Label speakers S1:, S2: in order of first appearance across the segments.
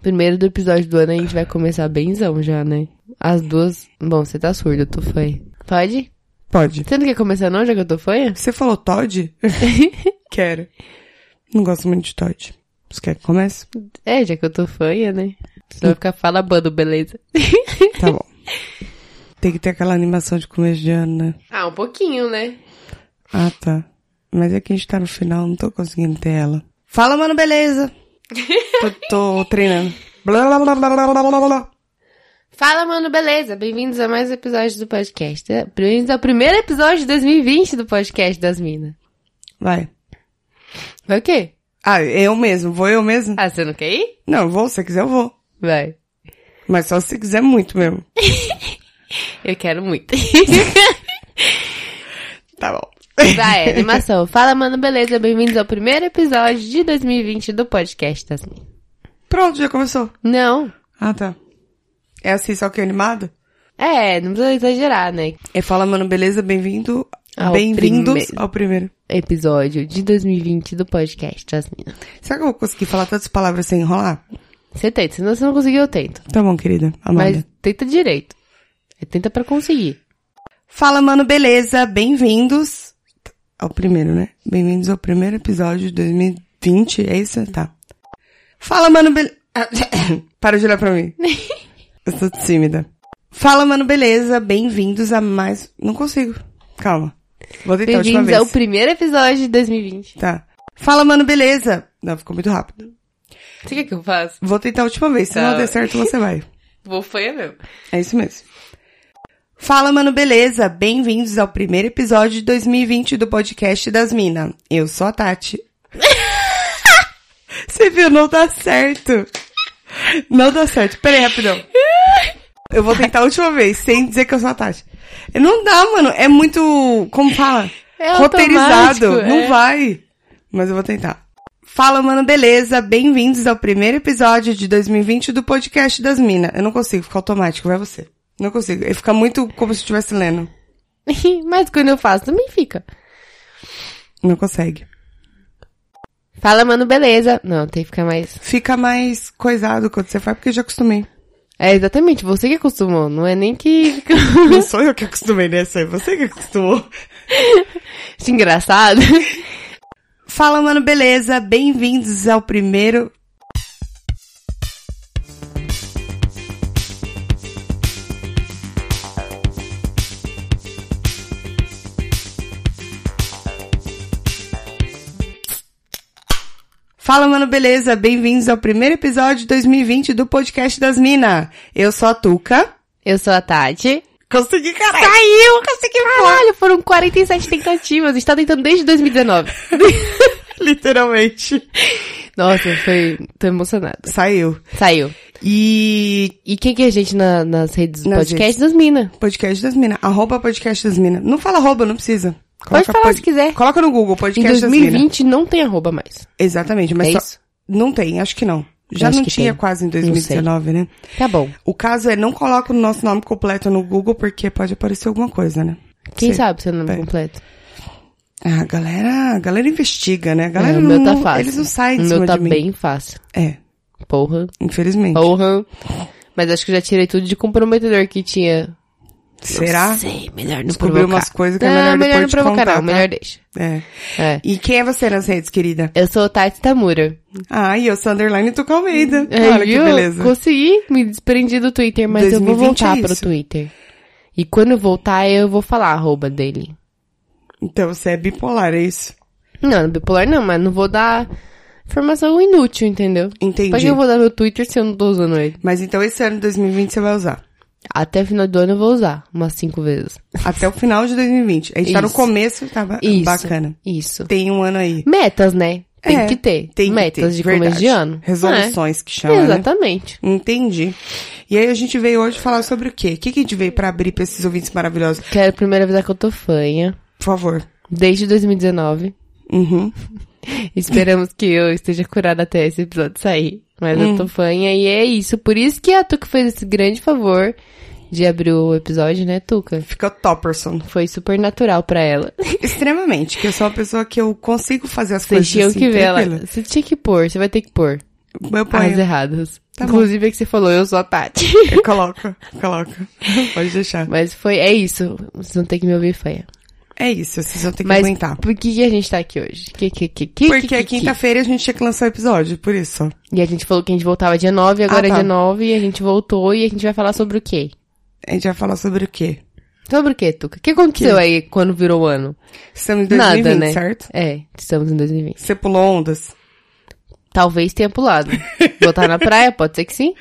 S1: Primeiro do episódio do ano a gente vai começar bemzão já, né? As duas. Bom, você tá surdo, eu tô fanha. Pode?
S2: Pode.
S1: Você não quer começar não, já que eu tô fanha?
S2: Você falou Todd? Quero. Não gosto muito de Todd. Você quer que comece?
S1: É, já que eu tô fanha, né? Você vai ficar falabando, beleza?
S2: Tá bom. Tem que ter aquela animação de começo de ano, né?
S1: Ah, um pouquinho, né?
S2: Ah, tá. Mas é que a gente tá no final, não tô conseguindo ter ela. Fala, mano, beleza. tô, tô treinando. Blá, blá, blá, blá, blá, blá, blá, blá.
S1: Fala, mano, beleza? Bem-vindos a mais um episódio do podcast. É, Bem-vindos ao primeiro episódio de 2020 do podcast das minas.
S2: Vai.
S1: Vai o quê?
S2: Ah, eu mesmo. Vou eu mesmo?
S1: Ah, você não quer ir?
S2: Não, eu vou. Se você quiser, eu vou.
S1: Vai.
S2: Mas só se você quiser muito mesmo.
S1: Eu quero muito.
S2: Tá bom.
S1: Vai, animação. Fala, mano, beleza? Bem-vindos ao primeiro episódio de 2020 do podcast das minas.
S2: Pronto, já começou.
S1: Não.
S2: Ah, tá. É assim, só que animado?
S1: É, não precisa exagerar, né?
S2: É fala, mano, beleza? Bem-vindo.
S1: Ao
S2: Bem-vindos
S1: primeiro.
S2: ao primeiro.
S1: Episódio de 2020 do podcast das minas.
S2: Será que eu vou conseguir falar tantas palavras sem enrolar?
S1: Você tenta, senão você não conseguiu, eu tento.
S2: Tá bom, querida. Amanda.
S1: Mas tenta direito. É, Tenta pra conseguir.
S2: Fala, mano, beleza? Bem-vindos ao primeiro, né? Bem-vindos ao primeiro episódio de 2020, é isso? Tá. Fala, mano, beleza. Para de olhar pra mim. Eu tô tímida. Fala, mano, beleza? Bem-vindos a mais. Não consigo. Calma. Vou tentar a
S1: Bem-vindos
S2: última Então, vez.
S1: ao primeiro episódio de 2020.
S2: Tá. Fala, mano, beleza? Não, ficou muito rápido.
S1: Você quer que eu faça?
S2: Vou tentar a última vez. Se não
S1: Tá.
S2: der certo, você vai.
S1: Vou fanha mesmo.
S2: É isso mesmo. Fala, mano, beleza? Bem-vindos ao primeiro episódio de 2020 do podcast das Minas. Eu sou a Tati. Você viu? Não dá certo. Não dá certo. Pera aí, rapidão. Eu vou tentar a última vez, sem dizer que eu sou a Tati. Não dá, mano. É muito. Como fala?
S1: É
S2: Roteirizado.
S1: automático,
S2: Não
S1: é.
S2: vai. Mas eu vou tentar. Fala, mano, beleza? Bem-vindos ao primeiro episódio de 2020 do podcast das Minas. Eu não consigo, fica automático, vai você. Não consigo. Ele fica muito como se eu estivesse lendo.
S1: Mas quando eu faço, também fica.
S2: Não consegue.
S1: Fala, mano, beleza. Não, tem que ficar mais.
S2: Fica mais coisado quando você faz, porque eu já acostumei.
S1: É exatamente, você que acostumou. Não é nem que.
S2: Não sou eu que acostumei nessa, é você que acostumou.
S1: Acho engraçado.
S2: Fala, mano, beleza? Bem-vindos ao primeiro. Fala, mano, beleza? Bem-vindos ao primeiro episódio de 2020 do podcast das Minas. Eu sou a Tuca.
S1: Eu sou a Tati.
S2: Consegui, caralho!
S1: Saiu! Consegui Caralho, foram 47 tentativas. A gente tá tentando desde 2019.
S2: Literalmente.
S1: Nossa, foi. tô emocionada.
S2: Saiu.
S1: Saiu.
S2: E
S1: E quem que é a gente na- nas redes do
S2: Nas
S1: podcast? Das minas.
S2: Podcast das Minas. Arroba Podcast das Minas. Não fala arroba, não precisa.
S1: falar se quiser.
S2: Coloca no Google,
S1: Em
S2: Podcast das Minas.
S1: 2020 não tem arroba mais.
S2: Exatamente, mas
S1: É
S2: só-
S1: isso?
S2: não tem, acho que não. Já
S1: acho
S2: não
S1: que
S2: tinha
S1: tem.
S2: quase em
S1: sei.
S2: 2019, né?
S1: Tá bom.
S2: O caso é, não coloca o nosso nome completo no Google, porque pode aparecer alguma coisa, né?
S1: Quem
S2: Sei.
S1: sabe seu nome
S2: É.
S1: completo?
S2: Ah, a galera, a galera investiga, né? A galera
S1: É, o
S2: não,
S1: meu tá
S2: não-
S1: fácil.
S2: Eles não saem
S1: o
S2: de
S1: meu
S2: cima
S1: tá
S2: de mim.
S1: bem fácil.
S2: É,
S1: Porra.
S2: infelizmente.
S1: Porra. Mas acho que eu já tirei tudo de comprometedor que tinha.
S2: Será?
S1: Não sei, melhor não
S2: Descobriu
S1: provocar.
S2: umas coisas que é
S1: Não,
S2: melhor depois
S1: não
S2: te
S1: provocar,
S2: contar,
S1: não.
S2: tá?
S1: Melhor deixa.
S2: É.
S1: É.
S2: E quem é você nas redes, querida?
S1: Eu sou Tati Tamura.
S2: Ah, e eu sou Underline Tuca Almeida.
S1: É,
S2: Olha
S1: viu?
S2: que beleza.
S1: Consegui, me desprendi do Twitter, mas eu vou
S2: 2020 é
S1: voltar pro
S2: isso.
S1: Twitter. E quando eu voltar, eu vou falar a arroba dele.
S2: Então você é bipolar, é isso?
S1: Não, bipolar não, mas não vou dar informação inútil, entendeu?
S2: Entendi.
S1: Pra que eu vou dar meu Twitter se eu não tô usando ele?
S2: Mas então esse ano de 2020 você vai usar.
S1: Até o final do ano eu vou usar umas cinco vezes.
S2: Até o final de 2020. A gente tá no
S1: Isso.
S2: começo, tá ba-
S1: Isso.
S2: bacana.
S1: Isso.
S2: Tem um ano aí.
S1: Metas, né? Tem
S2: É,
S1: que ter.
S2: Tem
S1: Metas
S2: que ter,
S1: de
S2: verdade.
S1: começo de ano.
S2: Resoluções que
S1: É,
S2: chama, né?
S1: Exatamente.
S2: Entendi. E aí a gente veio hoje falar sobre o quê? O que, que a gente veio pra abrir pra esses ouvintes maravilhosos?
S1: Quero primeiro avisar que eu tô fanha.
S2: Por favor.
S1: Desde 2019.
S2: Uhum.
S1: Esperamos que eu esteja curada até esse episódio sair. Mas eu
S2: Hum.
S1: tô fanha e é isso. Por isso que a Tuca fez esse grande favor de abrir o episódio, né, Tuca?
S2: Fica topperson.
S1: Foi super natural pra ela.
S2: Extremamente, que eu sou uma pessoa que eu consigo fazer as
S1: Vocês
S2: coisas
S1: tinham
S2: assim,
S1: que ver ela. Ah,
S2: tranquila.
S1: Você tinha que pôr, você vai ter que pôr
S2: Eu
S1: as
S2: ponho.
S1: erradas.
S2: Tá bom.
S1: Inclusive é que você falou, eu sou a Tati.
S2: Eu coloco, coloco. Pode deixar.
S1: Mas foi, é isso. Vocês vão ter que me ouvir feia.
S2: É isso, vocês vão ter que
S1: Mas
S2: aguentar.
S1: por que, que a gente tá aqui hoje? Que, que, que, que, que,
S2: Porque
S1: que,
S2: é
S1: que?
S2: quinta-feira a gente tinha que lançar o episódio, por isso.
S1: E a gente falou que a gente voltava dia 9, agora
S2: Ah, tá.
S1: é dia 9, e a gente voltou e a gente vai falar sobre o quê?
S2: A gente vai falar sobre o quê?
S1: Sobre o quê, Tuca? O que aconteceu aí quando virou o ano?
S2: Estamos em 2020,
S1: Nada, né?
S2: certo?
S1: É, estamos em 2020.
S2: Você pulou ondas.
S1: Talvez tenha pulado. Botar na praia, pode ser que sim.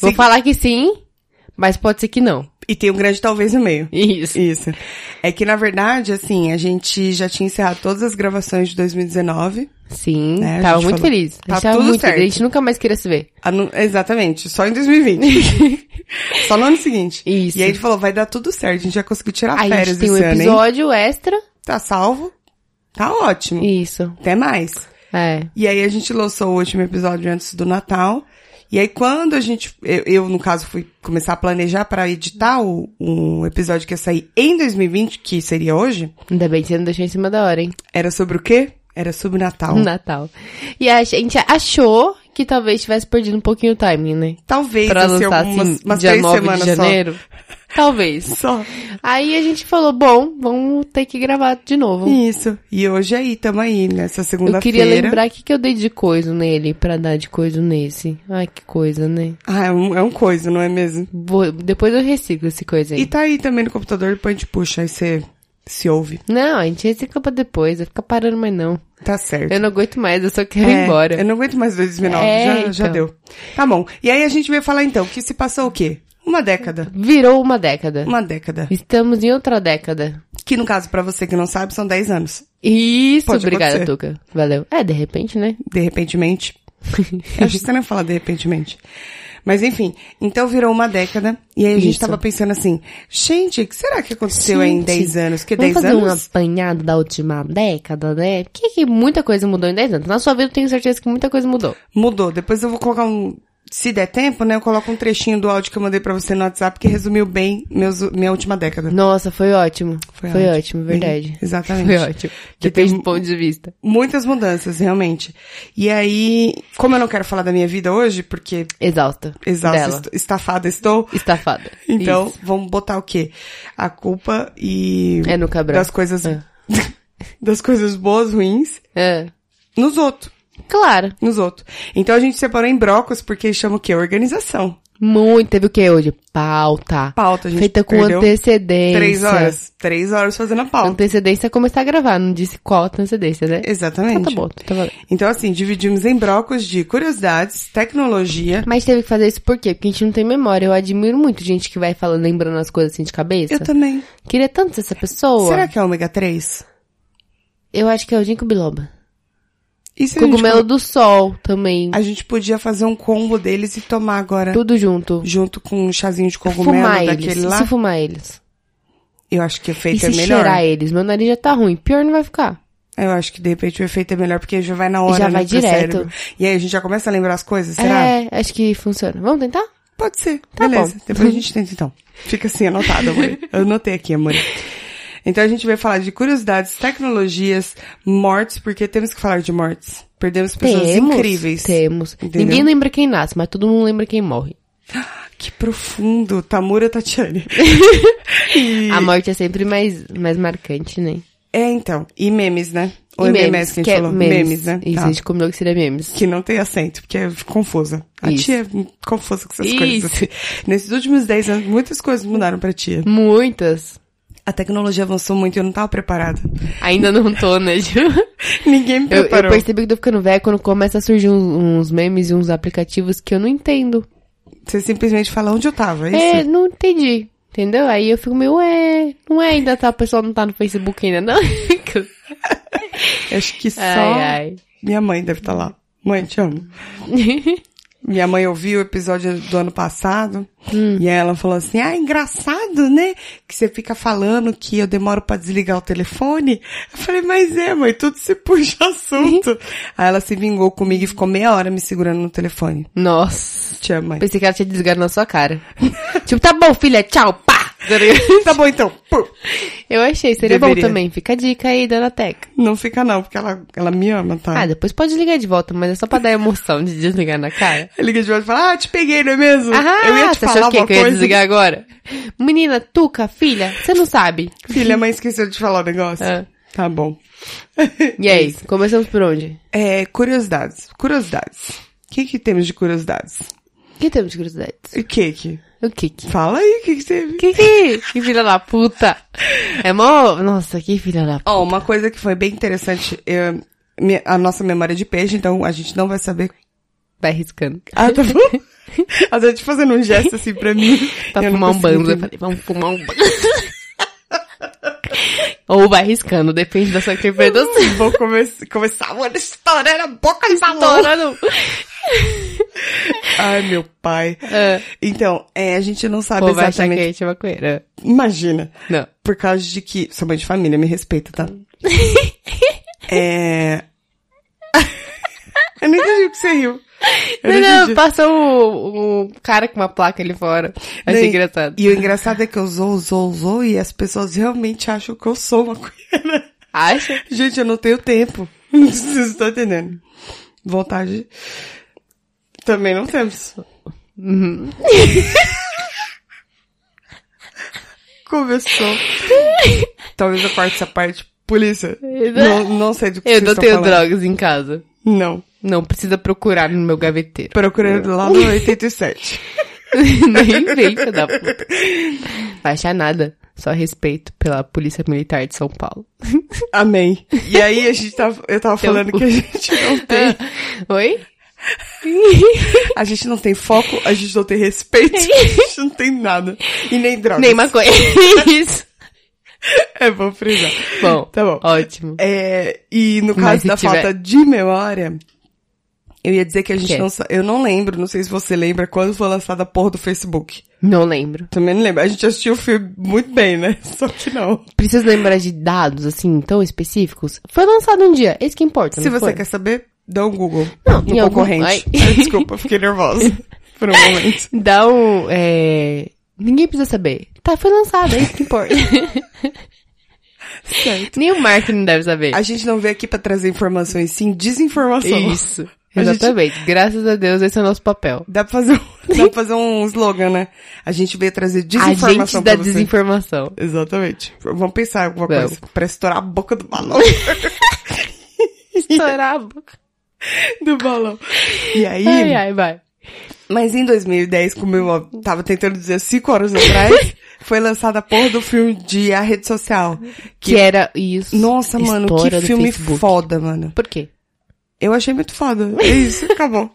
S1: Vou
S2: Sim.
S1: falar que sim, mas pode ser que não.
S2: E tem um grande talvez no meio.
S1: Isso.
S2: Isso. É que, na verdade, assim, a gente já tinha encerrado todas as gravações de 2019.
S1: Sim,
S2: É, a
S1: tava
S2: gente
S1: muito
S2: falou.
S1: feliz.
S2: Tá
S1: a gente tava
S2: tudo
S1: muito
S2: certo.
S1: feliz. A gente nunca mais queria se ver.
S2: Ah, não- exatamente, só em 2020. só no ano seguinte.
S1: Isso.
S2: E aí ele falou, vai dar tudo certo, a gente já conseguiu tirar
S1: Aí a
S2: Tá férias
S1: gente tem um
S2: esse ano, hein?
S1: episódio extra.
S2: Tá salvo, tá ótimo.
S1: Isso.
S2: Até mais.
S1: É.
S2: E aí a gente lançou o último episódio antes do Natal. E aí quando a gente, eu, eu, no caso fui começar a planejar pra editar o, um episódio que ia sair em 2020, que seria hoje,
S1: Ainda bem que você não deixou em cima da hora, hein?
S2: era sobre o quê? Era sobre o Natal.
S1: Natal. E a gente achou que talvez tivesse perdido um pouquinho o timing, né?
S2: Talvez
S1: Pra
S2: assim,
S1: lançar
S2: algumas
S1: assim,
S2: umas
S1: dia
S2: três
S1: 9 de
S2: semanas
S1: janeiro. Talvez.
S2: só. Só.
S1: Aí a gente falou, bom, vamos ter que gravar de novo.
S2: Isso. E hoje é aí, tamo aí, nessa segunda-feira.
S1: Eu queria lembrar o que, que eu dei de coisa nele pra dar de coisa nesse. Ai, que coisa, né?
S2: Ah, é um, é um coisa, não é mesmo?
S1: Vou- depois eu reciclo esse coisa aí.
S2: E tá aí também no computador, depois a gente puxa, aí você se ouve.
S1: Não, a gente recicla pra depois, vai ficar parando mais não.
S2: Tá certo.
S1: Eu não aguento mais, eu só quero ir
S2: É,
S1: embora.
S2: Eu não aguento mais 2009,
S1: É,
S2: já,
S1: então.
S2: já deu. Tá bom. E aí a gente veio falar então, que se passou o quê? Uma década.
S1: Virou uma década.
S2: Uma década.
S1: Estamos em outra década.
S2: Que no caso, pra você que não sabe, são 10 anos.
S1: Isso,
S2: Pode
S1: obrigada,
S2: acontecer.
S1: Tuca. Valeu. É, de repente, né?
S2: De repentemente. Acho que você não fala de repentemente. Mas enfim, então virou uma década. E aí a gente
S1: Isso.
S2: tava pensando assim, gente, o que será que aconteceu aí é em
S1: Gente,
S2: 10 anos? Porque
S1: Vamos
S2: 10
S1: fazer
S2: anos.
S1: um apanhado da última década, né? Porque que muita coisa mudou em 10 anos. Na sua vida eu tenho certeza que muita coisa mudou.
S2: Mudou. Depois eu vou colocar um. Se der tempo, né? Eu coloco um trechinho do áudio que eu mandei pra você no WhatsApp que resumiu bem meus, minha última década.
S1: Nossa, foi ótimo.
S2: Foi
S1: Foi,
S2: ótimo.
S1: ótimo. verdade.
S2: Uhum, exatamente.
S1: Foi ótimo.
S2: Que
S1: Depende
S2: tem- um
S1: do ponto de vista.
S2: Muitas mudanças, realmente. E aí, como eu não quero falar da minha vida hoje, porque
S1: Exausta.
S2: exausta,
S1: Dela.
S2: est- estafada estou,
S1: Estafada.
S2: então
S1: Isso.
S2: vamos botar o quê? A culpa e
S1: É no cabrão.
S2: das coisas
S1: É.
S2: das coisas boas, ruins,
S1: É.
S2: nos outros,
S1: Claro.
S2: nos outros. Então a gente separou em brocos porque chama o quê? Organização.
S1: Muito. Teve o que hoje? Pauta.
S2: Pauta, a gente
S1: Feita com
S2: perdeu
S1: antecedência.
S2: três horas, três horas fazendo a pauta.
S1: Antecedência é começar a gravar, não disse qual antecedência, né?
S2: Exatamente.
S1: Ah, tá bom, tá valendo.
S2: Então assim, dividimos em blocos de curiosidades, tecnologia.
S1: Mas teve que fazer isso por quê? Porque a gente não tem memória. Eu admiro muito gente que vai falando, lembrando as coisas assim de cabeça.
S2: Eu também.
S1: Queria tanto ser essa pessoa.
S2: Será que é ômega 3?
S1: Eu acho que é o Ginkgo biloba.
S2: E se a gente
S1: Cogumelo do sol também.
S2: A gente podia fazer um combo deles e tomar agora.
S1: Tudo junto.
S2: Junto com um chazinho de cogumelo
S1: Fumar
S2: daquele
S1: eles. E
S2: lá.
S1: se fumar eles?
S2: Eu acho que
S1: E
S2: o efeito é
S1: se
S2: melhor.
S1: cheirar eles? Meu nariz já tá ruim. Pior não vai ficar.
S2: Eu acho que de repente o efeito é melhor, porque já vai na hora,
S1: Já
S2: né,
S1: vai
S2: pro
S1: direto.
S2: cérebro. E aí a gente já começa a lembrar as coisas, será?
S1: É, acho que funciona. Vamos tentar?
S2: Pode ser.
S1: Tá
S2: Beleza.
S1: bom.
S2: Depois a gente tenta então. Fica assim anotado, amor. Eu anotei aqui, amor. Então a gente vai falar de curiosidades, tecnologias, mortes, porque temos que falar de mortes. Perdemos pessoas
S1: temos.
S2: incríveis.
S1: Temos.
S2: Entendeu?
S1: Ninguém lembra quem nasce, mas todo mundo lembra quem morre.
S2: Que profundo. Tamura Tatiane.
S1: A morte é sempre mais, mais marcante, né?
S2: É, então. E memes, né? Ou
S1: E
S2: é memes que a gente
S1: é
S2: falou?
S1: memes.
S2: né?
S1: Isso,
S2: Tá.
S1: a gente combinou que seria memes.
S2: Que não tem acento, porque é confusa. A
S1: Isso.
S2: tia é confusa com essas
S1: Isso.
S2: coisas. assim. Nesses últimos 10 anos, muitas coisas mudaram pra tia.
S1: Muitas.
S2: A tecnologia avançou muito e eu não tava preparada.
S1: Ainda não tô, né, Ju?
S2: Ninguém me
S1: Eu, eu
S2: preparou.
S1: percebi que tô ficando velha quando começa a surgir uns, uns memes e uns aplicativos que eu não entendo.
S2: Você simplesmente fala onde eu tava, é isso?
S1: É, não entendi. Entendeu? Aí eu fico meio, ué, não é ainda tá, o pessoal não tá no Facebook ainda, não?
S2: Eu Acho que só
S1: ai, ai.
S2: minha mãe deve estar lá. Mãe, te amo. Minha mãe ouviu o episódio do ano passado
S1: Hum.
S2: e aí ela falou assim: Ah, engraçado, né? Que você fica falando que eu demoro pra desligar o telefone. Eu falei, mas é, mãe, tudo se puxa assunto. aí ela se vingou comigo e ficou meia hora me segurando no telefone.
S1: Nossa.
S2: Te amo, mãe.
S1: Pensei que ela tinha desligado na sua cara. tipo, tá bom, filha, tchau, pá!
S2: tá bom então. Pô.
S1: Eu achei, seria
S2: Deveria.
S1: bom também. Fica a dica aí, dona Teca.
S2: Não fica não, porque ela, ela me ama, tá?
S1: Ah, depois pode ligar de volta, mas é só pra dar emoção de desligar na cara.
S2: Ela liga de volta e fala, ah, te peguei, não é mesmo?
S1: Ah,
S2: eu ia te
S1: você achou
S2: falar
S1: o quê
S2: uma
S1: que eu ia
S2: coisa.
S1: desligar agora? Menina, Tuca, filha, você não sabe.
S2: Filha, a mãe esqueceu de falar o negócio.
S1: Ah.
S2: Tá bom.
S1: E aí, começamos por onde?
S2: É, curiosidades. Curiosidades. O que que temos de curiosidades?
S1: O que temos de curiosidades?
S2: O que que?
S1: O que que?
S2: Fala aí, o que que teve?
S1: Que que? Que filha da puta. É mó... Nossa, que filha da puta.
S2: Ó, uma coisa que foi bem interessante, eu- minha- a nossa memória de peixe, então a gente não vai saber.
S1: Vai riscando.
S2: Ah, tá bom? A gente fazendo um gesto assim pra mim.
S1: Pra
S2: eu não
S1: fumar um
S2: consigo
S1: banzo. Eu
S2: entender.
S1: falei, vamos fumar um banzo. Ou vai riscando, depende da sua interpretação.
S2: Vou come- começar o ano estourando a boca de balão.
S1: Estourando.
S2: Ai, meu pai.
S1: É.
S2: Então, é, a gente não sabe
S1: Pô, vai achar que a
S2: exatamente.
S1: gente é maconheira.
S2: Imagina.
S1: Não.
S2: Por causa de que. Sou mãe de família, me respeita, tá? é. eu nem entendi o que você riu. Eu
S1: Não, não,
S2: entendi.
S1: passou um, um cara com uma placa ali fora. Achei
S2: Nem-
S1: engraçado.
S2: E o engraçado é que eu sou, sou, sou e as pessoas realmente acham que eu sou maconheira.
S1: Acha?
S2: Gente, eu não tenho tempo. Vocês não estão entendendo. Vontade. Também não temos.
S1: Uhum.
S2: Começou. Talvez eu corte essa parte. Polícia. Não, não sei do que
S1: Né? Eu
S2: vocês
S1: não
S2: estão
S1: tenho
S2: falando.
S1: drogas em casa.
S2: Não.
S1: Não precisa procurar no meu gaveteiro.
S2: Procurando lá no 87.
S1: Nem vem, filho da puta. Vai achar nada. Só respeito pela Polícia Militar de São Paulo.
S2: Amém. E aí a gente tava, eu tava
S1: Teu
S2: falando
S1: um cu.
S2: que a gente não tem
S1: Oi?
S2: A gente não tem foco, a gente não tem respeito, a gente não tem nada. E nem drogas.
S1: Nem maconha. Isso.
S2: É bom frisar.
S1: Bom,
S2: Tá bom.
S1: ótimo.
S2: É, e no
S1: Mas
S2: caso
S1: se
S2: da
S1: tiver-
S2: falta de memória, eu ia dizer que a gente
S1: Quê?
S2: não sa- Eu não lembro, não sei se você lembra, quando foi lançada a porra do Facebook.
S1: Não lembro.
S2: Também não lembro. A gente assistiu o filme muito bem, né? Só que não.
S1: Preciso lembrar de dados, assim, tão específicos. Foi lançado um dia. Esse que importa,
S2: se
S1: não
S2: você
S1: foi?
S2: quer saber, dá um Google.
S1: Não,
S2: no
S1: em algum-
S2: concorrente.
S1: Ai.
S2: Desculpa, fiquei nervosa por um momento.
S1: Dá um. É... Ninguém precisa saber. Tá, foi lançado, é isso que importa.
S2: Certo.
S1: Nem o Marco não deve saber.
S2: A gente não veio aqui pra trazer informações, sim desinformação.
S1: Isso.
S2: A gente-
S1: Exatamente. Graças a Deus, esse é o nosso papel.
S2: Dá pra fazer um, dá pra fazer um slogan, né? A gente veio trazer
S1: A
S2: desinformação
S1: gente da
S2: pra você.
S1: desinformação.
S2: Exatamente. Vamos pensar em alguma
S1: Vamos.
S2: coisa pra estourar a boca do balão.
S1: Estourar a boca.
S2: do balão. E aí,
S1: Ai, ai, vai.
S2: mas em 2010, como eu tava tentando dizer cinco horas atrás, foi lançada a porra do filme de A Rede Social.
S1: Que era isso.
S2: Nossa, mano,
S1: História
S2: que
S1: do
S2: filme
S1: Facebook.
S2: foda, mano.
S1: Por quê?
S2: Eu achei muito foda. É isso, acabou.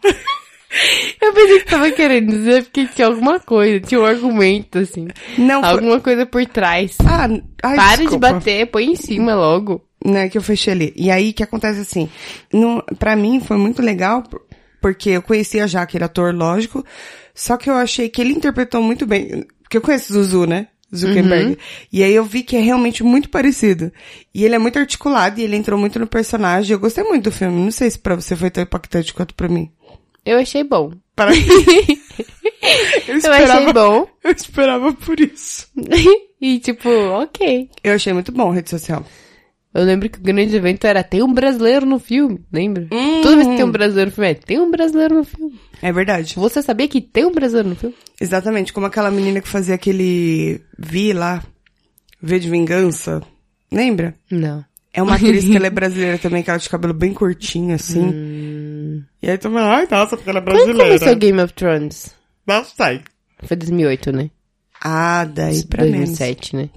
S1: Eu pensei que tava querendo dizer porque tinha alguma coisa, tinha um argumento, assim.
S2: Não, foi...
S1: Alguma coisa por trás.
S2: Ah, ai,
S1: Para de
S2: desculpa.
S1: bater, põe em cima logo.
S2: né, que eu fechei ali. E aí, que acontece assim, não, pra mim foi muito legal, por- porque eu conhecia já aquele é ator, lógico, só que eu achei que ele interpretou muito bem, porque eu conheço Zuzu, né? Zuckerberg.
S1: Uhum.
S2: E aí eu vi que é realmente muito parecido. E ele é muito articulado e ele entrou muito no personagem. Eu gostei muito do filme. Não sei se pra você foi tão impactante quanto pra mim.
S1: Eu achei bom.
S2: Para... eu,
S1: Eu
S2: esperava,
S1: achei bom.
S2: eu esperava por isso.
S1: e tipo, ok.
S2: Eu achei muito bom a rede social.
S1: Eu lembro que o grande evento era tem um brasileiro no filme, lembra? Toda vez que tem um brasileiro no filme, é tem um brasileiro no filme.
S2: É verdade.
S1: Você sabia que tem um brasileiro no filme?
S2: Exatamente, como aquela menina que fazia aquele Vi lá, V de Vingança, lembra?
S1: Não.
S2: É uma atriz que ela é brasileira também, que ela de cabelo bem curtinho, assim.
S1: Hum.
S2: E aí também, ai, nossa, porque ela é
S1: Quando começou
S2: brasileira.
S1: Game of Thrones?
S2: Não sei.
S1: Foi 2008, né?
S2: Ah, daí pra menos.
S1: 2007, né?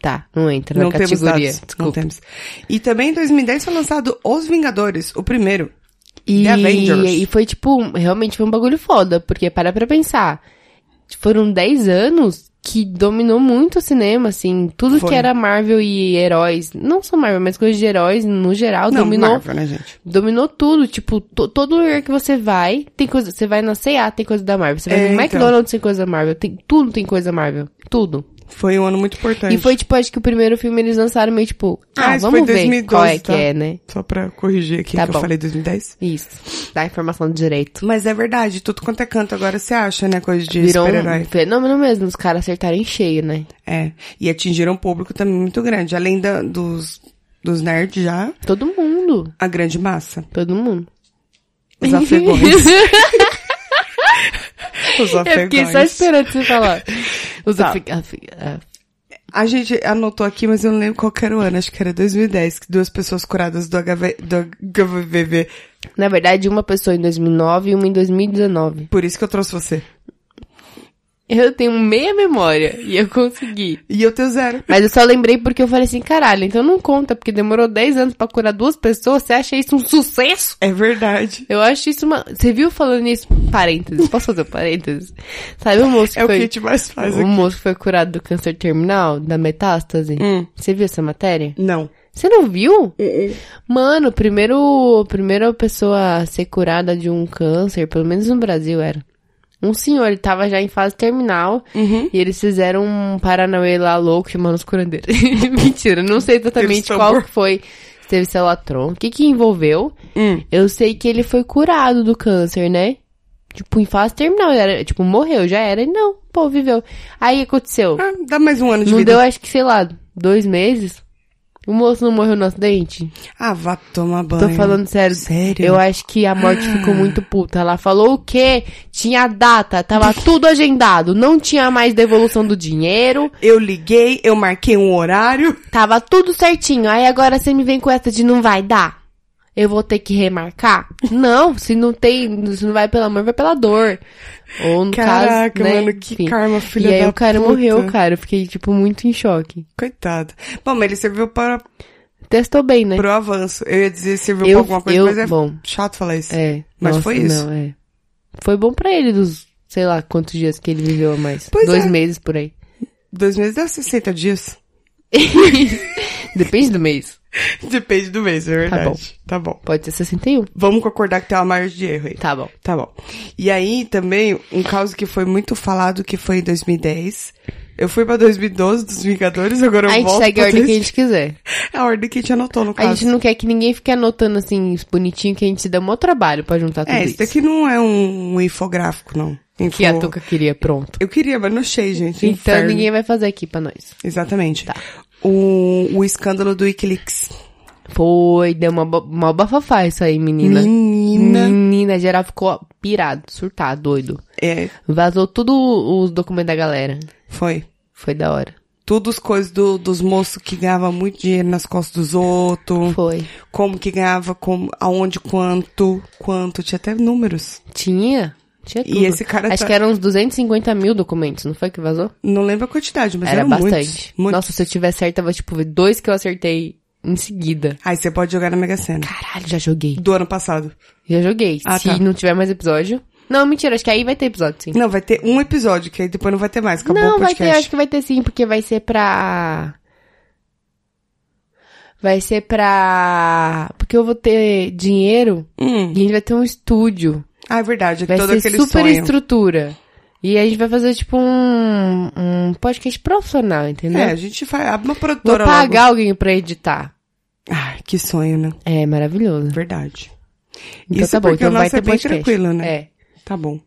S1: Tá, não entra
S2: Não
S1: na
S2: temos
S1: categoria.
S2: dados, não temos. E também em 2010 foi lançado Os Vingadores, o primeiro.
S1: E,
S2: The Avengers.
S1: e foi tipo, um- realmente foi um bagulho foda, porque para pra pensar. Foram 10 anos que dominou muito o cinema, assim. Tudo
S2: Foi.
S1: que era Marvel e heróis, não só Marvel, mas coisas de heróis no geral,
S2: Não,
S1: dominou.
S2: Marvel, né, gente?
S1: Dominou tudo, tipo, to- todo lugar que você vai, tem coisa, você vai na C&A, tem coisa da Marvel, você vai
S2: É,
S1: no
S2: então.
S1: McDonald's, tem coisa da Marvel, tem, tudo tem coisa da Marvel, tudo.
S2: Foi um ano muito importante.
S1: E foi, tipo, acho que o primeiro filme eles lançaram meio, tipo, ah,
S2: isso
S1: vamos
S2: foi
S1: ver
S2: 2012,
S1: qual é
S2: tá?
S1: que é, né?
S2: Só pra corrigir aqui
S1: Tá
S2: que
S1: bom.
S2: eu falei 2010.
S1: Isso. Dá informação direito.
S2: Mas é verdade, tudo quanto é canto agora você acha, né? Coisa de
S1: Virou um
S2: super-herói.
S1: fenômeno mesmo, os caras acertaram em cheio, né?
S2: É. E atingiram um público também muito grande. Além da- dos, dos nerds já,
S1: Todo mundo.
S2: a grande massa.
S1: Todo mundo.
S2: Os afegões. Os
S1: Eu fiquei só
S2: afegões.
S1: esperando você falar. Os
S2: Tá.
S1: afe- afe- ah,
S2: A gente anotou aqui, mas eu não lembro qual que era o ano. Acho que era 2010, que duas pessoas curadas do HV, do HVV.
S1: Na verdade, uma pessoa em 2009 e uma em 2019.
S2: Por isso que eu trouxe você.
S1: Eu tenho meia memória e eu consegui.
S2: E eu tenho zero.
S1: Mas eu só lembrei porque eu falei assim, caralho, então não conta, porque demorou 10 anos pra curar duas pessoas, você acha isso um sucesso?
S2: É verdade.
S1: Eu acho isso uma... Você viu falando isso? Parênteses, posso fazer um parênteses? Sabe o moço que
S2: É o que a
S1: foi... Um.
S2: gente mais faz
S1: o
S2: aqui.
S1: moço que foi curado do câncer terminal, da metástase?
S2: Hum.
S1: Você viu essa matéria?
S2: Não.
S1: Você não viu? Mano, primeiro, primeira pessoa a ser curada de um câncer, pelo menos no Brasil era. Um senhor, ele tava já em fase terminal
S2: Uhum.
S1: e eles fizeram um paranauê lá louco chamando os curandeiros. Mentira, não sei exatamente
S2: Aquele
S1: qual
S2: tambor.
S1: que foi. Se teve celatron, o que que envolveu?
S2: Hum.
S1: Eu sei que ele foi curado do câncer, né? Tipo, em fase terminal, ele era, tipo, morreu, já era, e não, pô, viveu. Aí aconteceu,
S2: Ah, dá mais um ano de
S1: não
S2: vida.
S1: deu acho que, sei lá, dois meses? O moço não morreu no acidente?
S2: Ah, vá tomar banho.
S1: Tô falando sério.
S2: Sério?
S1: Eu acho que a morte ficou muito puta. Ela falou o quê? Tinha a data, tava tudo agendado. Não tinha mais devolução do dinheiro.
S2: Eu liguei, eu marquei um horário.
S1: Tava tudo certinho. Aí agora você me vem com essa de não vai dar. Eu vou ter que remarcar? Não, se não tem, se não vai pelo amor, vai pela dor. Ou no
S2: Caraca,
S1: caso, né?
S2: mano, que
S1: enfim.
S2: karma, filha
S1: E aí
S2: da
S1: o cara
S2: puta.
S1: morreu, cara. Eu fiquei, tipo, muito em choque.
S2: Coitado. Bom, mas ele serviu para,
S1: Testou bem, né?
S2: pro avanço. Eu ia dizer serviu
S1: Eu-
S2: pra alguma coisa,
S1: eu-
S2: mas é
S1: bom.
S2: chato falar isso.
S1: É.
S2: Mas
S1: nossa,
S2: foi isso.
S1: Não, é. Foi bom pra ele dos, sei lá, quantos dias que ele viveu a mais.
S2: Pois
S1: Dois
S2: é.
S1: meses por aí.
S2: Dois meses dá 60 dias.
S1: Depende do mês.
S2: Depende do mês, é
S1: Tá
S2: verdade. Tá bom.
S1: Pode ser 61.
S2: Vamos concordar que tem uma margem de erro aí.
S1: Tá bom.
S2: Tá bom. E aí também, um caso que foi muito falado, que foi em 2010. Eu fui pra 2012 dos Vingadores, agora eu
S1: a gente
S2: volto
S1: segue a
S2: pra
S1: ordem que a
S2: 2000.
S1: gente quiser.
S2: É a ordem que a gente anotou, no
S1: A
S2: caso.
S1: gente não quer que ninguém fique anotando assim, bonitinho, que a gente se dá um maior trabalho pra juntar tudo
S2: É,
S1: isso.
S2: isso daqui não é um, um infográfico, não. Info...
S1: Que a Tuca queria, pronto.
S2: Eu queria, mas não achei, gente.
S1: Então
S2: Inferno.
S1: ninguém Tá. vai fazer aqui pra nós.
S2: Exatamente. O, o escândalo do Wikileaks.
S1: Foi, deu uma, bo- uma bafafá isso aí,
S2: né?
S1: menina.
S2: Menina.
S1: Menina, geral ficou pirado, surtado, doido.
S2: É,
S1: Vazou tudo os documentos da galera.
S2: foi.
S1: Foi da hora.
S2: Tudo as coisas do, dos moços que ganhavam muito dinheiro nas costas dos outros.
S1: Foi.
S2: Como que ganhava, como, aonde, quanto, quanto. Tinha até números.
S1: Tinha? Tinha
S2: E
S1: tudo.
S2: esse cara
S1: Acho
S2: tá-
S1: que eram uns 250 mil documentos, não foi que vazou?
S2: Não lembro a quantidade, mas
S1: Era
S2: eram
S1: bastante.
S2: muitos. muitos.
S1: Nossa, se eu tiver certa, vai tipo ver dois que eu acertei em seguida.
S2: Aí você pode jogar na Mega Sena.
S1: Caralho, já joguei.
S2: Do ano passado.
S1: Já joguei.
S2: Ah,
S1: se
S2: tá.
S1: não tiver mais episódio. Não, mentira, acho que aí vai ter episódio sim.
S2: Não, vai ter um episódio, que aí depois não vai ter mais. Acabou
S1: não,
S2: o
S1: vai
S2: podcast.
S1: ter, acho que vai ter sim, porque vai ser pra. Vai ser pra. Porque eu vou ter dinheiro
S2: Hum.
S1: e a gente vai ter um estúdio.
S2: Ah, é verdade. É
S1: Vai
S2: todo
S1: ser
S2: aquele
S1: super
S2: sonho.
S1: estrutura. E a gente vai fazer, tipo, um, um podcast profissional, entendeu?
S2: É, a gente faz, abre uma
S1: né? Vou
S2: produtora
S1: pagar alguém pra editar.
S2: logo. Ai, que sonho, né?
S1: É maravilhoso.
S2: Verdade.
S1: Então
S2: Isso
S1: tá bom,
S2: porque
S1: então
S2: o
S1: vai
S2: nosso
S1: ter
S2: é bem
S1: podcast.
S2: tranquilo, né?
S1: É.
S2: Tá bom.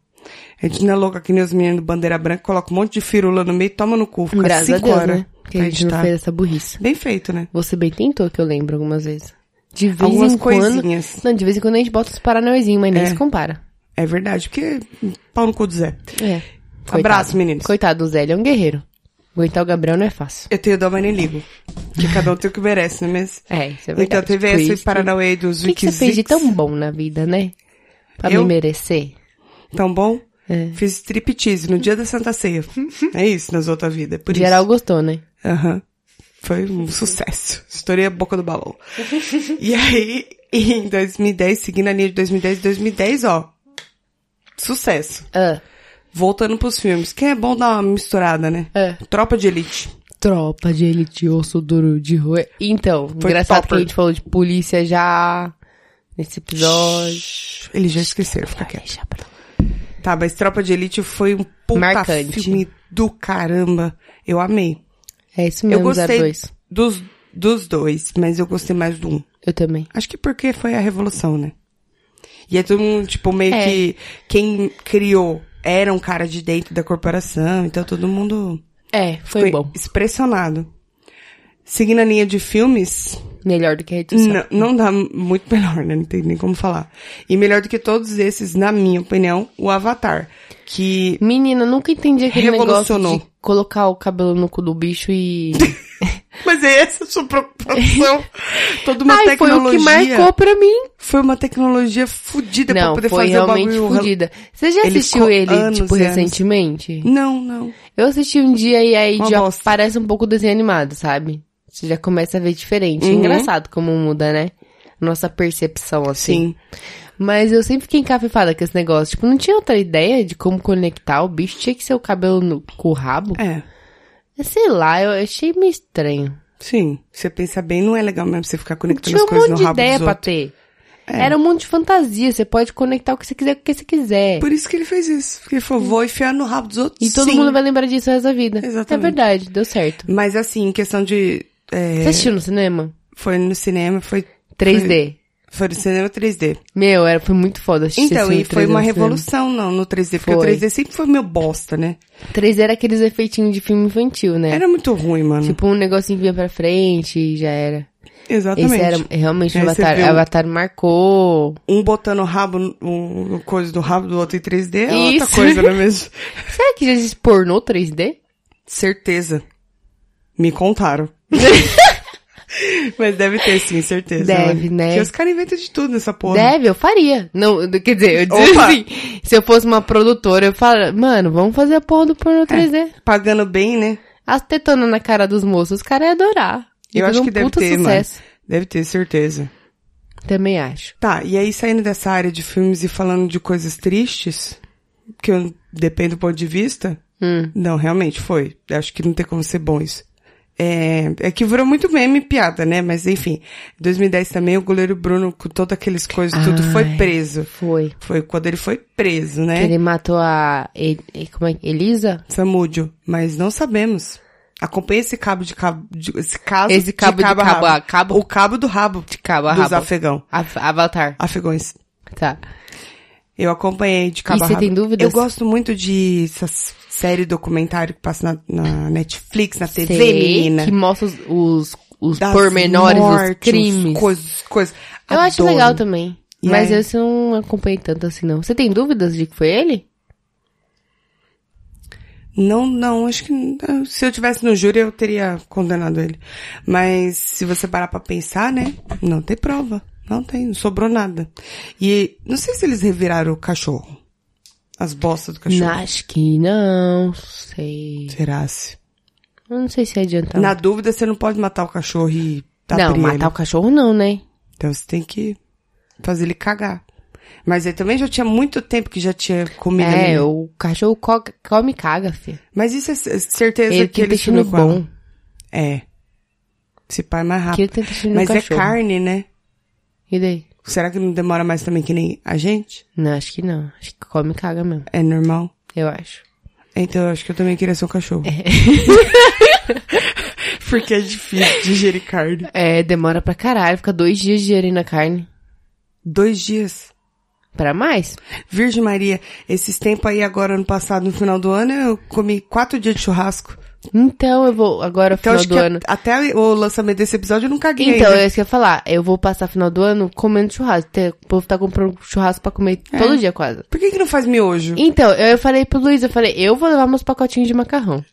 S2: A gente não é louca que nem os meninos do Bandeira Branca, coloca um monte de firula no meio, toma no cu, fica
S1: Graças a
S2: cinco
S1: Deus,
S2: horas.
S1: né? Que a
S2: pra
S1: gente não
S2: editar.
S1: fez essa burrice.
S2: Bem feito, né?
S1: Você bem tentou, que eu lembro algumas vezes. De vez
S2: Algumas
S1: em quando...
S2: coisinhas.
S1: Não, de vez em quando a gente bota os paranauezinhos, mas nem
S2: É.
S1: se compara.
S2: É verdade, porque pau no cu do Zé.
S1: É.
S2: Abraço, meninos.
S1: Coitado, o Zé, ele é um guerreiro. Aguentar o Gabriel não é fácil.
S2: Eu tenho dó, mas nem ligo. Que cada um tem o que merece, né? Mas...
S1: É, isso é verdade.
S2: então teve
S1: Por
S2: esse
S1: isso que-
S2: Paranauê dos
S1: O que, que você fez de
S2: Wikizics.
S1: tão bom na vida, né? Pra
S2: Eu?
S1: me merecer.
S2: Tão bom?
S1: É.
S2: Fiz striptease no dia da Santa Ceia. é isso, nas outras vidas. é Por isso.
S1: Geral gostou, né?
S2: Aham. Foi um sucesso. Estourei a boca do balão. e aí, em 2010, seguindo a linha de 2010, 2010, ó. Sucesso.
S1: Ah,
S2: Voltando pros filmes, que é bom dar uma misturada, né?
S1: É.
S2: Tropa de Elite.
S1: tropa de elite, osso duro de rua. Então,
S2: Foi
S1: engraçado que
S2: topper.
S1: a gente falou de polícia já nesse episódio.
S2: Shhh, Eles já esqueceram, fica quieto.
S1: Deixa pra lá.
S2: Tá, mas Tropa de Elite foi um puta
S1: Marcante.
S2: filme do caramba. Eu amei.
S1: É isso
S2: Eu
S1: mesmo,
S2: gostei
S1: 02.
S2: dos, dos dois, mas eu gostei mais do um.
S1: Eu também.
S2: Acho que porque foi a revolução, né? E é todo mundo, tipo, meio
S1: É.
S2: que quem criou era um cara de dentro da corporação, então todo mundo
S1: É, foi
S2: ficou
S1: bom.
S2: expressionado. Seguindo a linha de filmes,
S1: Melhor do que a redução.
S2: não, não dá muito melhor, né? Não tem nem como falar. E melhor do que todos esses, na minha opinião, o Avatar. Que
S1: Menina, nunca entendi aquele negócio
S2: Revolucionou.
S1: de colocar o cabelo no cu do bicho e...
S2: Mas é essa a sua preocupação. Toda uma
S1: Ai, foi
S2: tecnologia.
S1: o que marcou pra mim.
S2: Foi uma tecnologia fodida pra
S1: Não,
S2: poder
S1: foi
S2: fazer o
S1: realmente
S2: bagulho.
S1: fodida. Você já
S2: Ele
S1: assistiu
S2: ficou
S1: ele,
S2: anos
S1: tipo,
S2: e anos.
S1: recentemente?
S2: Não, não.
S1: Eu assisti um dia e aí
S2: Uma
S1: já
S2: bosta.
S1: parece um pouco desenho animado, sabe? Você já começa a ver diferente. É
S2: Uhum.
S1: Engraçado como muda, né? Nossa percepção, assim.
S2: Sim.
S1: Mas eu sempre fiquei encafifada com esse negócio. Tipo, não tinha outra ideia de como conectar o bicho. Tinha que ser o cabelo no, com o rabo.
S2: É.
S1: Sei lá, eu achei meio estranho.
S2: Sim. Você pensa bem, não é legal mesmo você ficar conectando
S1: Tinha
S2: as
S1: um
S2: coisas no
S1: monte de
S2: rabo dos
S1: ideia pra
S2: outros.
S1: ter.
S2: É.
S1: Era um monte de fantasia. Você pode conectar o que você quiser com o que você quiser.
S2: Por isso que ele fez isso. Porque ele falou, vou enfiar no rabo dos outros.
S1: E todo
S2: sim.
S1: mundo vai lembrar disso o resto da vida.
S2: Exatamente.
S1: É verdade, deu certo.
S2: Mas assim, em questão de... é,
S1: Você assistiu no cinema?
S2: foi no cinema, foi...
S1: 3D.
S2: Foi no cinema 3D.
S1: Meu, era, foi muito foda assistir
S2: Então,
S1: esse filme
S2: e foi
S1: 3D
S2: uma
S1: no cinema.
S2: revolução, não, no 3D. Porque
S1: Foi.
S2: o 3D sempre foi meu bosta, né?
S1: 3D era aqueles efeitinhos de filme infantil, né?
S2: Era muito ruim, mano.
S1: Tipo, um negocinho vinha pra frente e já era.
S2: Exatamente.
S1: Esse era realmente o
S2: Aí você
S1: Avatar.
S2: vê o-
S1: Avatar marcou.
S2: um botando o rabo, no- um, um coisa do rabo do outro em 3D é outra
S1: Isso.
S2: coisa, não é mesmo?
S1: Será que já existe pornô 3D?
S2: Certeza. Me contaram. Mas deve ter, sim, certeza.
S1: Deve, né?
S2: Porque os caras inventam de tudo nessa porra.
S1: Deve, eu faria. Não, eu- quer dizer, eu disse
S2: Opa!
S1: assim, se eu fosse uma produtora, eu falaria, mano, vamos fazer a porra do
S2: É.
S1: pornô 3D.
S2: Pagando bem, né?
S1: As tetonas na cara dos moços, os caras iam adorar. Ia
S2: Eu
S1: fazer
S2: acho
S1: um
S2: que deve
S1: puta
S2: ter,
S1: sucesso.
S2: mano. Deve ter, certeza.
S1: Também acho.
S2: Tá, e aí saindo dessa área de filmes e falando de coisas tristes, que eu dependo do ponto de vista,
S1: Hum.
S2: não, realmente foi. Acho que não tem como ser bom isso. É, é que virou muito meme e piada, né? Mas enfim, em 2010 também o goleiro Bruno, com todas aqueles coisas, tudo, foi
S1: Ai.
S2: preso.
S1: Foi.
S2: Foi quando ele foi preso, né?
S1: Ele matou a. E- e- como é? que- Elisa?
S2: Samúdio, mas não sabemos. Acompanhe esse cabo de cabo, de- esse caso
S1: Esse cabo de
S2: a
S1: cabo a
S2: rabo.
S1: cabo?
S2: o cabo do rabo
S1: De cabo a
S2: dos
S1: rabo.
S2: afegão,
S1: Af- Avatar.
S2: afegões.
S1: Tá.
S2: Eu acompanhei de cabo
S1: E
S2: a
S1: você
S2: rabo.
S1: tem dúvidas?
S2: Eu gosto muito de essa série documentário que passa na, na Netflix, na TV,
S1: Sei
S2: menina.
S1: Que mostra os, os, os
S2: Das
S1: pormenores,
S2: mortes,
S1: os crimes.
S2: Coisas, coisas.
S1: Eu acho
S2: Adoro.
S1: legal também.
S2: E
S1: mas
S2: aí?
S1: esse eu não acompanhei tanto assim, não. Você tem dúvidas de que foi ele?
S2: Não, não, acho que não. se eu tivesse no júri eu teria condenado ele. Mas se você parar pra pensar, né? Não tem prova. Não tem, não sobrou nada. E não sei se eles reviraram o cachorro. As bostas do cachorro.
S1: Não, acho que não. Sei.
S2: Será se?
S1: Eu não sei se adianta.
S2: Na tá dúvida, você não pode matar o cachorro e
S1: Tá. não,
S2: tapar ele.
S1: matar o cachorro não, né?
S2: Então você tem que fazer ele cagar. Mas aí também já tinha muito tempo que já tinha comida.
S1: é,
S2: ali. né?
S1: o cachorro co- come e caga, filho.
S2: Mas isso é c- certeza
S1: Ele
S2: que
S1: tem
S2: ele
S1: intestino
S2: sumiu com ela.
S1: bom.
S2: É. Se pai é mais
S1: Que
S2: rápido.
S1: ele tem intestino
S2: Mas é
S1: cachorro.
S2: carne, né?
S1: E daí?
S2: Será que não demora mais também que nem a gente?
S1: Não, acho que não. Acho que come e caga mesmo.
S2: É normal?
S1: Eu acho.
S2: Então eu acho que eu também queria ser um cachorro.
S1: É.
S2: Porque é difícil digerir carne.
S1: É, demora pra caralho. Fica dois dias digerindo a carne.
S2: Dois dias.
S1: Pra mais?
S2: Virgem Maria, esses tempos aí agora, ano passado, no final do ano, eu comi quatro dias de churrasco.
S1: Então eu vou agora final
S2: Então acho
S1: do
S2: que a-
S1: ano.
S2: até o lançamento desse episódio eu não caguei
S1: Então,
S2: ainda.
S1: é isso que eu ia falar. Eu vou passar final do ano comendo churrasco. Tem- O povo tá comprando churrasco pra comer
S2: É.
S1: todo dia quase.
S2: Por que que não faz miojo?
S1: Então, eu falei pro Luiz, eu falei, eu vou levar meus pacotinhos de macarrão.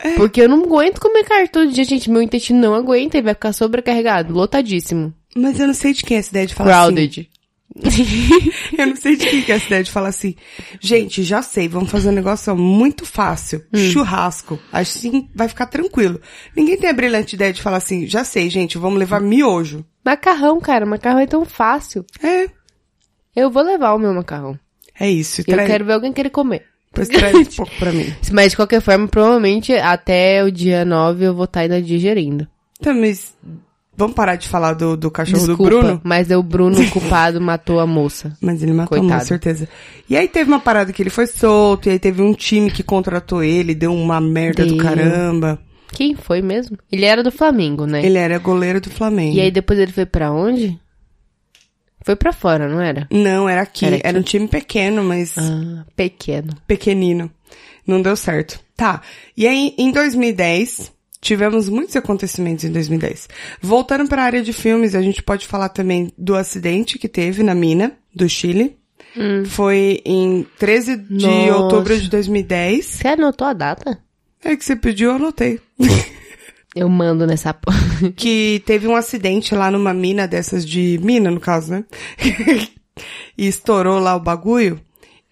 S2: É.
S1: Porque eu não aguento comer carne todo dia, gente. Meu intestino não aguenta e vai ficar sobrecarregado, lotadíssimo.
S2: Mas eu não sei de quem é essa ideia de falar assim.
S1: Crowded.
S2: Eu não sei de quem que é essa ideia de falar assim. Gente, já sei, vamos fazer um negócio muito fácil.
S1: Hum.
S2: Churrasco. Assim vai ficar tranquilo. Ninguém tem a brilhante ideia de falar assim, já sei, gente, vamos levar miojo.
S1: macarrão, cara, macarrão é tão fácil.
S2: É,
S1: Eu vou levar o meu macarrão.
S2: é isso.
S1: Eu
S2: Traz,
S1: quero ver alguém querer comer.
S2: Depois traz um pouco pra mim.
S1: Mas de qualquer forma, provavelmente até o dia 9 eu vou estar ainda tá digerindo.
S2: Então, mas Vamos parar de falar do, do cachorro
S1: Tá, Desculpa,
S2: do Bruno?
S1: mas é o Bruno o culpado matou a moça.
S2: Mas ele matou,
S1: Coitado.
S2: com certeza. E aí teve uma parada que ele foi solto, e aí teve um time que contratou ele, deu uma merda do
S1: Deu.
S2: caramba.
S1: Quem foi mesmo? Ele era do Flamengo, né?
S2: Ele era goleiro do Flamengo.
S1: E aí depois ele foi pra onde? Foi pra fora, não era?
S2: Não, era aqui.
S1: Era
S2: Era,
S1: aqui?
S2: um time pequeno, mas
S1: Ah, pequeno.
S2: pequenino. Não deu certo. Tá. E aí, em 2010, tivemos muitos acontecimentos em 2010. Voltando para a área de filmes, a gente pode falar também do acidente que teve na mina do Chile. Foi em 13 de
S1: Nossa.
S2: outubro de 2010.
S1: Você anotou a data?
S2: É que você pediu, eu anotei.
S1: Eu mando nessa porra.
S2: que teve um acidente lá numa mina dessas de mina, no caso, né? e estourou lá o bagulho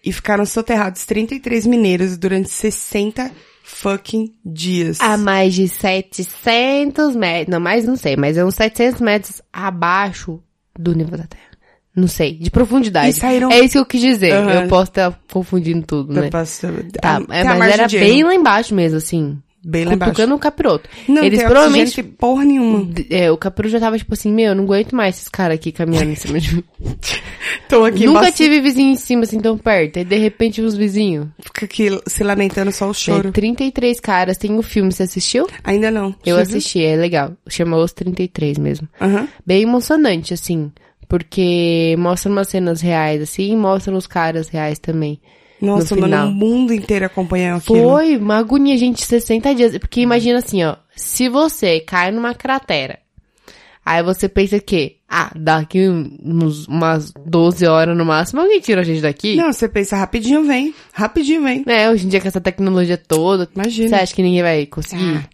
S2: e ficaram soterrados 33 mineiros durante 60 fucking dias.
S1: A mais de 700 metros, não, mais não sei, mas é uns 700 metros abaixo do nível da Terra. Não sei, de profundidade.
S2: E saíram-
S1: É isso que eu quis dizer.
S2: Aham.
S1: Eu posso estar confundindo tudo,
S2: Tá
S1: né?
S2: passando-
S1: Tá,
S2: a-
S1: é,
S2: tem a
S1: mas
S2: margem
S1: era
S2: de
S1: bem
S2: erro.
S1: lá embaixo mesmo, assim.
S2: bem lá embaixo.
S1: Cutucando o capiroto.
S2: Não
S1: Eles
S2: tem
S1: provavelmente
S2: oxigênio, porra nenhuma.
S1: É, o Capuru já tava tipo assim, meu, eu não aguento mais esses caras aqui caminhando em cima de mim.
S2: Tô aqui
S1: Nunca
S2: bastante-
S1: tive vizinho em cima assim tão perto. Aí de repente os vizinhos.
S2: Fica aqui se lamentando só o
S1: É,
S2: choro.
S1: 33 caras, tem um filme, você assistiu?
S2: Ainda não.
S1: Eu
S2: Você viu?
S1: assisti, é legal. Chama Os 33 mesmo.
S2: Aham.
S1: Bem emocionante, assim. Porque mostra umas cenas reais, assim, e mostra os caras reais também.
S2: Nossa,
S1: no
S2: mano,
S1: final.
S2: o mundo inteiro acompanhando aquilo.
S1: Foi uma agonia, gente, 60 dias. Porque imagina assim, ó. Se você cai numa cratera, aí você pensa que, ah, daqui uns, umas 12 horas no máximo, alguém tira a gente daqui.
S2: Não, você pensa rapidinho, vem. Rapidinho, vem.
S1: Né, hoje em dia com essa tecnologia toda,
S2: Imagina.
S1: você acha que ninguém vai conseguir?
S2: Ah.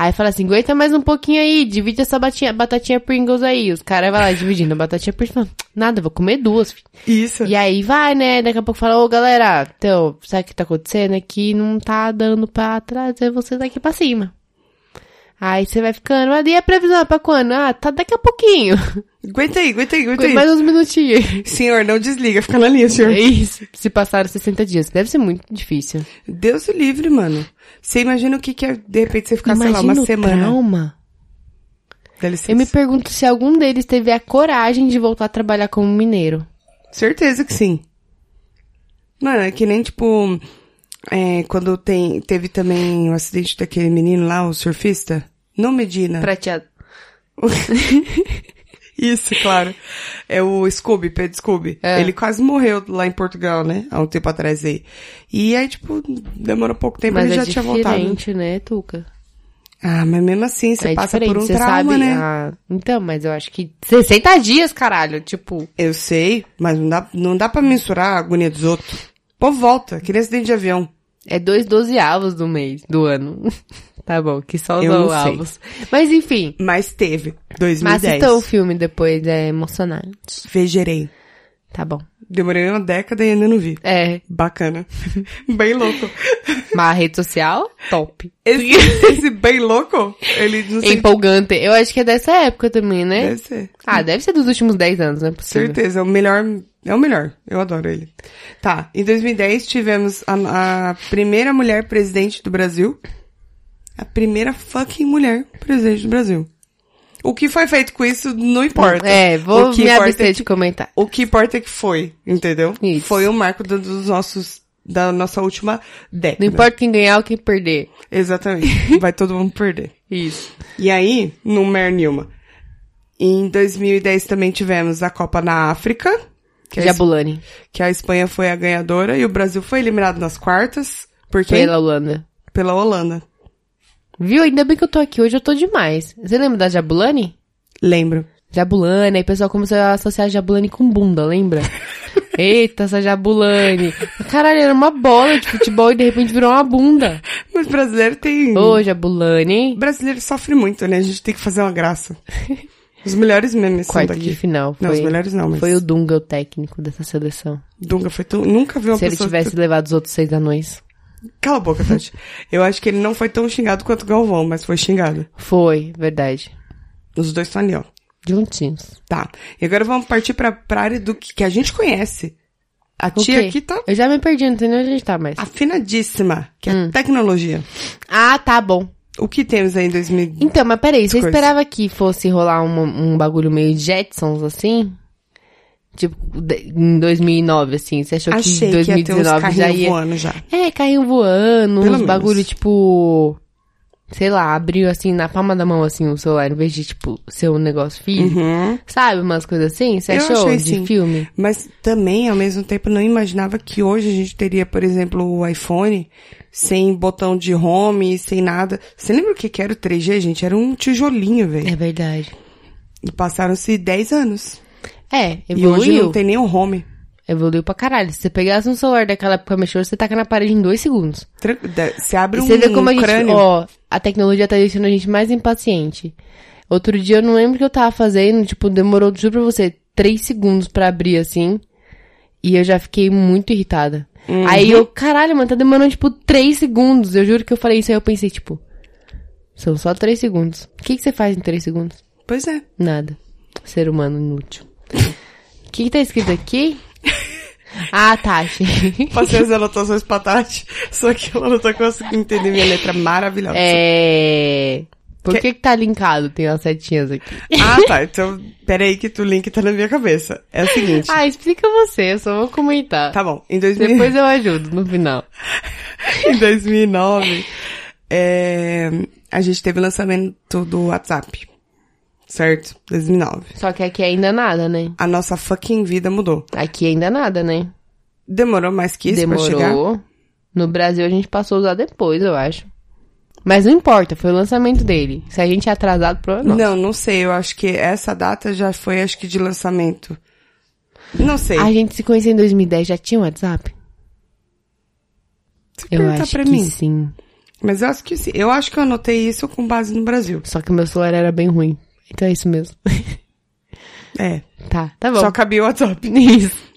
S1: Aí fala assim, aguenta mais um pouquinho aí, divide essa batinha- batatinha Pringles aí. Os caras vão lá dividindo a batatinha Pringles, falando, nada, vou comer duas, filho.
S2: Isso.
S1: E aí vai, né? Daqui a pouco fala, ô galera, então, sabe o que tá acontecendo? É que não tá dando pra trazer vocês daqui pra cima. Aí você vai ficando, mas e a previsão é pra quando? Ah, tá daqui a pouquinho.
S2: Aguenta aí, aguenta aí, aguenta aí.
S1: Aguenta mais uns minutinhos.
S2: Senhor, não desliga, fica na linha, senhor.
S1: É isso. Se passaram 60 dias. Deve ser muito difícil.
S2: Deus o livre, mano. Você imagina o que que é, de repente, você ficar, sei lá,
S1: Imagina
S2: uma
S1: o
S2: semana.
S1: trauma.
S2: Dá licença.
S1: Eu me pergunto se algum deles teve a coragem de voltar a trabalhar como mineiro.
S2: Certeza que sim. Mano, é que nem, tipo, é, quando tem, teve também o acidente daquele menino lá, o surfista. Não Medina.
S1: Prateado.
S2: Isso, claro. É o Scooby, Pedro Scooby.
S1: É.
S2: Ele quase morreu lá em Portugal, né? Há um tempo atrás aí. E aí, tipo, demorou pouco tempo,
S1: Mas
S2: ele
S1: é
S2: já tinha voltado.
S1: diferente, né, Tuca?
S2: Ah, mas mesmo assim, você
S1: é
S2: passa por
S1: diferente,
S2: um
S1: você
S2: trauma,
S1: sabe.
S2: né?
S1: Ah, então, mas eu acho que 60 dias, caralho. Tipo,
S2: Eu sei, mas não dá, não dá pra mensurar a agonia dos outros. Pô, volta, que nem acidente de avião.
S1: é dois dozeavos do mês, do ano. tá bom, que só os
S2: Eu não sei.
S1: avos. Mas enfim,
S2: Mas teve,
S1: mas
S2: 2010.
S1: assistam o filme depois, é emocionante.
S2: Vegerei.
S1: Tá bom.
S2: Demorei uma década e ainda não vi.
S1: É,
S2: Bacana. bem louco.
S1: mas a rede social, top.
S2: Esse, esse bem louco, ele não sei...
S1: Empolgante. Eu acho que é dessa época também, né?
S2: Deve ser.
S1: Ah, deve ser dos últimos 10 anos, não é possível.
S2: Certeza, é o melhor, é o melhor. Eu adoro ele. Tá, em 2010 tivemos a, a primeira mulher presidente do Brasil. A primeira fucking mulher presidente do Brasil. O que foi feito com isso não importa.
S1: É, vou
S2: o que
S1: me
S2: importa
S1: abster
S2: é
S1: de
S2: que,
S1: comentar.
S2: O que importa é que foi, entendeu?
S1: Isso.
S2: Foi o marco do- dos nossos da nossa última década.
S1: Não importa quem ganhar ou quem perder.
S2: Exatamente. Vai todo mundo perder.
S1: Isso.
S2: E aí, não mer nenhuma. Em 2010 também tivemos a Copa na África, que é a
S1: Jabulani.
S2: que a Espanha foi a ganhadora e o Brasil foi eliminado nas quartas porque pela,
S1: Pela Holanda.
S2: Holanda.
S1: Viu? Ainda bem que eu tô aqui hoje, eu tô demais. Você lembra da Jabulani?
S2: Lembro.
S1: Jabulani, aí o pessoal começou a associar Jabulani com bunda, lembra? Eita, essa Jabulani. Caralho, era uma bola de futebol e de repente virou uma bunda.
S2: Mas brasileiro tem.
S1: Ô, Jabulani, hein?
S2: Brasileiro sofre muito, né? A gente tem que fazer uma graça. Os melhores memes são
S1: Quarto de
S2: daqui.
S1: final. Foi,
S2: Não, os melhores não, mas.
S1: foi o Dunga, o técnico dessa seleção.
S2: Dunga foi tão. Nunca vi uma
S1: Se ele
S2: pessoa.
S1: tivesse levado os outros seis anões.
S2: Cala a boca, Tati. Eu acho que ele não foi tão xingado quanto o Galvão, mas foi xingado.
S1: Foi, verdade.
S2: Os dois estão ali, ó.
S1: Juntinhos.
S2: Tá. E agora vamos partir pra, pra área do que, que a gente conhece. A
S1: O
S2: tia
S1: quê?
S2: aqui tá
S1: Eu já me perdi, não sei nem onde a gente tá mais.
S2: afinadíssima, que é tecnologia.
S1: Ah, Ah, tá bom.
S2: O que temos aí em 2000?
S1: Então, mas peraí, você
S2: Coisa.
S1: esperava que fosse rolar uma- um, bagulho meio Jetsons, assim? Tipo, de- em 2009, assim, você achou que
S2: Achei
S1: em
S2: que ia ter uns
S1: 2019 já
S2: carrinhos
S1: ia...
S2: voando já.
S1: É, caiu voando,
S2: Pelo
S1: uns
S2: menos.
S1: bagulho, tipo... Sei lá, abriu, assim, na palma da mão, assim, o celular, em vez de, tipo, ser um negócio físico.
S2: Uhum.
S1: Sabe, umas coisas assim? Você
S2: Eu
S1: achou
S2: achei,
S1: de
S2: sim.
S1: filme?
S2: Mas também, ao mesmo tempo, não imaginava que hoje a gente teria, por exemplo, o iPhone sem botão de home, sem nada. Você lembra o que que era o 3G, gente? Era um tijolinho, velho.
S1: É verdade.
S2: E passaram-se 10 anos.
S1: É,
S2: E hoje não
S1: evoluiu.
S2: tem nem o home.
S1: Evoluiu pra caralho. Se você pegasse um celular daquela época mexer, você taca na parede em dois segundos.
S2: Tran- da- Você abre
S1: E
S2: um
S1: você vê como a gente,
S2: crânio.
S1: ó, a tecnologia tá deixando a gente mais impaciente. Outro dia eu não lembro o que eu tava fazendo, tipo, demorou, juro pra você, três segundos pra abrir assim. E eu já fiquei muito irritada.
S2: Uhum.
S1: Aí eu, caralho, mano, tá demorando tipo três segundos. Eu juro que eu falei isso, aí eu pensei, tipo, são só três segundos. O que, que você faz em três segundos?
S2: Pois é.
S1: Nada. Ser humano inútil. O que, que tá escrito aqui? Ah, tá, achei.
S2: Passei as anotações pra Tati, só que ela não tá conseguindo entender minha letra maravilhosa.
S1: É. Por
S2: Que-
S1: que... que tá linkado? Tem umas setinhas aqui.
S2: Ah, tá. Então, peraí que o link tá na minha cabeça. É o seguinte.
S1: Ah, explica você, eu só vou comentar.
S2: Tá bom. Em 2000...
S1: Depois eu ajudo no final.
S2: em 2009, é, a gente teve o lançamento do WhatsApp, certo? 2009.
S1: Só que aqui ainda nada, né?
S2: A nossa fucking vida mudou.
S1: Aqui ainda nada, né?
S2: Demorou mais que isso pra chegar?
S1: Demorou. No Brasil a gente passou a usar depois, eu acho. Mas não importa, foi o lançamento dele. Se a gente é atrasado, problema não.
S2: Não, não sei. Eu acho que essa data já foi, acho que, de lançamento. Não sei.
S1: A gente se conheceu em 2010, já tinha um WhatsApp?
S2: Se
S1: Eu
S2: perguntar
S1: acho
S2: pra
S1: que
S2: mim.
S1: sim.
S2: Mas eu acho que sim. Eu acho que eu anotei isso com base no Brasil.
S1: Só que meu celular era bem ruim. Então é isso mesmo.
S2: É.
S1: tá, tá bom.
S2: Só cabia o WhatsApp.
S1: Isso.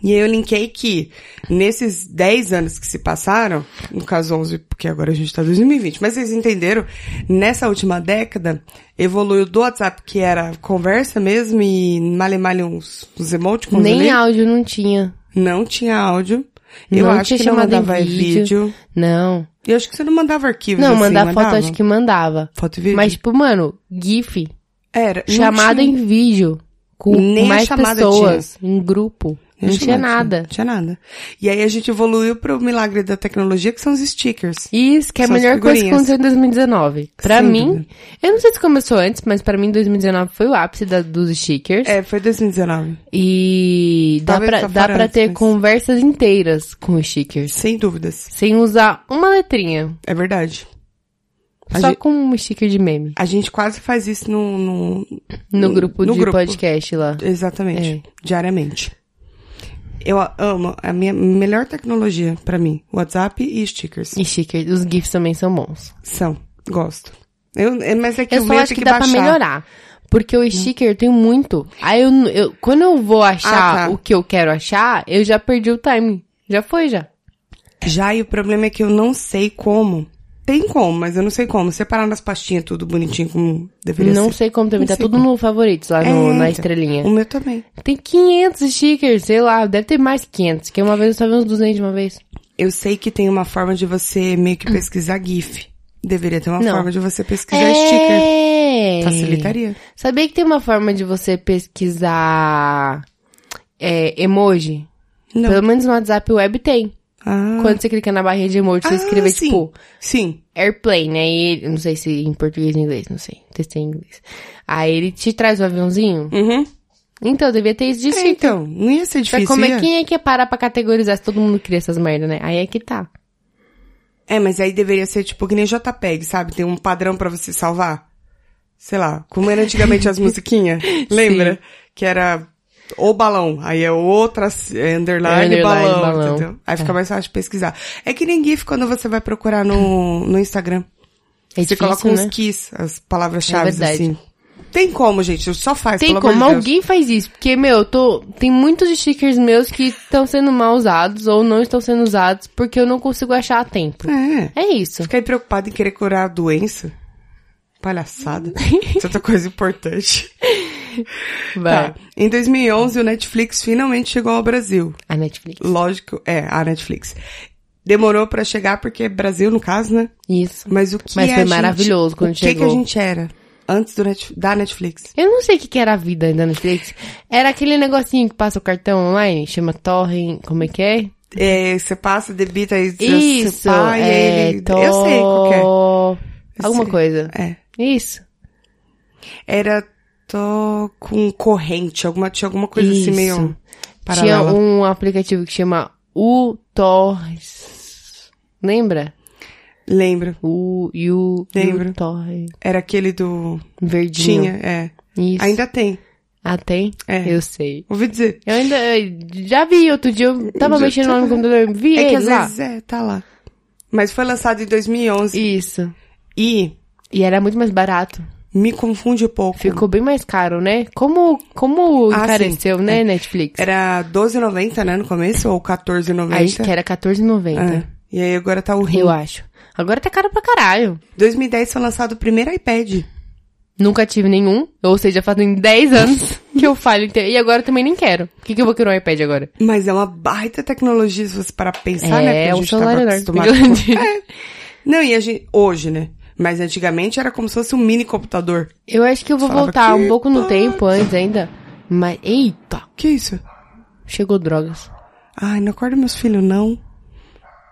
S2: E aí eu linkei que nesses 10 anos que se passaram, no caso 11, porque agora a gente tá em 2020, mas vocês entenderam, nessa última década, evoluiu do WhatsApp, que era conversa mesmo e male male uns, uns emoticons ali.
S1: Nem áudio não tinha.
S2: Não tinha áudio. Eu
S1: Não
S2: acho
S1: tinha
S2: que não
S1: chamada em
S2: mandava
S1: vídeo.
S2: vídeo.
S1: Não.
S2: E eu acho que você não mandava arquivos
S1: Não,
S2: assim,
S1: mandar foto
S2: mandava?
S1: acho que mandava.
S2: Foto e vídeo?
S1: Mas, tipo, mano, GIF,
S2: Era. não
S1: chamada
S2: tinha.
S1: em vídeo, com
S2: Nem a
S1: mais
S2: chamada
S1: pessoas, em grupo. Não
S2: Deixa eu
S1: tinha
S2: ver,
S1: nada.
S2: Não tinha nada. E aí a gente evoluiu pro milagre da tecnologia, que são os stickers.
S1: Isso, que é a
S2: São as
S1: melhor coisa que
S2: figurinhas.
S1: aconteceu em 2019. Pra
S2: Sem
S1: mim,
S2: dúvida.
S1: eu não sei se começou antes, mas pra mim 2019 foi o ápice da- dos stickers.
S2: É, foi 2019.
S1: E dá
S2: Talvez
S1: pra,
S2: tá
S1: dá
S2: fora
S1: pra
S2: antes,
S1: ter
S2: mas-
S1: conversas inteiras com os stickers.
S2: Sem dúvidas.
S1: Sem usar uma letrinha.
S2: É verdade. A,
S1: só
S2: gen-
S1: com um sticker de meme.
S2: a gente quase faz isso no. no,
S1: No grupo
S2: no
S1: de podcast lá.
S2: Exatamente.
S1: É.
S2: Diariamente. Eu a- amo a minha melhor tecnologia pra mim: WhatsApp e stickers.
S1: E stickers, os GIFs também são bons.
S2: São. Gosto. Eu, é- mas é que
S1: Eu
S2: o
S1: só
S2: meu
S1: acho
S2: tem
S1: que,
S2: que,
S1: dá
S2: baixar. Hum.
S1: pra melhorar. Porque o sticker eu tenho muito. Aí eu, n- eu- quando eu vou achar
S2: Ah, tá.
S1: o que eu quero achar, eu já perdi o time. Já foi, já.
S2: Já, e o problema é que eu não sei como. Tem como, mas eu não sei como. Separar nas pastinhas tudo bonitinho como deveria
S1: não
S2: ser.
S1: sei como também.
S2: assim. Não
S1: Tá
S2: sei
S1: tudo no favoritos lá
S2: É,
S1: no-
S2: então.
S1: na estrelinha.
S2: O meu também.
S1: Tem 500 stickers, sei lá. Deve ter mais 500. Que uma vez eu só vi uns 200 de uma vez.
S2: Eu sei que tem uma forma de você meio que pesquisar GIF. Deveria ter uma
S1: Não.
S2: forma de você pesquisar sticker. Facilitaria.
S1: É. Sabia que tem uma forma de você pesquisar é, emoji?
S2: Não.
S1: Pelo menos no WhatsApp Web tem.
S2: Ah.
S1: Quando você clica na barrinha de emoji, você
S2: Ah,
S1: escreve,
S2: sim.
S1: tipo...
S2: Sim.
S1: airplane, aí ele, eu não sei se em português ou em inglês, não sei, testei em inglês. Aí ele te traz o aviãozinho.
S2: Uhum.
S1: Então, devia ter isso de
S2: É,
S1: sim.
S2: então, não ia ser
S1: Mas
S2: difícil.
S1: como é
S2: ia?
S1: quem é que ia parar pra categorizar se todo mundo cria essas merda, né? Aí é que tá.
S2: É, mas aí deveria ser tipo que nem JPEG, sabe? Tem um padrão pra você salvar. Sei lá, como era antigamente as musiquinhas. Lembra? Que era o balão. Aí é outra é, underline,
S1: Underline,
S2: balão,
S1: balão.
S2: entendeu? Aí fica mais fácil de pesquisar. É que nem GIF quando você vai procurar no, no Instagram.
S1: É
S2: você
S1: difícil,
S2: coloca um uns
S1: né?
S2: keys, as palavras-chave,
S1: É verdade.
S2: assim. Tem como, gente. Só faz,
S1: Tem
S2: pelo
S1: como,
S2: amor de Deus.
S1: alguém faz isso, porque, meu, eu tô, tem muitos stickers meus que estão sendo mal usados ou não estão sendo usados porque eu não consigo achar a tempo.
S2: É.
S1: É isso.
S2: Fiquei preocupado em querer curar a doença. Palhaçada. Tanta coisa importante.
S1: Vai.
S2: Tá. Em 2011, o Netflix finalmente chegou ao Brasil.
S1: A Netflix.
S2: Lógico, é, a Netflix. Demorou pra chegar porque Brasil, no caso, né?
S1: Isso.
S2: Mas o que é
S1: Mas
S2: a
S1: foi
S2: gente-
S1: maravilhoso quando
S2: o que que
S1: chegou.
S2: a gente era antes do Net- da Netflix?
S1: Eu não sei o que, que era a vida ainda na Netflix. Era aquele negocinho que passa o cartão online, chama Torrent, como é que é?
S2: É, você passa, debita aí, você- você
S1: Isso,
S2: pá, e
S1: é,
S2: aí ele- Eu sei qual é.
S1: qual
S2: Eu
S1: Alguma
S2: sei.
S1: coisa.
S2: que é. É.
S1: Isso.
S2: Era tô com corrente, alguma, tinha alguma coisa
S1: Isso.
S2: assim meio
S1: Tinha
S2: paralela.
S1: um aplicativo que chama U Torres. Lembra?
S2: Lembro.
S1: U U
S2: Lembro.
S1: U Torres.
S2: Era aquele do...
S1: Verdinho.
S2: Tinha, é.
S1: Isso.
S2: Ainda tem,
S1: Ah, tem?
S2: É.
S1: Eu sei.
S2: ouvi dizer.
S1: Eu ainda eu já vi outro dia, eu tava
S2: Já
S1: mexendo lá no
S2: tava.
S1: computador, vi
S2: É que
S1: ele
S2: às
S1: lá.
S2: vezes é, tá lá. Mas foi lançado em 2011
S1: Isso.
S2: e
S1: E era muito mais barato.
S2: me confunde um pouco.
S1: Ficou bem mais caro, né? Como, como
S2: Ah,
S1: encareceu,
S2: sim.
S1: né, Netflix?
S2: Era 12,90, né, no começo, ou 14,90.
S1: Acho que era R$14,90.
S2: É. E aí agora tá o
S1: Eu
S2: Rio.
S1: acho. Agora tá caro pra caralho.
S2: 2010 foi lançado o primeiro iPad.
S1: Nunca tive nenhum. Ou seja, fazem 10 anos que eu falho inteiro. E agora eu também nem quero. Por que, que eu vou querer um iPad agora?
S2: Mas é uma baita tecnologia se você parar pra pensar,
S1: É,
S2: né? Porque a
S1: um
S2: gente
S1: celular
S2: tava
S1: enorme,
S2: acostumado
S1: gigante.
S2: com- É. Não, e a gente... Hoje, né? Mas antigamente era como se fosse um mini computador.
S1: Eu acho que eu vou
S2: Falava,
S1: voltar um
S2: "Que
S1: pouco no
S2: paz."
S1: tempo antes ainda. Mas, eita,
S2: Que isso?
S1: chegou drogas.
S2: Ai, não acorda meus filhos, não.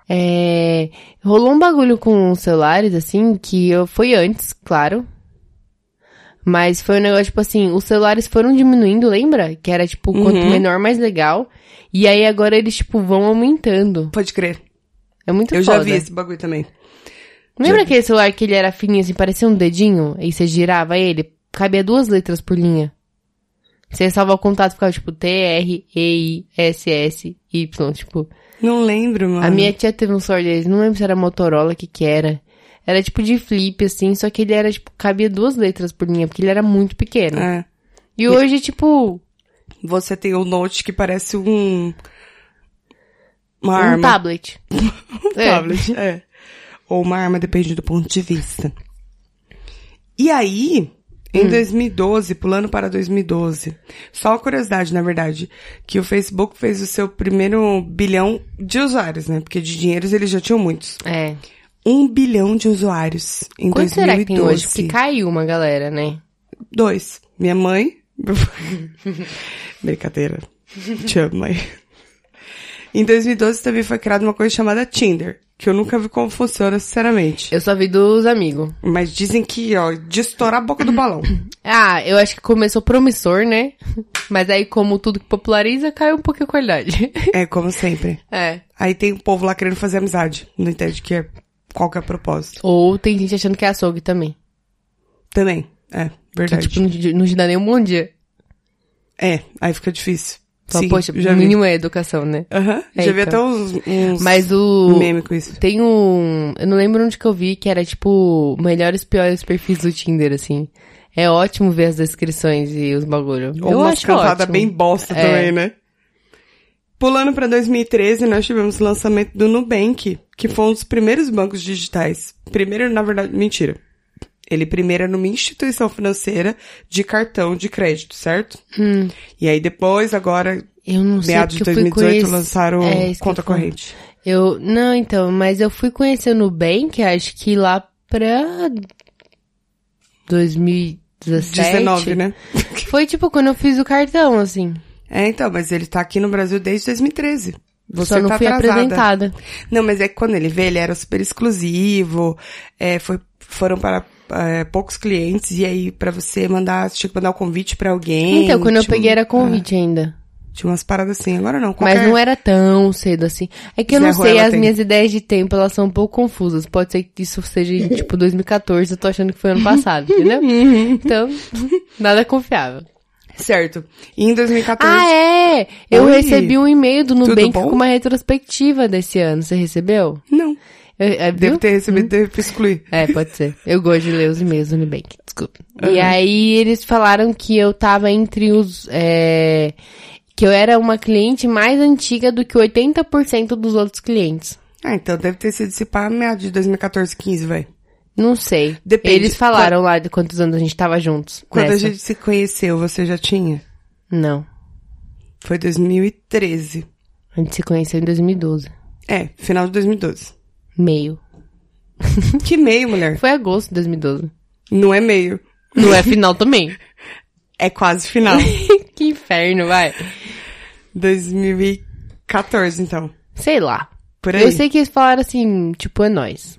S1: É, rolou um bagulho com os celulares, assim, que eu, foi antes, claro. Mas foi um negócio, tipo assim, os celulares foram diminuindo, lembra? Que era, tipo, quanto
S2: Uhum.
S1: menor, mais legal. E aí agora eles, tipo, vão aumentando.
S2: Pode crer.
S1: É muito
S2: Eu
S1: foda.
S2: já vi esse bagulho também.
S1: Lembra aquele celular que ele era fininho, assim, parecia um dedinho? Aí você girava ele, cabia duas letras por linha. Você salvava o contato, ficava, tipo, T, R, E, I, S, S, Y, tipo...
S2: Não lembro, mano.
S1: A minha tia teve um celular desse, não lembro se era Motorola, o que que era. Era tipo de flip, assim, só que ele era, tipo, cabia duas letras por linha, porque ele era muito pequeno.
S2: É.
S1: E hoje, tipo,
S2: Você tem o Note que parece um... Uma
S1: um
S2: arma.
S1: tablet.
S2: Um tablet, é. Ou uma arma, depende do ponto de vista. E aí,
S1: Hum.
S2: em 2012, pulando para 2012, só uma curiosidade, na verdade, que o Facebook fez o seu primeiro bilhão de usuários, né? Porque de dinheiros eles já tinham muitos.
S1: É.
S2: Um bilhão de usuários em
S1: Quanto
S2: 2012.
S1: será que tem hoje? Porque caiu uma galera, né?
S2: Dois. Minha mãe. Brincadeira. Te amo, mãe. Em 2012 também foi criada uma coisa chamada Tinder, que eu nunca vi como funciona, sinceramente.
S1: Eu só vi dos amigos.
S2: Mas dizem que, ó, de estourar a boca do balão.
S1: Ah, eu acho que começou promissor, né? Mas aí, como tudo que populariza, caiu um pouquinho a qualidade.
S2: É, como sempre.
S1: é.
S2: Aí tem o povo lá querendo fazer amizade. Não entende que é qual que é o propósito.
S1: Ou tem gente achando que é açougue também.
S2: Também. É,
S1: Que,
S2: verdade.
S1: tipo, não, te- não te dá nenhum bom dia.
S2: É, aí fica difícil.
S1: Fala,
S2: Sim,
S1: poxa,
S2: já
S1: o
S2: vi.
S1: mínimo é educação, né?
S2: Aham,
S1: É,
S2: já vi até
S1: então.
S2: uns, uns
S1: Mas o.
S2: meme com isso.
S1: Tem um. Eu não lembro onde que eu vi que era tipo. Melhores e piores perfis do Tinder, assim. É ótimo ver as descrições e os bagulho.
S2: Ou
S1: eu
S2: umas
S1: acho
S2: cantadas
S1: ótimo.
S2: bem bosta
S1: É.
S2: também, né? Pulando pra 2013, nós tivemos o lançamento do Nubank, que foi um dos primeiros bancos digitais. Primeiro, na verdade, mentira. Ele primeiro era numa instituição financeira de cartão de crédito, certo?
S1: Hum,
S2: E aí depois, agora,
S1: eu não sei
S2: meados de
S1: porque eu fui
S2: 2018,
S1: conhecer.
S2: lançaram
S1: É, isso que
S2: conta
S1: eu falo.
S2: corrente.
S1: Eu. Não, então, mas eu fui conhecer o Nubank, acho que lá pra. 2017.
S2: 19, né?
S1: Foi tipo quando eu fiz o cartão, assim.
S2: É, então, mas ele tá aqui no Brasil desde 2013. Você
S1: Só não
S2: tá
S1: fui
S2: atrasada.
S1: apresentada.
S2: Não, mas é que quando ele veio, ele era super exclusivo, é, foi, foram para é, poucos clientes, e aí pra você mandar, você tinha que mandar o convite pra alguém.
S1: Então, quando eu
S2: tinha- um-
S1: peguei era convite
S2: É.
S1: ainda.
S2: Tinha umas paradas assim, agora não.
S1: Mas
S2: qualquer-
S1: não é- era tão cedo assim. É que eu
S2: Zé
S1: não sei,
S2: Ruela
S1: as
S2: tem.
S1: minhas ideias de tempo, elas são um pouco confusas. Pode ser que isso seja, em, tipo, 2014, eu tô achando que foi ano passado, entendeu? Então, nada confiável.
S2: Certo. E em 2014...
S1: Ah, é! Eu
S2: Oi.
S1: recebi um e-mail do Nubank
S2: bom?
S1: com uma retrospectiva desse ano. Você recebeu?
S2: Não.
S1: Eu, é, viu?
S2: Devo ter recebido, devo excluir.
S1: É, pode ser. Eu gosto de ler os e-mails do Nubank, desculpa. E aí eles falaram que eu tava entre os. é, que eu era uma cliente mais antiga do que 80% dos outros clientes.
S2: Ah, então deve ter sido esse pá meados de 2014, 15, velho.
S1: Não sei.
S2: Depende.
S1: Eles falaram lá de quantos anos a gente tava juntos.
S2: Quando a
S1: nessa.
S2: gente se conheceu, você já tinha?
S1: Não.
S2: Foi 2013.
S1: A gente se conheceu em 2012.
S2: É, final de 2012.
S1: Meio.
S2: Que meio, mulher?
S1: Foi agosto de 2012.
S2: Não é meio.
S1: Não é final também.
S2: É quase final.
S1: que inferno, vai.
S2: 2014, então.
S1: Sei lá.
S2: Por aí.
S1: Eu sei que eles falaram assim, tipo, é nóis.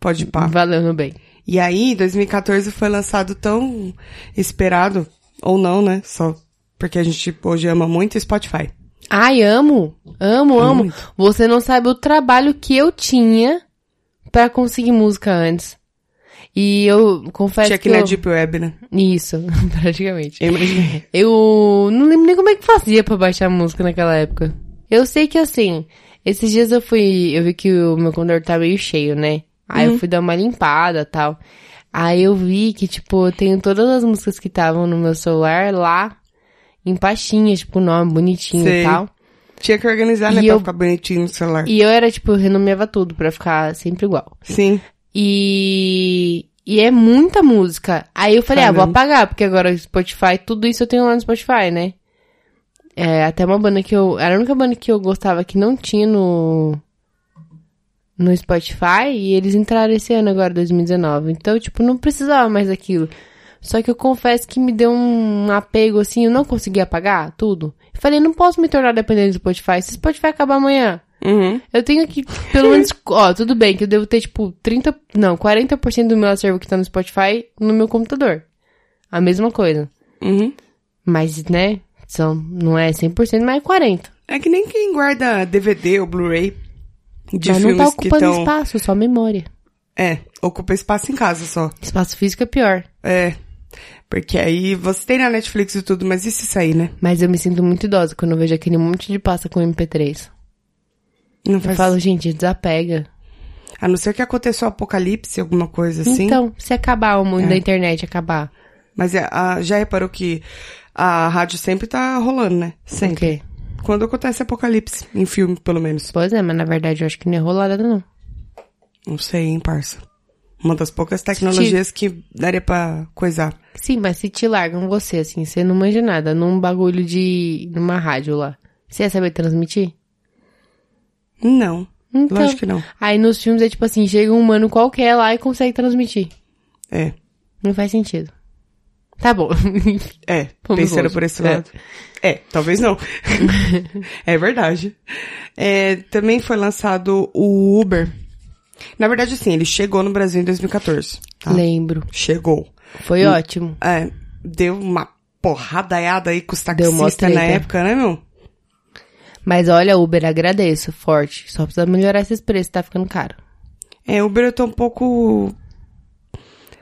S2: Pode ir pá.
S1: Valeu, meu bem.
S2: E aí, 2014 foi lançado tão esperado, ou não, né? Só porque a gente hoje ama muito o Spotify.
S1: Ai, amo. Amo, amo. Você não sabe o trabalho que eu tinha pra conseguir música antes. E eu confesso
S2: Tinha que
S1: que
S2: ir na
S1: eu...
S2: Deep Web, né?
S1: Isso, praticamente.
S2: Eu imaginei.
S1: Eu não lembro nem como é que fazia pra baixar música naquela época. Eu sei que assim, esses dias eu fui, eu vi que o meu computador tá meio cheio, né? Aí eu fui dar uma limpada e tal. Aí eu vi que, tipo, eu tenho todas as músicas que estavam no meu celular lá, em pastinhas, tipo, o nome bonitinho
S2: Sei.
S1: e tal.
S2: Tinha que organizar, né?
S1: E
S2: pra
S1: eu-
S2: ficar bonitinho no celular.
S1: E eu era, tipo, eu renomeava tudo pra ficar sempre igual.
S2: Sim.
S1: E, e é muita música. Aí eu falei, ah, vou
S2: Caramba.
S1: apagar, porque agora o Spotify, tudo isso eu tenho lá no Spotify, né? É, até uma banda que eu. Era a única banda que eu gostava que não tinha no. No Spotify, e eles entraram esse ano agora, 2019. Então, tipo, não precisava mais daquilo. Só que eu confesso que me deu um apego, assim, eu não consegui apagar tudo. Eu falei, não posso me tornar dependente do Spotify. Se o Spotify acabar amanhã,
S2: Uhum.
S1: eu tenho que, pelo menos, ó, tudo bem que eu devo ter, tipo, 30, não, 40% do meu acervo que tá no Spotify no meu computador. A mesma coisa.
S2: Uhum.
S1: Mas, né, são, não é 100%, mas é 40%.
S2: É que nem quem guarda DVD ou Blu-ray de
S1: mas não
S2: filmes
S1: tá
S2: que
S1: ocupando
S2: estão.
S1: espaço, só memória.
S2: É, ocupa espaço em casa só.
S1: Espaço físico é pior.
S2: É. Porque aí você tem na Netflix e tudo, mas e se sair, né?
S1: Mas eu me sinto muito idosa quando eu vejo aquele monte de pasta com MP3.
S2: Não
S1: Eu
S2: faz.
S1: falo, gente, desapega.
S2: A não ser que aconteceu um apocalipse, alguma coisa assim.
S1: Então, se acabar o mundo
S2: É.
S1: da internet, acabar.
S2: Mas é, a- já reparou que a rádio sempre tá rolando, né?
S1: O
S2: Sempre.
S1: quê?
S2: Quando acontece apocalipse, em filme, pelo menos.
S1: Pois é, mas na verdade eu acho que não é rolada, não.
S2: Não sei, hein, parça. Uma das poucas tecnologias que daria pra coisar.
S1: Sim, mas se te largam você, assim, você não manja nada, num bagulho de. numa rádio lá. Você ia saber transmitir?
S2: Não.
S1: Então.
S2: Lógico que não.
S1: Aí nos filmes é tipo assim, chega um humano qualquer lá e consegue transmitir.
S2: É.
S1: Não faz sentido. Tá bom.
S2: É,
S1: Vamos
S2: pensando
S1: longe.
S2: por esse
S1: É.
S2: lado. É, talvez não. é verdade. É, também foi lançado o Uber. Na verdade, assim, ele chegou no Brasil em 2014. tá?
S1: Lembro.
S2: Chegou.
S1: Foi ótimo.
S2: É, deu uma porradaiada aí com os
S1: Deu mó
S2: taxistas na
S1: treta.
S2: época, né, meu?
S1: Mas olha, Uber, agradeço, forte. Só precisa melhorar esses preços, tá ficando caro.
S2: É, Uber eu tô um pouco...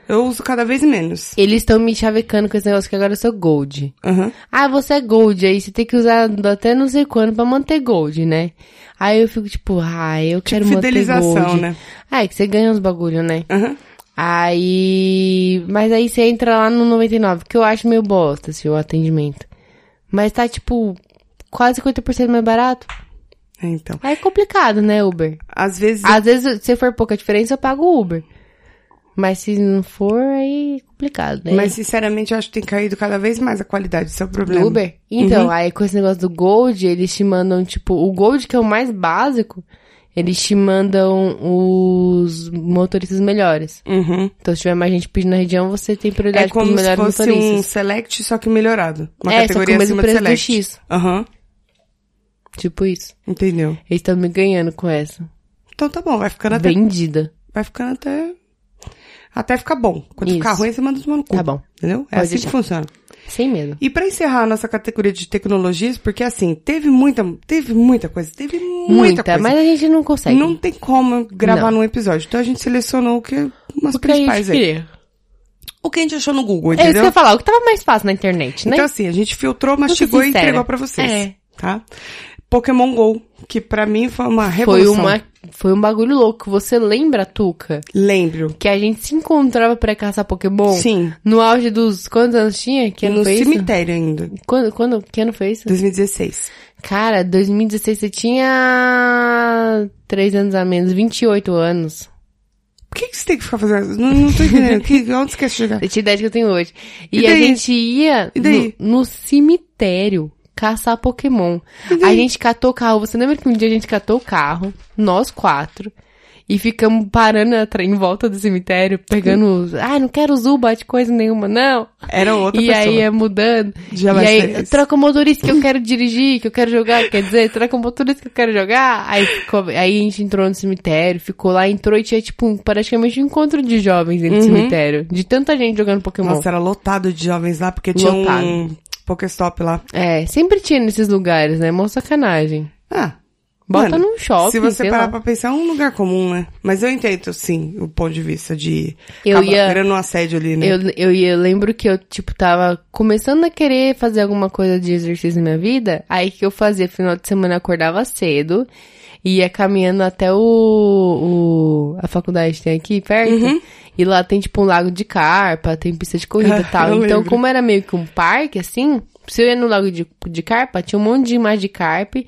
S2: Eu uso cada vez menos.
S1: Eles estão me chavecando com esse negócio que agora eu sou gold.
S2: Aham.
S1: Ah, você é gold, aí você tem que usar até não sei quando pra manter gold, né? Aí eu fico tipo, ah, eu quero manter
S2: fidelização,
S1: gold.
S2: né?
S1: Ah, é que você ganha uns bagulho, né?
S2: Aham.
S1: Aí, mas aí você entra lá no 99, que eu acho meio bosta, assim, o atendimento. Mas tá, tipo, quase 50% mais barato.
S2: É, então.
S1: Aí é complicado, né, Uber?
S2: Às vezes...
S1: Às vezes, se for pouca diferença, eu pago o Uber. Mas se não for, aí é complicado, né?
S2: Mas, sinceramente, eu acho que tem caído cada vez mais a qualidade. Isso é Uhum. o
S1: Do
S2: problema.
S1: Uber? Então, aí com esse negócio do Gold, eles te mandam, tipo, o Gold, que é o mais básico, eles te mandam os motoristas melhores.
S2: Uhum.
S1: Então, se tiver mais gente pedindo na região, você tem prioridade
S2: É
S1: para pros
S2: como se
S1: melhores
S2: fosse um
S1: motoristas.
S2: Select, só que melhorado. Uma
S1: É, só
S2: categoria
S1: com o mesmo
S2: acima
S1: preço
S2: de
S1: do
S2: Select.
S1: X.
S2: Aham,
S1: Tipo isso.
S2: entendeu.
S1: Eles estão me ganhando com essa.
S2: Então tá bom, vai ficando até...
S1: Vendida.
S2: Vai ficando até... Até ficar bom. Quando
S1: Isso.
S2: ficar ruim, você manda tomar no cu.
S1: Tá bom.
S2: Entendeu? É
S1: Pode
S2: assim
S1: deixar.
S2: que funciona.
S1: Sem medo.
S2: E pra encerrar a nossa categoria de tecnologias, porque assim, teve muita, teve muita coisa, teve muita,
S1: Muita,
S2: coisa.
S1: mas a gente não consegue.
S2: Não tem como gravar
S1: Não.
S2: num episódio. Então a gente selecionou o que umas
S1: o que a gente
S2: principais aí.
S1: queria.
S2: O que a gente achou no Google,
S1: É isso
S2: entendeu?
S1: que eu ia falar. O que tava mais fácil na internet, né?
S2: Então, assim, a gente filtrou, mastigou e
S1: sincera.
S2: entregou pra vocês.
S1: É.
S2: Tá? Pokémon GO, que pra mim foi uma
S1: foi,
S2: revolução.
S1: uma, foi um bagulho louco. Você lembra, Tuca?
S2: Lembro.
S1: que a gente se encontrava pra caçar Pokémon.
S2: Sim.
S1: No auge dos quantos anos tinha? Que ano
S2: no
S1: foi
S2: cemitério ainda.
S1: isso? Quando, quando, que ano foi isso?
S2: 2016.
S1: Cara, 2016 você tinha 3 anos a menos, 28 anos.
S2: Por que, que você tem que ficar fazendo? Não, não tô entendendo. que, onde você quer chegar?
S1: Eu tinha a idade que eu tenho hoje.
S2: E
S1: E, a
S2: daí?
S1: gente ia
S2: E daí?
S1: No, no cemitério caçar Pokémon. A gente catou o carro. Você lembra que um dia a gente catou o carro, nós quatro, e ficamos parando atra- em volta do cemitério, pegando os. Ai, não quero Zubat, coisa nenhuma, não.
S2: Era outra
S1: e
S2: pessoa.
S1: aí é mudando.
S2: Já vai
S1: e aí,
S2: ser isso.
S1: troca o motorista que eu quero dirigir, que eu quero jogar, quer dizer, troca o motorista que eu quero jogar. Aí, ficou- aí a gente entrou no cemitério, ficou lá, entrou e tinha, tipo, um- praticamente um encontro de jovens dentro
S2: Uhum.
S1: do cemitério. De tanta gente jogando Pokémon.
S2: Nossa, era lotado de jovens lá, porque tinha um
S1: Lotado.
S2: Pokéstop lá.
S1: É, sempre tinha nesses lugares, né? Mó sacanagem.
S2: Ah.
S1: Bota
S2: mano,
S1: num shopping,
S2: Se você
S1: sei
S2: parar
S1: lá.
S2: pra pensar, é um lugar comum, né? Mas eu entendo, sim, o ponto de vista de.
S1: Eu
S2: acaba
S1: ia-
S2: virando um assédio ali, né?
S1: Eu, eu, ia- eu lembro que eu, tipo, tava começando a querer fazer alguma coisa de exercício na minha vida. Aí o que eu fazia? Final de semana eu acordava cedo, ia caminhando até o, o- a faculdade que tem aqui perto.
S2: Uhum.
S1: E lá tem, tipo, um lago de carpa, tem pista de corrida e tal.
S2: Ah, Eu
S1: Então,
S2: lembro.
S1: como era meio que um parque, assim, se eu ia no lago de, de carpa, tinha um monte de imagem de carpe.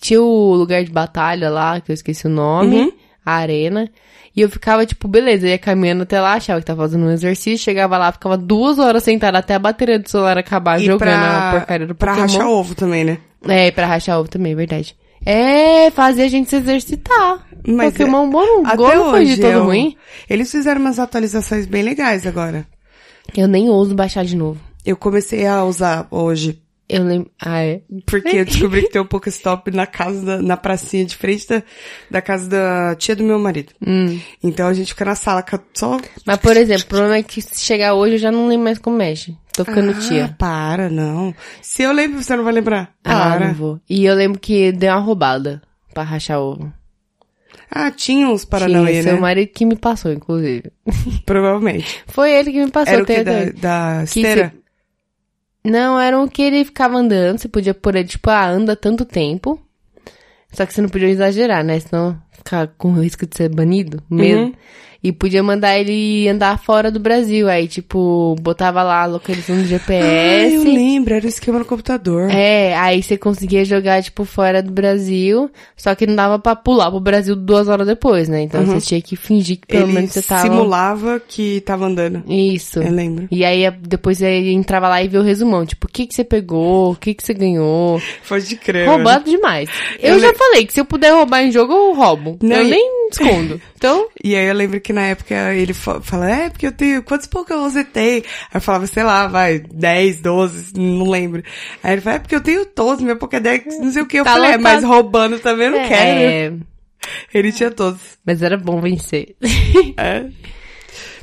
S1: Tinha o lugar de batalha lá, que eu esqueci o nome,
S2: Uhum.
S1: a arena. E eu ficava, tipo, beleza, eu ia caminhando até lá, achava que tava fazendo um exercício, chegava lá, ficava duas horas sentada até a bateria do celular acabar,
S2: e
S1: jogando
S2: pra,
S1: a porcaria do
S2: pra
S1: Pokémon.
S2: rachar ovo também, né?
S1: É, e pra rachar ovo também, é verdade. É, fazia a gente se exercitar.
S2: Mas é,
S1: Pokémon bom,
S2: Até
S1: gol não foi de
S2: hoje
S1: todo
S2: eu-
S1: ruim.
S2: Eles fizeram umas atualizações bem legais agora.
S1: Eu nem ouso baixar de novo.
S2: Eu comecei a usar hoje,
S1: Eu lembro... Ah, é.
S2: porque eu descobri que tem um Pokéstop na casa, da, na pracinha de frente da, da casa da tia do meu marido.
S1: Hum.
S2: Então a gente fica na sala ca- só...
S1: Mas, por exemplo, o problema é que se chegar hoje, eu já não lembro mais como mexe. Tô ficando
S2: ah,
S1: tia.
S2: para, não. Se eu lembro, você não vai lembrar.
S1: Ah, não
S2: Para.
S1: vou. E eu lembro que deu uma roubada pra rachar ovo.
S2: Ah, tinha uns
S1: Tinha
S2: Paranauê,
S1: seu
S2: né?
S1: marido que me passou, inclusive.
S2: Provavelmente.
S1: Foi ele que me passou.
S2: Era o que?
S1: até
S2: Da,
S1: hoje.
S2: da
S1: Que
S2: esteira?
S1: Não, era o que ele ficava andando, você podia pôr ele, tipo, ah, anda tanto tempo. Só que você não podia exagerar, né? Senão ficar com risco de ser banido mesmo.
S2: Uhum.
S1: E podia mandar ele andar fora do Brasil. Aí, tipo, botava lá a localização do
S2: Ah, eu
S1: GPS.
S2: lembro. Era o esquema no computador.
S1: É, aí você conseguia jogar, tipo, fora do Brasil, só que não dava pra pular pro Brasil duas horas depois, né? Então você tinha que fingir que pelo
S2: Uhum. Ele
S1: menos você tava.
S2: simulava que tava andando.
S1: Isso.
S2: Eu lembro.
S1: E aí a- depois é, ele entrava lá e via o resumão, tipo, o que que você pegou, o que que você ganhou.
S2: Pode crer. mano.
S1: Roubado demais. Eu,
S2: Eu
S1: já falei que se eu puder roubar em jogo, eu roubo.
S2: Não,
S1: eu
S2: e-
S1: nem escondo. Então,
S2: E aí eu lembro que na época ele fa- fala, é, porque eu tenho, quantos Pokémon você tem? Aí eu falava, sei lá, vai, 10, 12, não lembro. Aí ele fala, é porque eu tenho todos, minha Pokédex, não sei o que. Eu
S1: Tá
S2: falei, é,
S1: lotado.
S2: mas roubando também eu não quero. né?
S1: é,
S2: Ele tinha todos.
S1: Mas era bom vencer.
S2: É.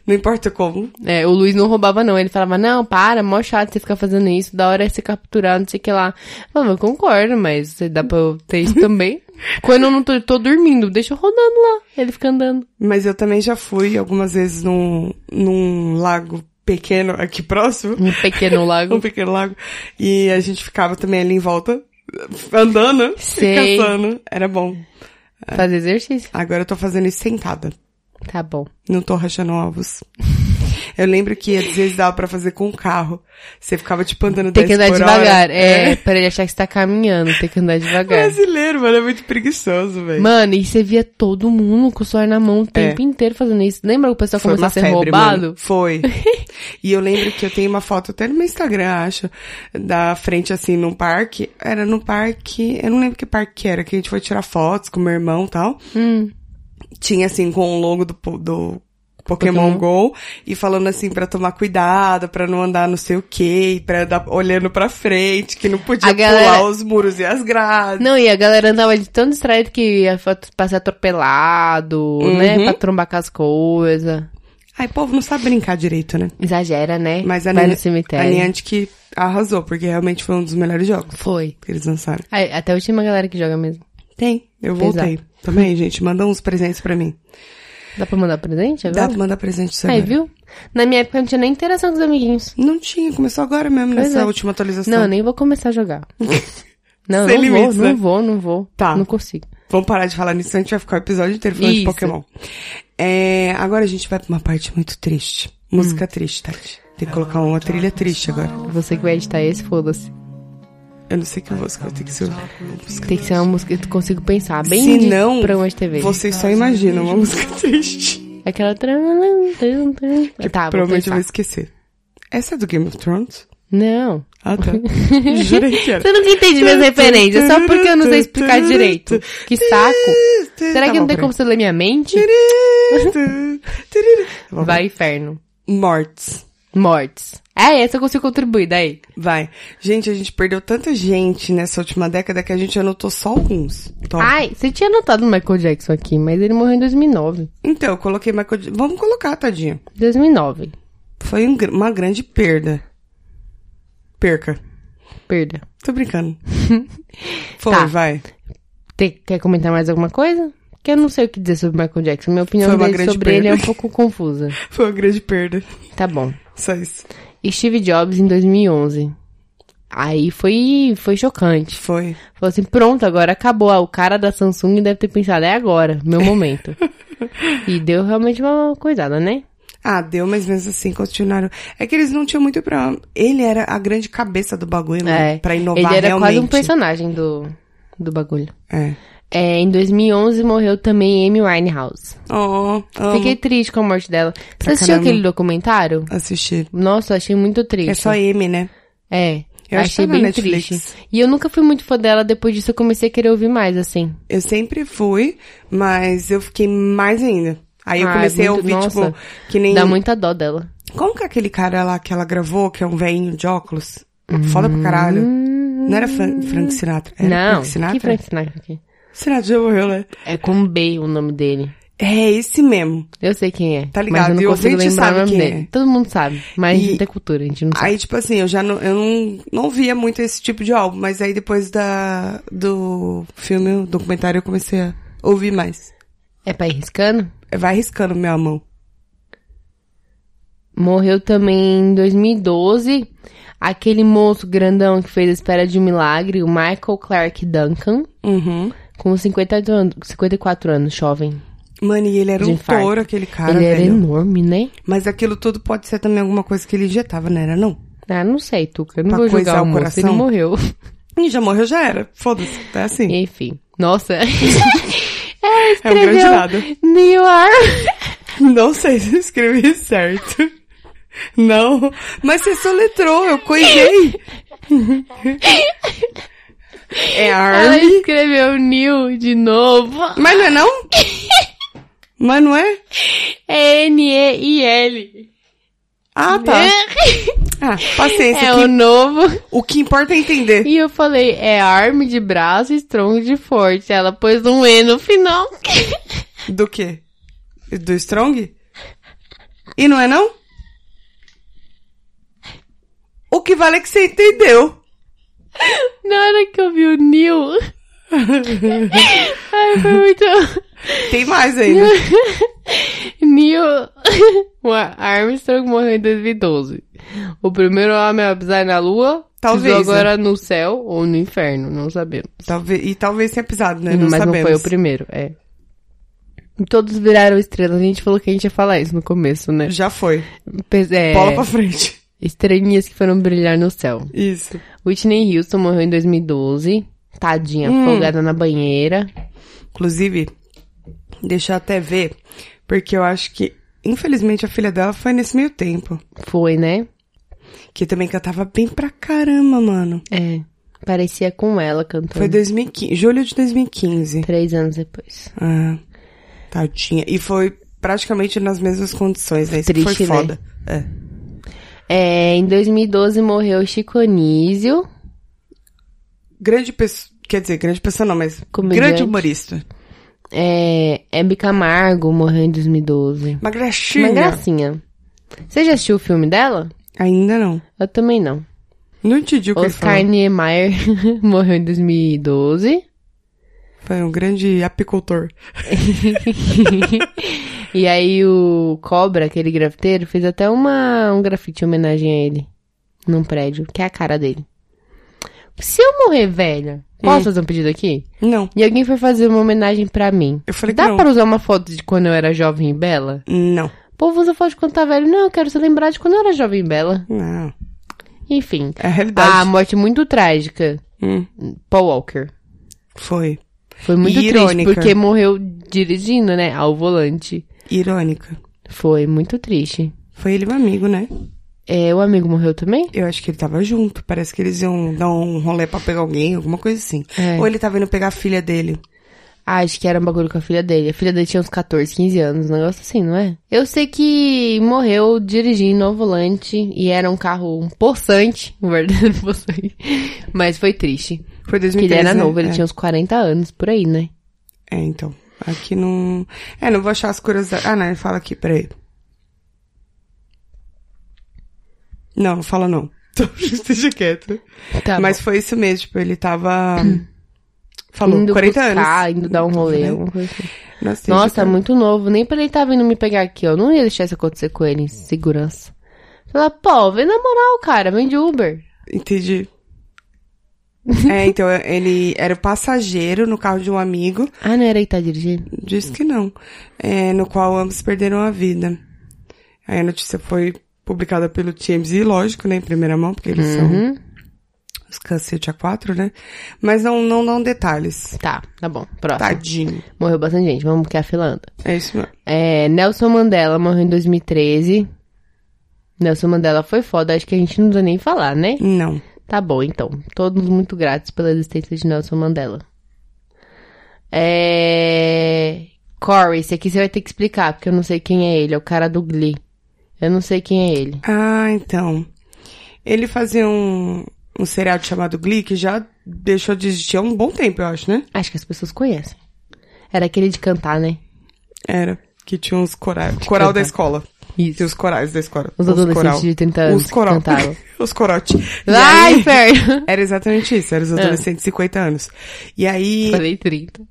S2: Não importa como.
S1: É, o Luiz não roubava, não. Ele falava, não, para, mó chato você ficar fazendo isso, da hora é você capturar, não sei o que lá. Eu falava, eu concordo, mas você dá pra eu ter isso também. Quando eu não tô, tô dormindo, deixa eu rodando lá. Ele fica andando.
S2: Mas eu também já fui algumas vezes num, num lago pequeno aqui próximo.
S1: Um pequeno
S2: Um
S1: lago.
S2: pequeno lago. E a gente ficava também ali em volta, andando, e
S1: Sei.
S2: caçando. Era bom.
S1: Fazer exercício.
S2: Agora eu tô fazendo isso sentada.
S1: Tá bom.
S2: Não tô rachando ovos. Eu lembro que às vezes dava pra fazer com o carro. Você ficava tipo andando
S1: Tem
S2: 10
S1: que andar
S2: por
S1: devagar.
S2: hora.
S1: É, pra ele achar que você tá caminhando, tem que andar devagar.
S2: Brasileiro, mano, é muito preguiçoso, velho.
S1: Mano, e você via todo mundo com o celular na
S2: É.
S1: mão o tempo inteiro fazendo isso. Lembra que o pessoal começou a ser roubado?
S2: mano. Foi. e eu lembro que eu tenho uma foto até no meu Instagram, acho, da frente assim num parque. Era no parque, eu não lembro que parque que era, que a gente foi tirar fotos com meu irmão e tal.
S1: Hum.
S2: Tinha assim com o logo do po- do Pokémon, Go e falando assim pra tomar cuidado, pra não andar não sei o quê, para dar olhando pra frente, que não podia
S1: A galera-
S2: pular os muros e as grades.
S1: Não, e a galera andava de tão distraída que ia fa- passar atropelado,
S2: Uhum.
S1: né? Pra trombar com as coisas.
S2: Aí o povo não sabe brincar direito, né?
S1: Exagera, né?
S2: Mas a
S1: Vai
S2: Nia-
S1: no cemitério.
S2: a Niantic que arrasou, porque realmente foi um dos melhores jogos.
S1: Foi.
S2: que eles lançaram.
S1: Aí, até a última galera que joga mesmo.
S2: Tem. Eu voltei. Também, gente. Manda uns presentes pra mim.
S1: Dá pra mandar presente
S2: Dá
S1: agora?
S2: pra mandar presente pra você
S1: Tá Aí,
S2: agora.
S1: viu? Na minha época não tinha nem interação com os amiguinhos.
S2: Não tinha. Começou agora mesmo,
S1: Pois
S2: nessa
S1: é.
S2: última atualização.
S1: Não, eu nem vou começar a jogar. Não,
S2: Sem
S1: não
S2: limites,
S1: vou,
S2: né?
S1: não vou, não vou.
S2: Tá.
S1: Não consigo.
S2: Vamos parar de falar nisso, senão a gente vai ficar o episódio inteiro falando de
S1: Isso.
S2: Pokémon. É, agora a gente vai pra uma parte muito triste.
S1: Hum.
S2: Música triste, Tati. Tem que colocar uma trilha triste agora.
S1: Você que vai editar esse, foda-se.
S2: Eu não sei que música, tem que ser...
S1: Tem que ser uma música que eu consigo pensar. Bem
S2: Se
S1: de
S2: não,
S1: programa de TV.
S2: vocês só imaginam uma música triste.
S1: Aquela...
S2: Que
S1: Tá, vou
S2: provavelmente eu
S1: Tá, pensar.
S2: vou esquecer. Essa é do Game of Thrones?
S1: Não.
S2: Ah, tá. Jurei que era.
S1: Você nunca entende minhas referências, só porque eu não sei explicar direito. Que saco.
S2: Tá
S1: Será que não tem como você ler minha mente?
S2: Vai.
S1: Vai, inferno.
S2: Mortes.
S1: Mortes. É, essa eu consigo contribuir, daí.
S2: Vai. Gente, a gente perdeu tanta gente nessa última década que a gente anotou só alguns. Top.
S1: Ai, você tinha anotado o Michael Jackson aqui, mas ele morreu em 2009.
S2: Então, eu coloquei Michael... J- Vamos colocar, tadinho.
S1: 2009.
S2: Foi um gr- uma grande perda. Perca.
S1: Perda.
S2: Tô brincando. Foi,
S1: Tá.
S2: vai.
S1: Tem- quer comentar mais alguma coisa? Que eu não sei o que dizer sobre Michael Jackson. Minha opinião
S2: Foi uma
S1: dele
S2: grande
S1: sobre
S2: perda.
S1: ele é um pouco confusa.
S2: Foi uma grande perda.
S1: Tá bom.
S2: Só isso.
S1: Steve Jobs em 2011. Aí foi, foi chocante.
S2: Foi.
S1: Falou assim, pronto, agora acabou. Ah, O cara da Samsung deve ter pensado, é agora, meu momento. e deu realmente uma coisada, né?
S2: Ah, deu, mas mesmo assim continuaram. É que eles não tinham muito pra. Ele era a grande cabeça do bagulho, né? Pra inovar
S1: É. Ele era
S2: realmente.
S1: quase um personagem do, do bagulho.
S2: É.
S1: É, em 2011 morreu também Amy Winehouse.
S2: Oh, amo.
S1: Fiquei triste com a morte dela. Você assistiu
S2: caramba.
S1: aquele documentário?
S2: assistir.
S1: Nossa, eu achei muito triste.
S2: É só M, né?
S1: É.
S2: Eu acho que
S1: achei
S2: tá na
S1: bem
S2: Netflix.
S1: triste. E eu nunca fui muito fã dela, depois disso eu comecei a querer ouvir mais, assim.
S2: Eu sempre fui, mas eu fiquei mais ainda. Aí eu
S1: Ah, é
S2: comecei
S1: muito-
S2: a ouvir,
S1: nossa.
S2: tipo, que nem.
S1: Dá muita dó dela.
S2: Como que é aquele cara lá que ela gravou, que é um velhinho de óculos? Foda pra caralho. Não era Fran- Frank Sinatra. Era
S1: Não,
S2: É, Frank Sinatra?
S1: que Frank Sinatra aqui?
S2: Sinatra já morreu, né?
S1: É com B o nome dele.
S2: É esse mesmo.
S1: Eu sei quem é.
S2: Tá ligado,
S1: Mas
S2: e
S1: eu
S2: o
S1: não consigo
S2: ouvinte
S1: lembrar
S2: sabe
S1: o nome
S2: quem
S1: dele.
S2: é.
S1: Todo mundo sabe. Mas
S2: E-
S1: a gente tem cultura, a gente não sabe.
S2: Aí, tipo assim, eu já não, eu não, não via muito esse tipo de álbum, mas aí depois da, do filme, o documentário, eu comecei a ouvir mais.
S1: É pra ir riscando?
S2: Vai arriscando minha mão.
S1: Morreu também em 2012. Aquele moço grandão que fez a Espera de um Milagre, o Michael Clark Duncan,
S2: Uhum.
S1: com 58 anos, 54 anos, jovem.
S2: Mano, e ele era
S1: De
S2: um
S1: infarto.
S2: touro, aquele cara,
S1: Ele era
S2: velho.
S1: enorme, né?
S2: Mas aquilo tudo pode ser também alguma coisa que ele injetava, não era, não?
S1: Ah, não sei, Tuca. Eu não
S2: Pra
S1: vou julgar
S2: coisar
S1: o
S2: o
S1: moço, ele
S2: coração?
S1: morreu.
S2: Ih, já morreu, já era. Foda-se, tá assim.
S1: Enfim. Nossa. Ela
S2: É um grande
S1: escreveu
S2: nada.
S1: New York.
S2: Não sei se eu escrevi certo. Não. Mas você soletrou, eu coisei. É
S1: Ela
S2: Army.
S1: escreveu New de novo.
S2: Mas não é não? Mas não é?
S1: É N-E-I-L.
S2: Ah, tá. Ah, paciência.
S1: É
S2: o,
S1: o
S2: que,
S1: novo.
S2: o que importa é entender.
S1: E eu falei, é arme de braço e strong de forte. Ela pôs um E no final.
S2: Do quê? Do Strong? E não é não? O que vale é que você entendeu.
S1: Na hora que eu vi o New. Ai, foi muito.
S2: Tem mais ainda.
S1: Neil Armstrong morreu em 2012. O primeiro homem a pisar na lua.
S2: Talvez, né?
S1: Pisou agora no céu ou no inferno, não sabemos.
S2: Talvez, e talvez tenha pisado, né? Não
S1: Mas
S2: sabemos.
S1: não foi o primeiro, é. Todos viraram estrelas. A gente falou que a gente ia falar isso no começo, né?
S2: Já foi.
S1: Pe- É,
S2: Bola pra frente.
S1: estrelinhas que foram brilhar no céu.
S2: Isso.
S1: Whitney Houston morreu em 2012. Tadinha,
S2: Hum.
S1: afogada na banheira.
S2: Inclusive, deixa eu até ver, porque eu acho que, infelizmente, a filha dela foi nesse meio tempo.
S1: Foi, né?
S2: Que também cantava bem pra caramba, mano.
S1: É. Parecia com ela cantando.
S2: Foi 2015, julho de 2015.
S1: Três anos depois.
S2: Ah, tadinha. E foi praticamente nas mesmas condições, né? Isso que
S1: Triste,
S2: foi
S1: né?
S2: foda. É.
S1: É, em 2012 morreu Chico Anísio.
S2: Grande pessoa, quer dizer, grande pessoa não, mas
S1: Comediante.
S2: grande humorista.
S1: É, Hebe Camargo morreu em 2012.
S2: Uma graxinha.
S1: Uma gracinha. Você já assistiu o filme dela?
S2: Ainda não.
S1: Eu também não.
S2: Não entendi o que ele
S1: Oscar
S2: falou.
S1: Niemeyer morreu em 2012.
S2: Foi um grande apicultor.
S1: E aí o Cobra, aquele grafiteiro, fez até uma, um grafite em homenagem a ele. Num prédio, que é a cara dele. Se eu morrer velha, posso fazer um pedido aqui?
S2: Não.
S1: E alguém foi fazer uma homenagem pra mim.
S2: Eu falei que
S1: Dá
S2: não.
S1: pra usar uma foto de quando eu era jovem e bela?
S2: Não.
S1: O povo usa foto de quando tá velho. Não, eu quero ser lembrado de quando eu era jovem e bela.
S2: Não.
S1: Enfim.
S2: É a
S1: A
S2: realidade.
S1: morte muito trágica.
S2: Hum,
S1: Paul Walker.
S2: foi.
S1: Foi muito
S2: E
S1: triste,
S2: irônica.
S1: porque morreu dirigindo, né? Ao volante.
S2: Irônica.
S1: Foi muito triste.
S2: Foi ele meu amigo, né?
S1: É, o amigo morreu também?
S2: Eu acho que ele tava junto. Parece que eles iam dar um rolê pra pegar alguém, alguma coisa assim.
S1: É.
S2: Ou ele tava indo pegar a filha dele.
S1: Ah, acho que era um bagulho com a filha dele. A filha dele tinha uns 14, 15 anos, um negócio assim, não é? Eu sei que morreu dirigindo ao volante e era um carro um poçante, um verdadeiro poçante. Mas foi triste.
S2: Foi
S1: Porque
S2: 2013,
S1: ele era
S2: né?
S1: novo, ele
S2: é.
S1: tinha uns 40 anos por aí, né?
S2: É, então. Aqui não... É, não vou achar as curiosidades... Ah, não, ele fala aqui, peraí. Não, não fala não. Então, Esteja quieto.
S1: Tá
S2: Mas foi isso mesmo, tipo, ele tava... Falou, 40
S1: buscar,
S2: anos. Né?
S1: indo dar um rolê, alguma coisa assim.
S2: Nossa,
S1: Nossa,
S2: esteja-
S1: muito novo. Nem pra ele tá vindo me pegar aqui, ó. Eu Não ia deixar isso acontecer com ele, em segurança. Falar, pô, vem na moral, cara, vem de Uber.
S2: Entendi. É, então, ele era passageiro no carro de um amigo,
S1: Ah, não era ele que tá dirigindo?
S2: disse que não, é, no qual ambos perderam a vida. Aí a notícia foi publicada pelo Times, e lógico, né, em primeira mão, porque eles são
S1: Uhum.
S2: os cacete a quatro, né? Mas não, não dão detalhes.
S1: Tá, tá bom. Próximo.
S2: Tadinho.
S1: Morreu bastante gente, vamos que a fila anda.
S2: É isso mesmo.
S1: É, Nelson Mandela morreu em 2013. Nelson Mandela foi foda, acho que a gente não precisa nem falar, né?
S2: Não.
S1: Tá bom, então. Todos muito gratos pela existência de Nelson Mandela. É... Corey, esse aqui você vai ter que explicar, porque eu não sei quem é ele. É o cara do Glee. Eu não sei quem é ele.
S2: Ah, então. Ele fazia um, um seriado chamado Glee, que já deixou de existir há um bom tempo, eu acho, né?
S1: Acho que as pessoas conhecem. Era aquele de cantar, né?
S2: Era. Que tinha uns coral, coral
S1: cantar.
S2: da escola. E os corais da escola.
S1: Os adolescentes
S2: coral.
S1: de 30 anos
S2: Os coral.
S1: que cantaram.
S2: os corote. E
S1: Ai,
S2: aí-
S1: inferno! Ah.
S2: Era exatamente isso, eram os adolescentes de 50 anos. E aí...
S1: Falei 30.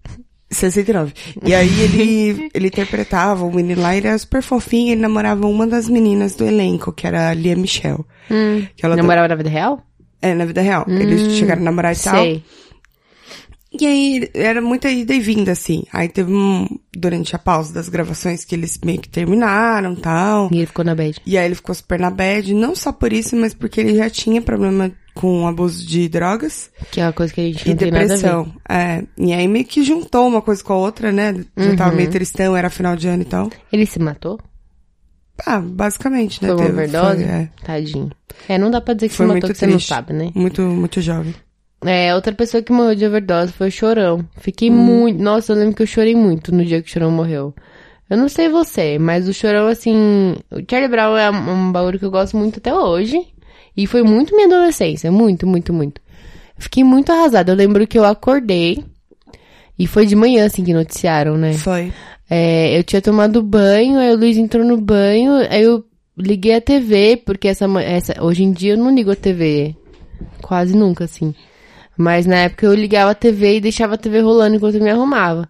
S2: 69. E aí ele, ele interpretava o menino lá, ele era super fofinho, ele namorava uma das meninas do elenco, que era a Lia Michelle.
S1: Hum.
S2: que ela tá-
S1: Namorava na vida real?
S2: É, na vida real. Eles chegaram a namorar e tal.
S1: Hum, Sei.
S2: E aí, era muita ida e vinda, assim. Aí teve um... Durante a pausa das gravações que eles meio que terminaram e tal.
S1: E ele ficou na bad.
S2: E aí ele ficou super na bad, não só por isso, mas porque ele já tinha problema com abuso de drogas
S1: Que é uma coisa que a gente
S2: e
S1: não tem nada a ver.
S2: depressão. É, e aí meio que juntou uma coisa com a outra, né? Já
S1: Uhum.
S2: tava meio tristão, era final de ano e tal.
S1: Ele se matou?
S2: Ah, basicamente, né?
S1: Foi uma
S2: Teve-
S1: overdose?
S2: foi, é,
S1: Tadinho. É, não dá pra dizer que
S2: Foi
S1: se
S2: muito
S1: matou, que você não
S2: triste.
S1: sabe, né?
S2: muito, muito jovem.
S1: É, outra pessoa que morreu de overdose foi o Chorão. Fiquei muito... Nossa, eu lembro que eu chorei muito no dia que o Chorão morreu. Eu não sei você, mas o Chorão, assim... O Charlie Brown é um um bagulho que eu gosto muito até hoje. E foi muito minha adolescência. Muito, muito, muito. Fiquei muito arrasada. Eu lembro que eu acordei... E foi de manhã, assim, que noticiaram, né?
S2: Foi.
S1: É, eu tinha tomado banho, aí o Luiz entrou no banho, aí eu liguei a TV, porque essa, ma- essa hoje em dia eu não ligo a TV. Quase nunca, assim. Mas na época eu ligava a TV e deixava a TV rolando enquanto eu me arrumava.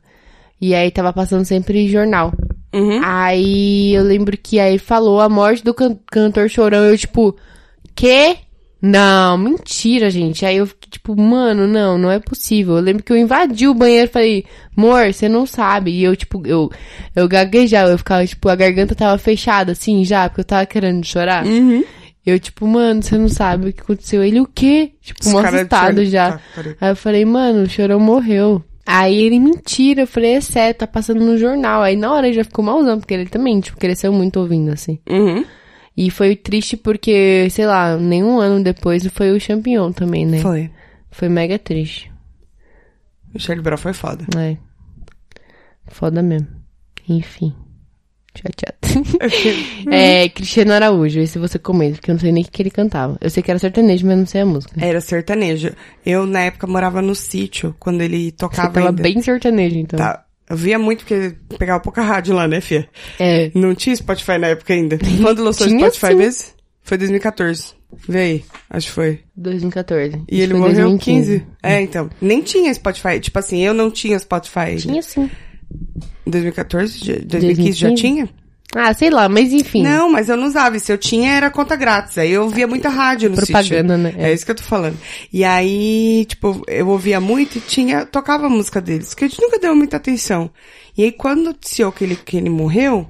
S1: E aí tava passando sempre jornal.
S2: Uhum.
S1: Aí eu lembro que aí falou a morte do can- cantor chorão. Eu, tipo, quê? Não, mentira, gente. Aí eu fiquei, tipo, mano, não, não é possível. Eu lembro que eu invadi o banheiro e falei, amor, você não sabe. E eu, tipo, eu, eu gaguejava, eu ficava, tipo, a garganta tava fechada, assim, já, porque eu tava querendo chorar.
S2: Uhum.
S1: Eu, tipo, mano, você não sabe o que aconteceu. Ele, o quê? Tipo, um
S2: Os caras
S1: assustado
S2: de-
S1: já.
S2: Tá, peraí.
S1: Aí eu falei, mano, o chorão morreu. Aí ele, mentira. Eu falei, é sério, tá passando no jornal. Aí na hora ele já ficou malzão, porque ele também, tipo, cresceu muito ouvindo, assim.
S2: Uhum.
S1: E foi triste porque, sei lá, nenhum ano depois foi o Champignon também, né? Foi,
S2: Foi.
S1: mega triste.
S2: O Charlie Brown foi foda.
S1: É. Foda mesmo. Enfim. Chateado. é, Cristiano Araújo, esse você comenta, porque eu não sei nem o que que ele cantava. Eu sei que era sertanejo, mas eu não sei a música.
S2: Era sertanejo. Eu, na época, morava no sítio, quando ele tocava
S1: Você tava
S2: ainda.
S1: bem sertanejo, então.
S2: Tá. Eu via muito, porque pegava pouca rádio lá, né, Fia?
S1: É.
S2: Não tinha Spotify na época ainda. Quando lançou o
S1: Tinha,
S2: Spotify
S1: sim.
S2: mesmo? Foi 2014. Vê aí, acho que foi.
S1: 2014.
S2: E ele morreu em 15. É, então. Nem tinha Spotify. Tipo assim, eu não tinha Spotify.
S1: Tinha sim.
S2: Em 2014? já- 2015 já
S1: 2015?
S2: tinha?
S1: Ah, sei lá, mas enfim.
S2: Não, mas eu não usava. E Se eu tinha, era conta grátis. Aí eu via muita rádio no
S1: Propaganda,
S2: sítio.
S1: né? É.
S2: É isso que eu tô falando. E aí, tipo, eu ouvia muito e tinha, tocava a música deles, que a gente nunca deu muita atenção. E aí, quando noticiou que ele, que ele morreu,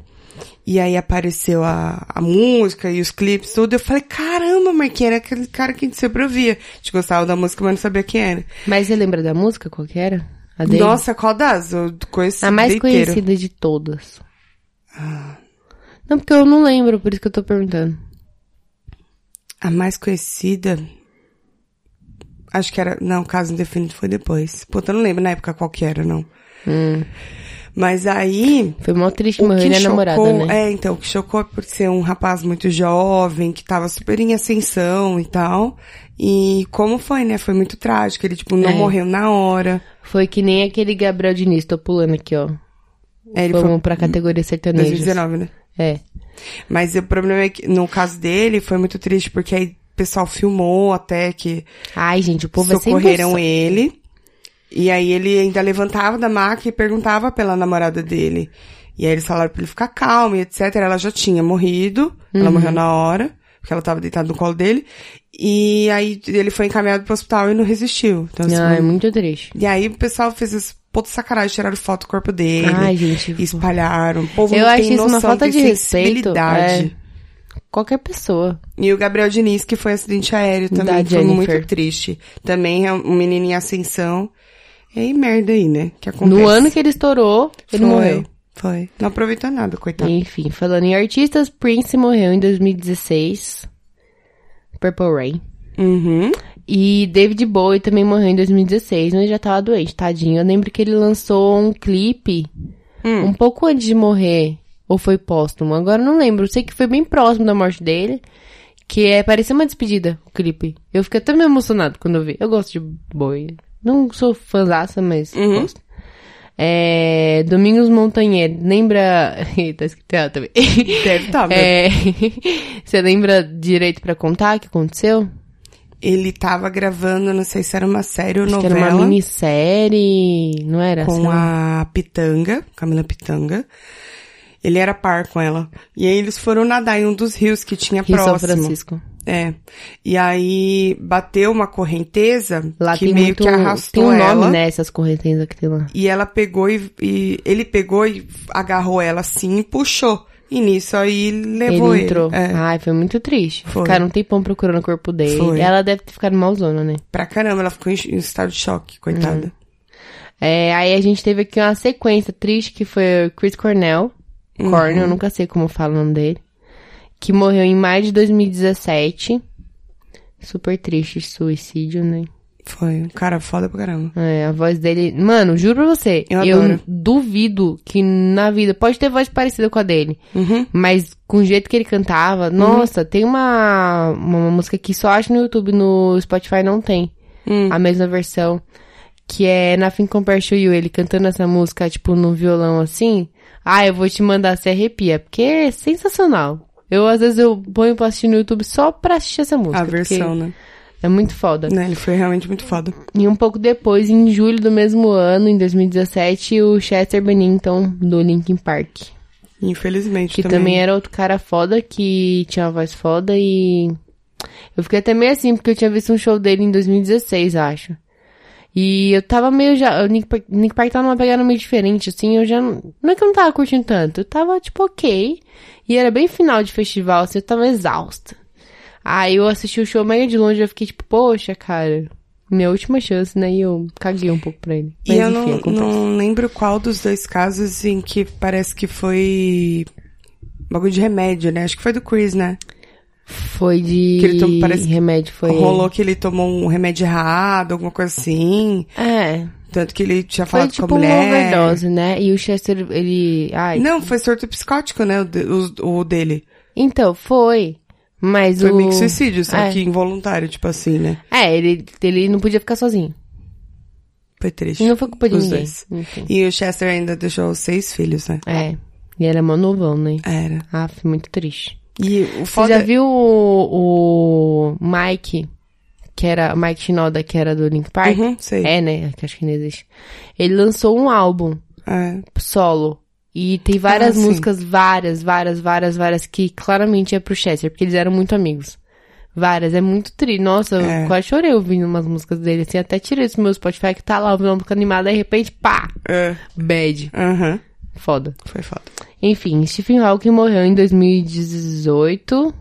S2: e aí apareceu a, a música e os clipes, tudo, eu falei, caramba, mas quem era aquele cara que a gente sempre ouvia? A gente gostava da música, mas não sabia quem era.
S1: Mas você lembra da música qual que era? A dele?
S2: Nossa, qual das? Eu conheci
S1: a mais
S2: inteiro. Ah.
S1: conhecida de todas. Não, porque eu não lembro, por isso que eu tô perguntando.
S2: A mais conhecida. Acho que era. Não, Caso Indefinido foi depois. Puta, eu não lembro na época qual que era, não.
S1: Hum.
S2: Mas aí.
S1: Foi mó triste
S2: O
S1: morrer
S2: que
S1: minha
S2: chocou,
S1: namorada, né?
S2: É, então, o que chocou é por ser um rapaz muito jovem, que tava super em ascensão e tal. E como foi, né? Foi muito trágico. Ele, tipo, não
S1: É.
S2: morreu na hora.
S1: Foi que nem aquele Gabriel Diniz, tô pulando aqui, ó.
S2: É, ele
S1: Vamos
S2: foi
S1: pra categoria
S2: em
S1: sertaneja.
S2: 2019, né?
S1: É.
S2: Mas o problema é que, no caso dele, foi muito triste, porque aí o pessoal filmou até que
S1: Ai, gente, o povo é sem
S2: socorreram
S1: noção.
S2: ele. E aí ele ainda levantava da maca e perguntava pela namorada dele. E aí eles falaram pra ele ficar calmo e etc. Ela já tinha morrido, ela
S1: Uhum.
S2: morreu na hora, porque ela tava deitada no colo dele. E aí ele foi encaminhado pro hospital e não resistiu. Então, assim,
S1: Ai, é muito triste.
S2: E aí o pessoal fez esse puto sacanagem, tiraram foto do corpo dele.
S1: Ai, gente.
S2: e espalharam. O povo
S1: Eu
S2: não
S1: acho
S2: tem
S1: isso uma
S2: noção,
S1: falta
S2: tem
S1: de respeito, é.
S2: sensibilidade.
S1: Qualquer pessoa.
S2: E o Gabriel Diniz, que foi acidente aéreo também,
S1: Da
S2: foi muito
S1: Jennifer.
S2: triste. Também é um menino em ascensão. E aí, merda aí, né? Que acontece.
S1: No ano que ele estourou, ele
S2: foi, Tá.
S1: morreu.
S2: Foi. Não aproveitou nada, coitado.
S1: Enfim, falando em artistas, Prince morreu em 2016. Purple Rain.
S2: Uhum.
S1: E David Bowie também morreu em 2016, mas já tava doente, tadinho. Eu lembro que ele lançou um clipe
S2: Hum.
S1: um pouco antes de morrer, ou foi póstumo, agora eu não lembro. Eu sei que foi bem próximo da morte dele, que é parecia uma despedida, o clipe. Eu fiquei até meio emocionado quando eu vi. Eu gosto de Bowie. Não sou fãzaça, mas
S2: Uhum.
S1: gosto. É, Domingos Montanheiro, lembra... tá escrito errado também.
S2: Deve tá, meu.
S1: É, Você lembra direito pra contar o que aconteceu?
S2: Ele tava gravando, não sei se era uma série ou
S1: Acho que
S2: novela.
S1: era uma minissérie, não era?
S2: com
S1: Sei lá.
S2: a Pitanga, Camila Pitanga. Ele era par com ela. E aí eles foram nadar em um dos rios que tinha
S1: Rio São
S2: próximo.
S1: Francisco.
S2: É. E aí bateu uma correnteza
S1: Lá
S2: que
S1: tem
S2: meio
S1: muito,
S2: que arrastou
S1: tem um nome,
S2: ela.
S1: né, essas correntezas que tem lá.
S2: E ela pegou e, e- ele pegou e agarrou ela assim e puxou. E nisso aí levou ele.
S1: ele entrou.
S2: É,
S1: Ai, foi muito triste.
S2: Foi.
S1: Ficaram um tempão procurando o corpo dele.
S2: Foi.
S1: Ela deve ter ficado malzona, né?
S2: pra caramba, ela ficou em, em estado de choque,
S1: Uhum.
S2: coitada.
S1: É, aí a gente teve aqui uma sequência triste que foi o Chris Cornell.
S2: Uhum.
S1: Cornell, eu nunca sei como fala o nome dele. Que morreu em maio de 2017. Super triste, suicídio, né?
S2: Foi um cara foda pra caramba.
S1: É, a voz dele. Mano, juro pra você.
S2: Eu adoro.
S1: duvido que na vida. Pode ter voz parecida com a dele.
S2: Uhum.
S1: Mas com o jeito que ele cantava. Nossa, tem uma, uma música que só acho no YouTube, no Spotify não tem.
S2: Hum.
S1: A mesma versão. Que é Nothing Compares to You. Ele cantando essa música, tipo, num violão assim. Ah, eu vou te mandar, se arrepia. Porque é sensacional. Eu, às vezes, eu ponho pra assistir no YouTube só pra assistir essa música.
S2: A
S1: porque
S2: versão, né?
S1: É muito foda.
S2: né? Ele foi realmente muito foda.
S1: E um pouco depois, em julho do mesmo ano, em 2017, o Chester Bennington, do Linkin Park.
S2: Infelizmente
S1: Que também.
S2: Tipo
S1: é-
S2: também.
S1: era outro cara foda, que tinha uma voz foda e... Eu fiquei até meio assim, porque eu tinha visto um show dele em 2016, acho. E eu tava meio já... O Nick, Park- Nick Park tava numa pegada meio diferente, assim, eu já... Não não é que eu não tava curtindo tanto, eu tava, tipo, ok. E era bem final de festival, assim, eu tava exausta. Aí eu assisti o show meio de longe, eu fiquei tipo, poxa, cara... Minha última chance, né? E eu caguei um pouco pra ele. Mas
S2: e eu
S1: enfim,
S2: não,
S1: acontece.
S2: não lembro qual dos dois casos em que parece que foi bagulho de remédio, né? Acho que foi do Chris, né?
S1: Foi de...
S2: Que ele tomou- parece que
S1: remédio, foi...
S2: Rolou que ele tomou um remédio errado, alguma coisa assim.
S1: É,
S2: Tanto que ele tinha
S1: Foi
S2: falado com
S1: tipo uma
S2: a mulher.
S1: overdose, né? E o Chester, ele. Ai.
S2: Não, foi surto psicótico, né? O, de- o- o dele.
S1: Então, foi. Mas
S2: Foi
S1: o.
S2: meio que suicídio, só
S1: É.
S2: que involuntário, tipo assim, né?
S1: É, ele, ele não podia ficar sozinho.
S2: Foi triste.
S1: E não foi culpa de
S2: Os
S1: ninguém.
S2: dois.
S1: Enfim.
S2: E o Chester ainda deixou seis filhos, né?
S1: É. E era mó novão, né?
S2: Era.
S1: Aff, muito triste.
S2: E o
S1: Você
S2: foda...
S1: já viu o, o Mike, que era. Mike Shinoda, que era do Link Park?
S2: Uhum, sei.
S1: É, né? Que acho que não existe. Ele lançou um álbum.
S2: É.
S1: solo. E tem várias
S2: Ah, sim.
S1: músicas, várias, várias, várias, várias, que claramente é pro Chester, porque eles eram muito amigos. Várias, é muito tri. Nossa,
S2: É.
S1: eu quase chorei ouvindo umas músicas dele, assim, até tirei isso do meu Spotify que tá lá ouvindo uma música animada, de repente, pá!
S2: É.
S1: Bad.
S2: Aham.
S1: Foda.
S2: Foi foda.
S1: Enfim, Stephen Hawking morreu em 2018.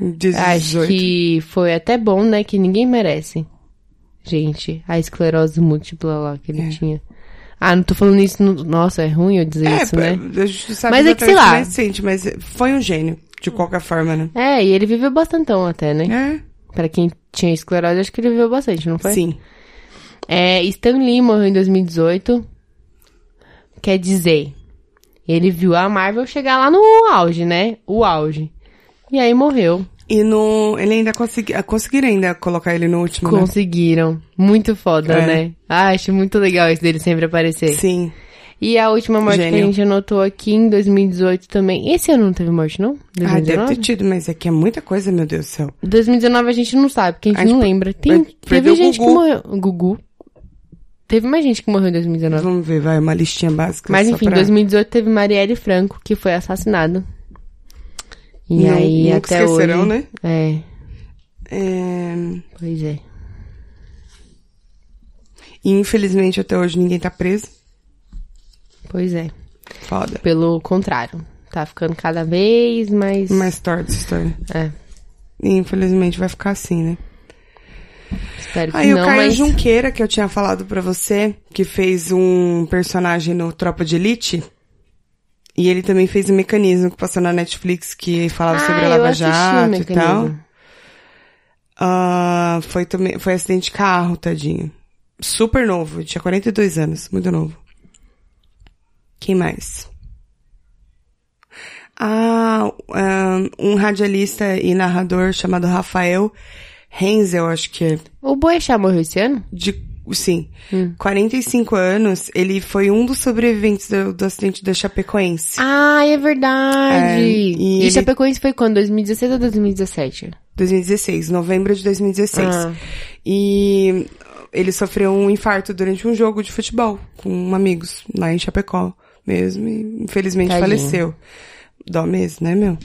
S2: 18.
S1: Acho que foi até bom, né? Que ninguém merece. Gente, a esclerose múltipla lá que ele
S2: É.
S1: tinha. Ah, não tô falando isso. no- Nossa, é ruim eu dizer isso,
S2: é,
S1: né?
S2: a gente não sabe
S1: Mas é que, sei
S2: exatamente
S1: lá. Hum.
S2: como é que sente, mas foi um gênio. de qualquer forma, né?
S1: É, e ele viveu bastantão até, né?
S2: É?
S1: Pra quem tinha esclerose, acho que ele viveu bastante, não foi?
S2: Sim.
S1: É, Stan Lee morreu em 2018. Quer dizer, ele viu a Marvel chegar lá no auge, né? O auge. E aí morreu.
S2: E no, ele ainda consegui, ah, conseguiram ainda colocar ele no último, né?
S1: Conseguiram. Muito foda,
S2: É.
S1: né? Ah, acho muito legal isso dele sempre aparecer.
S2: Sim.
S1: E a última morte que a
S2: Gênio.
S1: gente anotou aqui em 2018 também. Esse ano não teve morte, não?
S2: Ah, deve
S1: 2019?
S2: ter tido, mas é que é muita coisa, meu Deus do céu.
S1: 2019 a gente não sabe, porque a gente
S2: A gente
S1: não lembra. Tem,
S2: per-
S1: teve
S2: perdeu o
S1: gente que
S2: Gugu.
S1: morreu. Gugu. Teve mais gente que morreu em 2019.
S2: Vamos ver, vai, uma listinha básica.
S1: Mas
S2: só
S1: enfim,
S2: pra...
S1: 2018 teve Marielle Franco, que foi assassinada. E
S2: Não-
S1: aí,
S2: nunca
S1: até
S2: esquecerão,
S1: hoje.
S2: né?
S1: É,
S2: É,
S1: pois é.
S2: E infelizmente até hoje ninguém tá preso.
S1: Pois é.
S2: Foda.
S1: Pelo contrário. Tá ficando cada vez mais.
S2: Mais torta essa história.
S1: É.
S2: E infelizmente vai ficar assim, né?
S1: Espero que
S2: Aí
S1: não,
S2: o Caio
S1: mas.
S2: Junqueira, que eu tinha falado pra você, que fez um personagem no Tropa de Elite. E ele também fez um mecanismo que passou na Netflix que falava
S1: Ah,
S2: sobre a
S1: eu
S2: Lava
S1: assisti o
S2: Jato e tal.
S1: Mecanismo.
S2: Ah, foi, também, foi acidente de carro, tadinho. Super novo, tinha 42 anos, muito novo. Quem mais? Ah, ahn, um radialista e narrador chamado Rafael Renzel, acho que é.
S1: O Boechat morreu esse ano?
S2: De, sim, 45 anos, ele foi um dos sobreviventes do, do acidente da Chapecoense.
S1: Ah, é verdade!
S2: É, e
S1: e
S2: ele-
S1: Chapecoense foi quando? 2016 ou 2017?
S2: 2016, novembro de 2016.
S1: Ah.
S2: E ele sofreu um infarto durante um jogo de futebol com amigos lá em Chapecó mesmo e infelizmente
S1: Tadinho.
S2: faleceu. Dó mesmo, né, meu?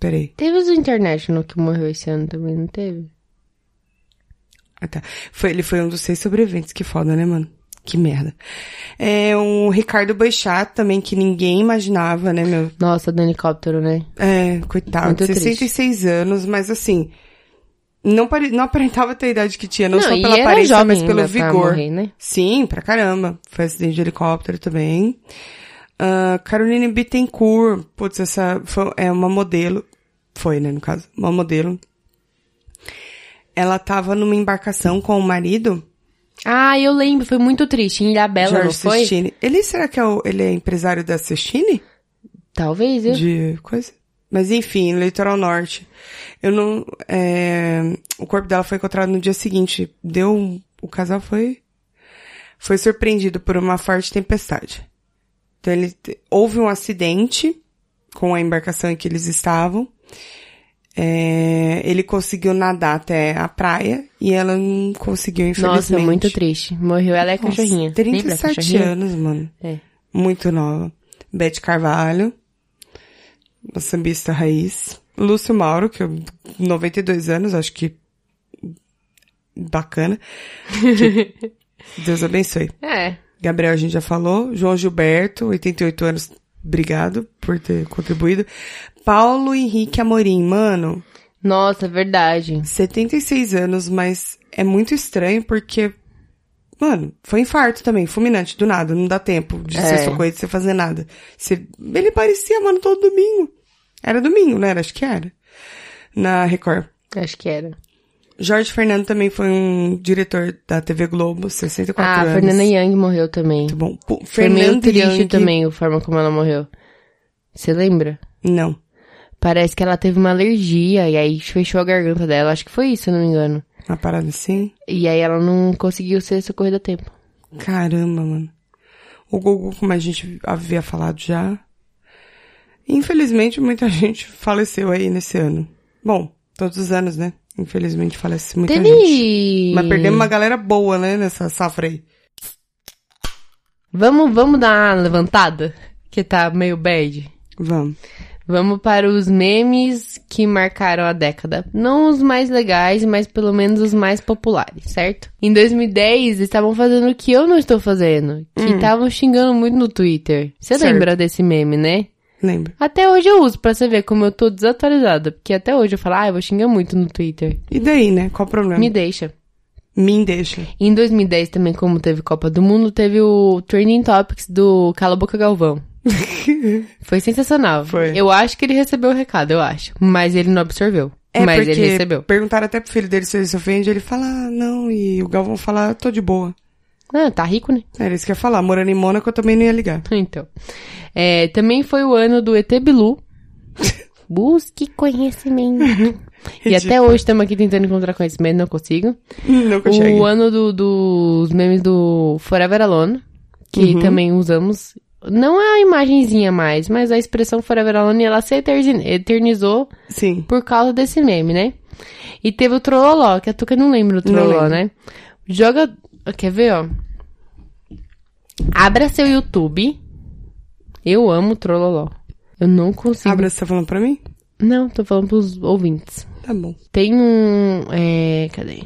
S2: Peraí.
S1: Teve os International que morreu esse ano também, não teve?
S2: Ah, tá. Foi, ele foi um dos seis sobreviventes. Que foda, né, mano? Que merda. É o Ricardo Boixat também, que ninguém imaginava, né, meu?
S1: Nossa, do helicóptero, né?
S2: É, coitado.
S1: Muito triste.
S2: 66 anos, mas assim. Não, pare... não aparentava ter a idade que tinha, não, só
S1: e
S2: pela
S1: era
S2: aparência,
S1: jovem
S2: mas pelo
S1: ainda pra
S2: vigor.
S1: morrer, né?
S2: Sim, pra caramba. Foi acidente de helicóptero também. Ah, Caroline Bittencourt, putz, essa foi, é uma modelo. Foi, né, no caso, uma modelo. Ela tava numa embarcação com o marido,
S1: Ah, eu lembro, foi muito triste. Em Ilhabela, não
S2: George
S1: foi?
S2: Sestini. Ele será que é o, ele é empresário da Sestini?
S1: Talvez, viu?
S2: de coisa. Mas enfim, no litoral norte. Eu não. é, o corpo dela foi encontrado no dia seguinte. Deu. um- O casal foi. Foi surpreendido por uma forte tempestade. Então ele. te- Houve um acidente com a embarcação em que eles estavam. É, ele conseguiu nadar até a praia e ela não conseguiu, infelizmente.
S1: Nossa, é muito triste. Morreu ela é a
S2: Nossa,
S1: cachorrinha. Lembra a
S2: 37
S1: cachorrinha?
S2: anos, mano.
S1: É.
S2: Muito nova. Beth Carvalho, uma sambista raiz. Lúcio Mauro, que eu, 92 anos, acho que bacana. Que Deus abençoe.
S1: É.
S2: Gabriel, a gente já falou. João Gilberto, 88 anos, obrigado por ter contribuído. Paulo Henrique Amorim, mano,
S1: Nossa, verdade.
S2: 76 anos, mas é muito estranho porque, mano, foi infarto também, fulminante, do nada, não dá tempo de
S1: É.
S2: ser socorrido, de você fazer nada. Você- Ele parecia, mano, todo domingo. Era domingo, né? Era- Acho que era. Na Record.
S1: Acho que era.
S2: Jorge Fernando também foi um diretor da TV Globo, 64
S1: ah,
S2: anos.
S1: a Fernanda Young morreu também.
S2: Muito bom. Pô,
S1: Foi meio
S2: Fernando
S1: triste
S2: Young-
S1: também a forma como ela morreu. Você lembra?
S2: Não.
S1: Parece que ela teve uma alergia e aí fechou a garganta dela. Acho que foi isso, se eu não me engano.
S2: Uma parada assim.
S1: E aí ela não conseguiu ser socorrida a tempo.
S2: Caramba, mano. O Gugu, como a gente havia falado já. Infelizmente, muita gente faleceu aí nesse ano. Bom, todos os anos, né? Infelizmente falece muita gente.
S1: Teve.
S2: Mas perdemos uma galera boa, né, nessa safra aí.
S1: Vamos, vamos dar uma levantada? Que tá meio bad.
S2: Vamos.
S1: Vamos para os memes que marcaram a década. Não os mais legais, mas pelo menos os mais populares, certo? Em 2010, estavam fazendo o que eu não estou fazendo. Que estavam xingando muito no Twitter. Você
S2: Certo.
S1: lembra desse meme, né?
S2: Lembra?
S1: Até hoje eu uso pra você ver como eu tô desatualizada. Porque até hoje eu falo, ah, eu vou xingar muito no Twitter.
S2: E daí, né? Qual o problema?
S1: Me
S2: Me,
S1: deixa.
S2: deixa.
S1: Em 2010 também, como teve Copa do Mundo, teve o Trending Topics do Cala Boca Galvão. Foi sensacional.
S2: Foi.
S1: Eu acho que ele recebeu o recado, eu acho. Mas ele não absorveu.
S2: É
S1: mas
S2: porque
S1: ele recebeu.
S2: perguntaram até pro filho dele se ele se ofende, ele fala, ah, não, e o Galvão fala, eu tô de boa.
S1: Ah, tá rico, né?
S2: Era isso que eu ia falar, morando em Mônaco eu também não ia ligar.
S1: Então. É, também foi o ano do ET Bilu. Busque conhecimento. e até hoje estamos aqui tentando encontrar conhecimento, não consigo.
S2: Não consegue.
S1: Hum, O ano do- dos memes do Forever Alone, que
S2: Uhum.
S1: também usamos. Não é a imagenzinha mais, mas a expressão Forever Alone, ela se eterni- eternizou
S2: Sim.
S1: por causa desse meme, né? E teve o Trololó, que a Tuca não lembra do Trololó,
S2: lembro.
S1: né? Joga... Quer ver, ó? Abra seu YouTube. Eu amo Trololó. Eu não consigo...
S2: Abra, você tá falando pra mim?
S1: Não, tô falando pros ouvintes.
S2: Tá bom.
S1: Tem um. É, cadê?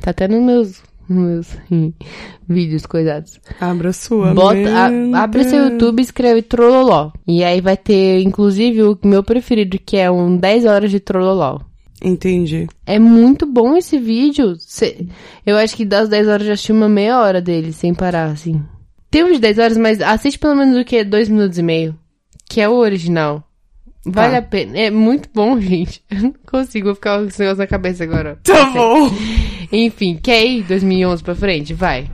S1: Tá até nos meus, nos meus vídeos coisados.
S2: Abra sua
S1: Bota,
S2: mente.
S1: a- abre seu YouTube e escreve Trololó. E aí vai ter, inclusive, o meu preferido, que é um 10 horas de Trololó.
S2: Entendi.
S1: É muito bom esse vídeo. Cê- eu acho que das 10 horas eu já assisti uma meia hora dele, sem parar, assim. Tem uns 10 horas, mas assiste pelo menos o que? 2 minutos e meio. Que é o original. Vale
S2: Tá.
S1: a pena. É muito bom, gente. Eu não consigo vou ficar com esse negócio na cabeça agora.
S2: Tá bom.
S1: Enfim, quer ir 2011 pra frente? Vai.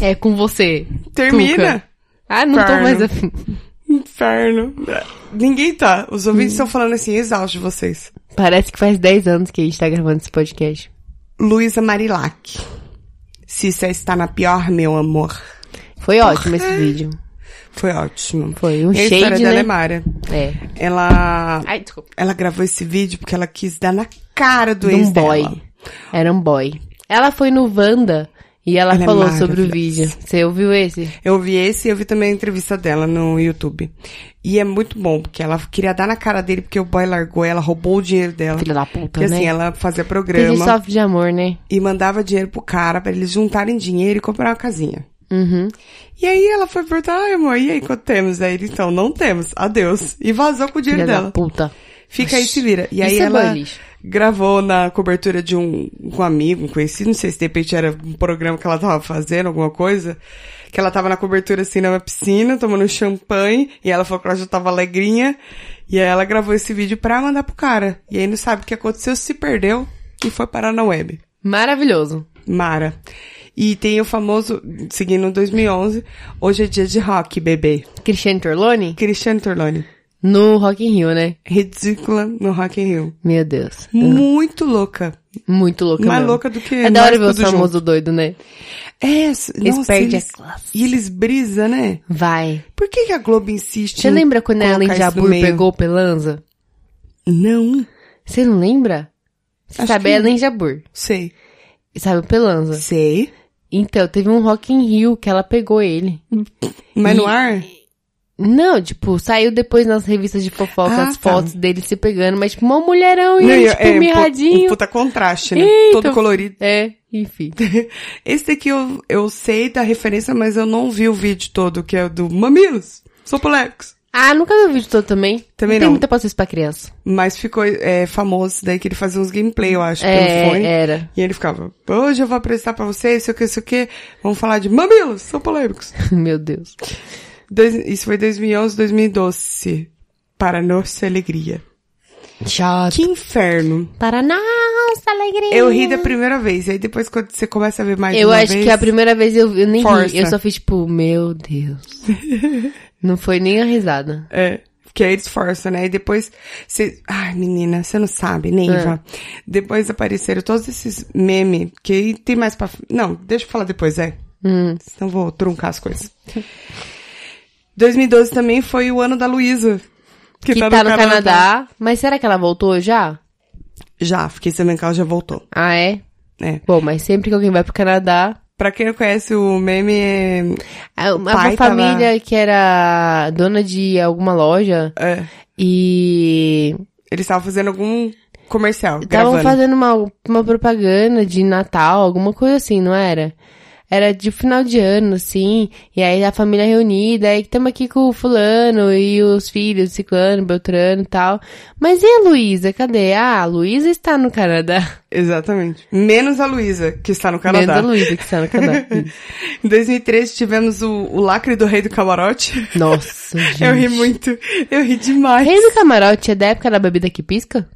S1: É com você.
S2: Termina.
S1: Tuca. Ah, não tô
S2: Inferno.
S1: mais afim.
S2: Inferno. Ninguém tá. Os ouvintes
S1: Hum.
S2: estão falando assim, exausto de vocês.
S1: Parece que faz 10 anos que a gente tá gravando esse podcast.
S2: Luísa Marilac. Se você está na pior, meu amor.
S1: Foi ótimo esse vídeo.
S2: Foi ótimo.
S1: Foi um
S2: e a história
S1: shade,
S2: dela
S1: né?
S2: é Mara.
S1: É.
S2: Ela,
S1: Ai, desculpa.
S2: ela gravou esse vídeo porque ela quis dar na cara do
S1: de
S2: ex
S1: um boy.
S2: dela.
S1: Era um boy. Ela foi no Wanda e ela,
S2: Ela é
S1: falou sobre o
S2: maravilhosa.
S1: vídeo. Você ouviu esse?
S2: Eu vi esse e eu vi também a entrevista dela no YouTube. E é muito bom, porque ela queria dar na cara dele porque o boy largou ela, roubou o dinheiro dela.
S1: Filha da puta,
S2: Porque
S1: né?
S2: assim, ela fazia
S1: Porque a gente
S2: programa
S1: sofre é de amor, né?
S2: e mandava dinheiro pro cara pra eles juntarem dinheiro e comprar uma casinha.
S1: Uhum.
S2: E aí ela foi perguntar, ai amor, e aí quanto temos? Aí ele, então, não temos, adeus. E vazou com o dinheiro
S1: Filha da
S2: dela.
S1: puta.
S2: Fica aí, se vira. E aí
S1: Isso é
S2: ela
S1: bullying.
S2: gravou na cobertura de um, um amigo, um conhecido, não sei se de repente era um programa que ela tava fazendo, alguma coisa, que ela tava na cobertura assim numa piscina, tomando champanhe, e ela falou que ela já tava alegrinha, e aí ela gravou esse vídeo pra mandar pro cara. E aí não sabe o que aconteceu, se perdeu e foi parar na web.
S1: Maravilhoso.
S2: Mara. E tem o famoso, seguindo 2011, hoje é dia de rock, bebê.
S1: Cristiane Torlone?
S2: Cristiano Torloni.
S1: No Rock in Rio, né?
S2: Ridícula no Rock in Rio.
S1: Meu Deus.
S2: Muito louca.
S1: Muito louca
S2: Hum. Mais
S1: mesmo.
S2: louca do que
S1: É da hora
S2: nós
S1: ver o
S2: tudo junto.
S1: famoso doido, né?
S2: É, s-
S1: Eles
S2: nossa,
S1: perdem
S2: eles,
S1: a classe.
S2: E eles brisa, né?
S1: Vai.
S2: Por que, que a Globo insiste?
S1: Você
S2: em
S1: lembra quando a Ellen
S2: Hum. colocar isso no
S1: Jabur
S2: meio?
S1: pegou o Pelanza?
S2: Não,
S1: Você não lembra? Você
S2: Acho
S1: sabe é
S2: que
S1: a
S2: não.
S1: Ellen Jabur.
S2: sei.
S1: E sabe o Pelanza.
S2: Sei.
S1: Então, teve um Rock in Rio que ela pegou ele.
S2: Mas
S1: E-
S2: no ar?
S1: Não, tipo, saiu depois nas revistas de fofoca
S2: Ah,
S1: as
S2: tá.
S1: fotos dele se pegando, mas tipo, uma mulherão e
S2: Não,
S1: ele,
S2: eu-
S1: tipo,
S2: é, um pu- Um
S1: mirradinho.
S2: puta contraste, né?
S1: Eita.
S2: Todo colorido.
S1: É, enfim.
S2: Esse daqui eu, eu sei da referência, mas eu não vi o vídeo todo, que é do Mamilos, Sopolex.
S1: Ah, nunca vi o vídeo todo também.
S2: Também
S1: Tem
S2: não.
S1: muita paciência pra criança.
S2: Mas ficou é, famoso daí que ele fazia uns gameplay, eu acho, Tipo, pelo
S1: É,
S2: fone.
S1: era.
S2: E ele ficava, hoje eu vou apresentar pra vocês, sei o que, sei o que, vamos falar de mamilos, são polêmicos.
S1: Meu Deus.
S2: Dois- isso foi 2011, 2012. Para nossa alegria.
S1: Chato.
S2: Que inferno.
S1: Para nossa alegria.
S2: Eu ri da primeira vez, e aí depois quando você começa a ver mais de
S1: Eu
S2: uma
S1: acho
S2: vez,
S1: que a primeira vez eu, eu nem
S2: Força.
S1: ri, eu só fiz tipo, meu Deus. não foi nem a risada.
S2: É. Porque aí esforça, né? E depois você. Ai, menina, você não sabe,
S1: É.
S2: Neiva. Depois apareceram todos esses memes que aí tem mais pra. Não, deixa eu falar depois, é.
S1: Hum.
S2: Senão eu vou truncar as coisas. 2012 também foi o ano da Luísa.
S1: Que, tá, no, Canadá. Mas será que ela voltou já?
S2: Já, fiquei sabendo que ela já voltou.
S1: Ah, é?
S2: É.
S1: Bom, mas sempre que alguém vai pro Canadá,
S2: Pra quem não conhece o meme, é.
S1: A- Uma,
S2: pai
S1: uma família que era dona de alguma loja
S2: é,
S1: e
S2: eles estavam fazendo algum comercial.
S1: estavam
S2: gravando.
S1: fazendo uma, uma propaganda de Natal, alguma coisa assim, não era? Era de final de ano, assim, e aí a família reunida, aí estamos aqui com o fulano e os filhos, ciclano, beltrano e tal. Mas e a Luísa? Cadê? Ah, a Luísa está no Canadá.
S2: Exatamente. Menos a Luísa, que está no Canadá.
S1: Menos a Luísa que está no Canadá.
S2: em 2013 tivemos o, o Lacre do Rei do Camarote.
S1: Nossa, gente.
S2: Eu ri muito. Eu ri demais.
S1: Rei do Camarote é da época da bebida que pisca?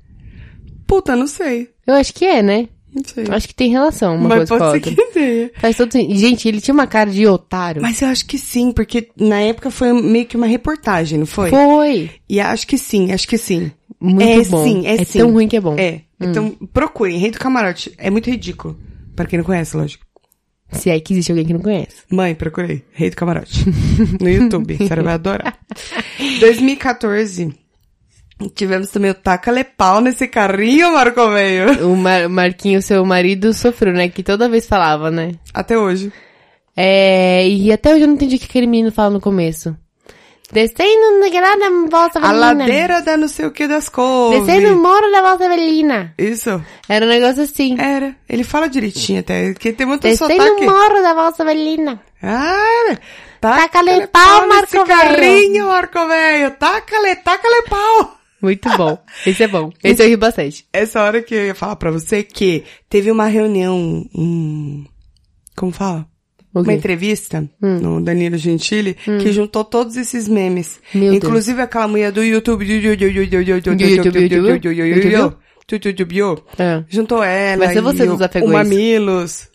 S2: Puta, não sei.
S1: Eu acho que é, né?
S2: Não sei.
S1: Acho que tem relação uma
S2: Mas
S1: coisa com a
S2: pode ser
S1: outra.
S2: que tenha.
S1: Faz todo sentido. Gente, ele tinha uma cara de otário.
S2: Mas eu acho que sim, porque na época foi meio que uma reportagem, não foi?
S1: Foi.
S2: E acho que sim, acho que sim.
S1: Muito
S2: é
S1: bom.
S2: sim, é,
S1: é
S2: sim.
S1: tão ruim que é bom.
S2: É. Então procurem, Rei do Camarote. É muito ridículo. Pra quem não conhece, lógico.
S1: Se é que existe alguém que não conhece.
S2: Mãe, procurei. Rei do Camarote. No YouTube. A senhora vai adorar. 2014. Tivemos também o Tacale Pau nesse carrinho, Marco Meio.
S1: O Mar Marquinho, seu marido, sofreu, né? Que toda vez falava, né?
S2: Até hoje.
S1: É, e até hoje eu não entendi o que aquele menino fala no começo. Descendo naquela da Volta
S2: A
S1: Velina.
S2: ladeira da não sei o que das couves.
S1: Descendo o moro da Volta Velina.
S2: Isso.
S1: Era um negócio assim.
S2: Era. Ele fala direitinho até. Porque tem muito
S1: Descendo o
S2: É, sotaque.
S1: moro da Volta Velina.
S2: Ah,
S1: Taca-lhe pau,
S2: nesse
S1: Marco Velho.
S2: carrinho, Marco Velho. Taca-lhe, taca-lhe pau.
S1: Muito bom. Esse é bom. Esse eu ri bastante.
S2: Essa hora que eu ia falar pra você que teve uma reunião, um, como fala?
S1: O
S2: Uma
S1: quê?
S2: entrevista
S1: Hum.
S2: no Danilo Gentili que juntou todos esses memes.
S1: Meu Deus.
S2: Inclusive aquela mulher do YouTube.
S1: Ah.
S2: Juntou ela.
S1: Vai ser você
S2: e
S1: nos
S2: o-
S1: apegou
S2: O
S1: a isso.
S2: Mamilos.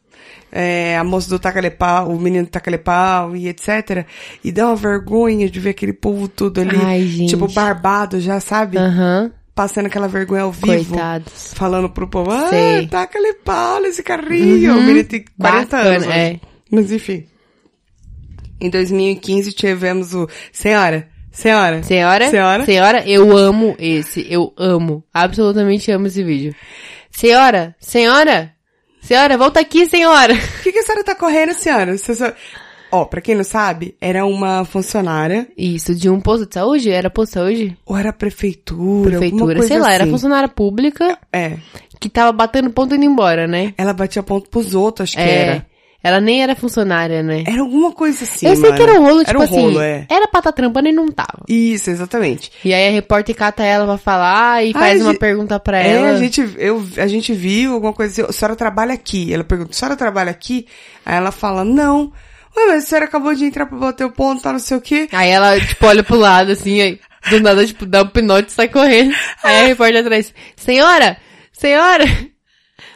S2: É, a moça do Tacalepau, o menino do Tacalepau e etc. E dá uma vergonha de ver aquele povo todo ali.
S1: Ai, gente.
S2: Tipo, barbado já, sabe?
S1: Aham.
S2: Passando aquela vergonha ao vivo.
S1: Coitados.
S2: Falando pro povo, ah,
S1: Sei. Uhum.
S2: taca-lhe pau nesse carrinho. O menino tem 40
S1: Bacana,
S2: anos. hoje.
S1: é.
S2: Mas enfim. Em 2015 tivemos o Senhora, Senhora,
S1: Senhora,
S2: Senhora,
S1: senhora, eu amo esse, eu amo, absolutamente amo esse vídeo. Senhora, senhora, senhora, volta aqui, senhora.
S2: Por que, que a senhora tá correndo, senhora? Você só- Ó, pra quem não sabe, era uma funcionária,
S1: Isso, de um posto de saúde? Era posto de saúde?
S2: ou era prefeitura, alguma
S1: Prefeitura,
S2: coisa
S1: sei lá, era
S2: assim.
S1: funcionária pública
S2: É,
S1: que tava batendo ponto e indo embora, né?
S2: ela batia ponto pros outros, acho que
S1: é,
S2: era.
S1: ela nem era funcionária, né?
S2: Era alguma coisa assim,
S1: eu sei que
S2: mano.
S1: era um rolo, tipo
S2: Era um
S1: assim,
S2: rolo, é.
S1: era pra tá trampando e não tava.
S2: Isso, exatamente.
S1: E aí a repórter cata ela pra falar e
S2: Ai,
S1: faz uma
S2: gente,
S1: pergunta pra
S2: É,
S1: ela.
S2: a gente, eu, a gente viu alguma coisa assim, a senhora trabalha aqui? Ela pergunta, a senhora trabalha aqui? Aí ela fala, não. Ué, mas a senhora acabou de entrar pra bater o ponto, tá não sei o quê.
S1: Aí ela, tipo, olha pro lado, assim, aí, do nada, tipo, dá um pinote e sai correndo. Aí a repórter atrás, senhora, senhora,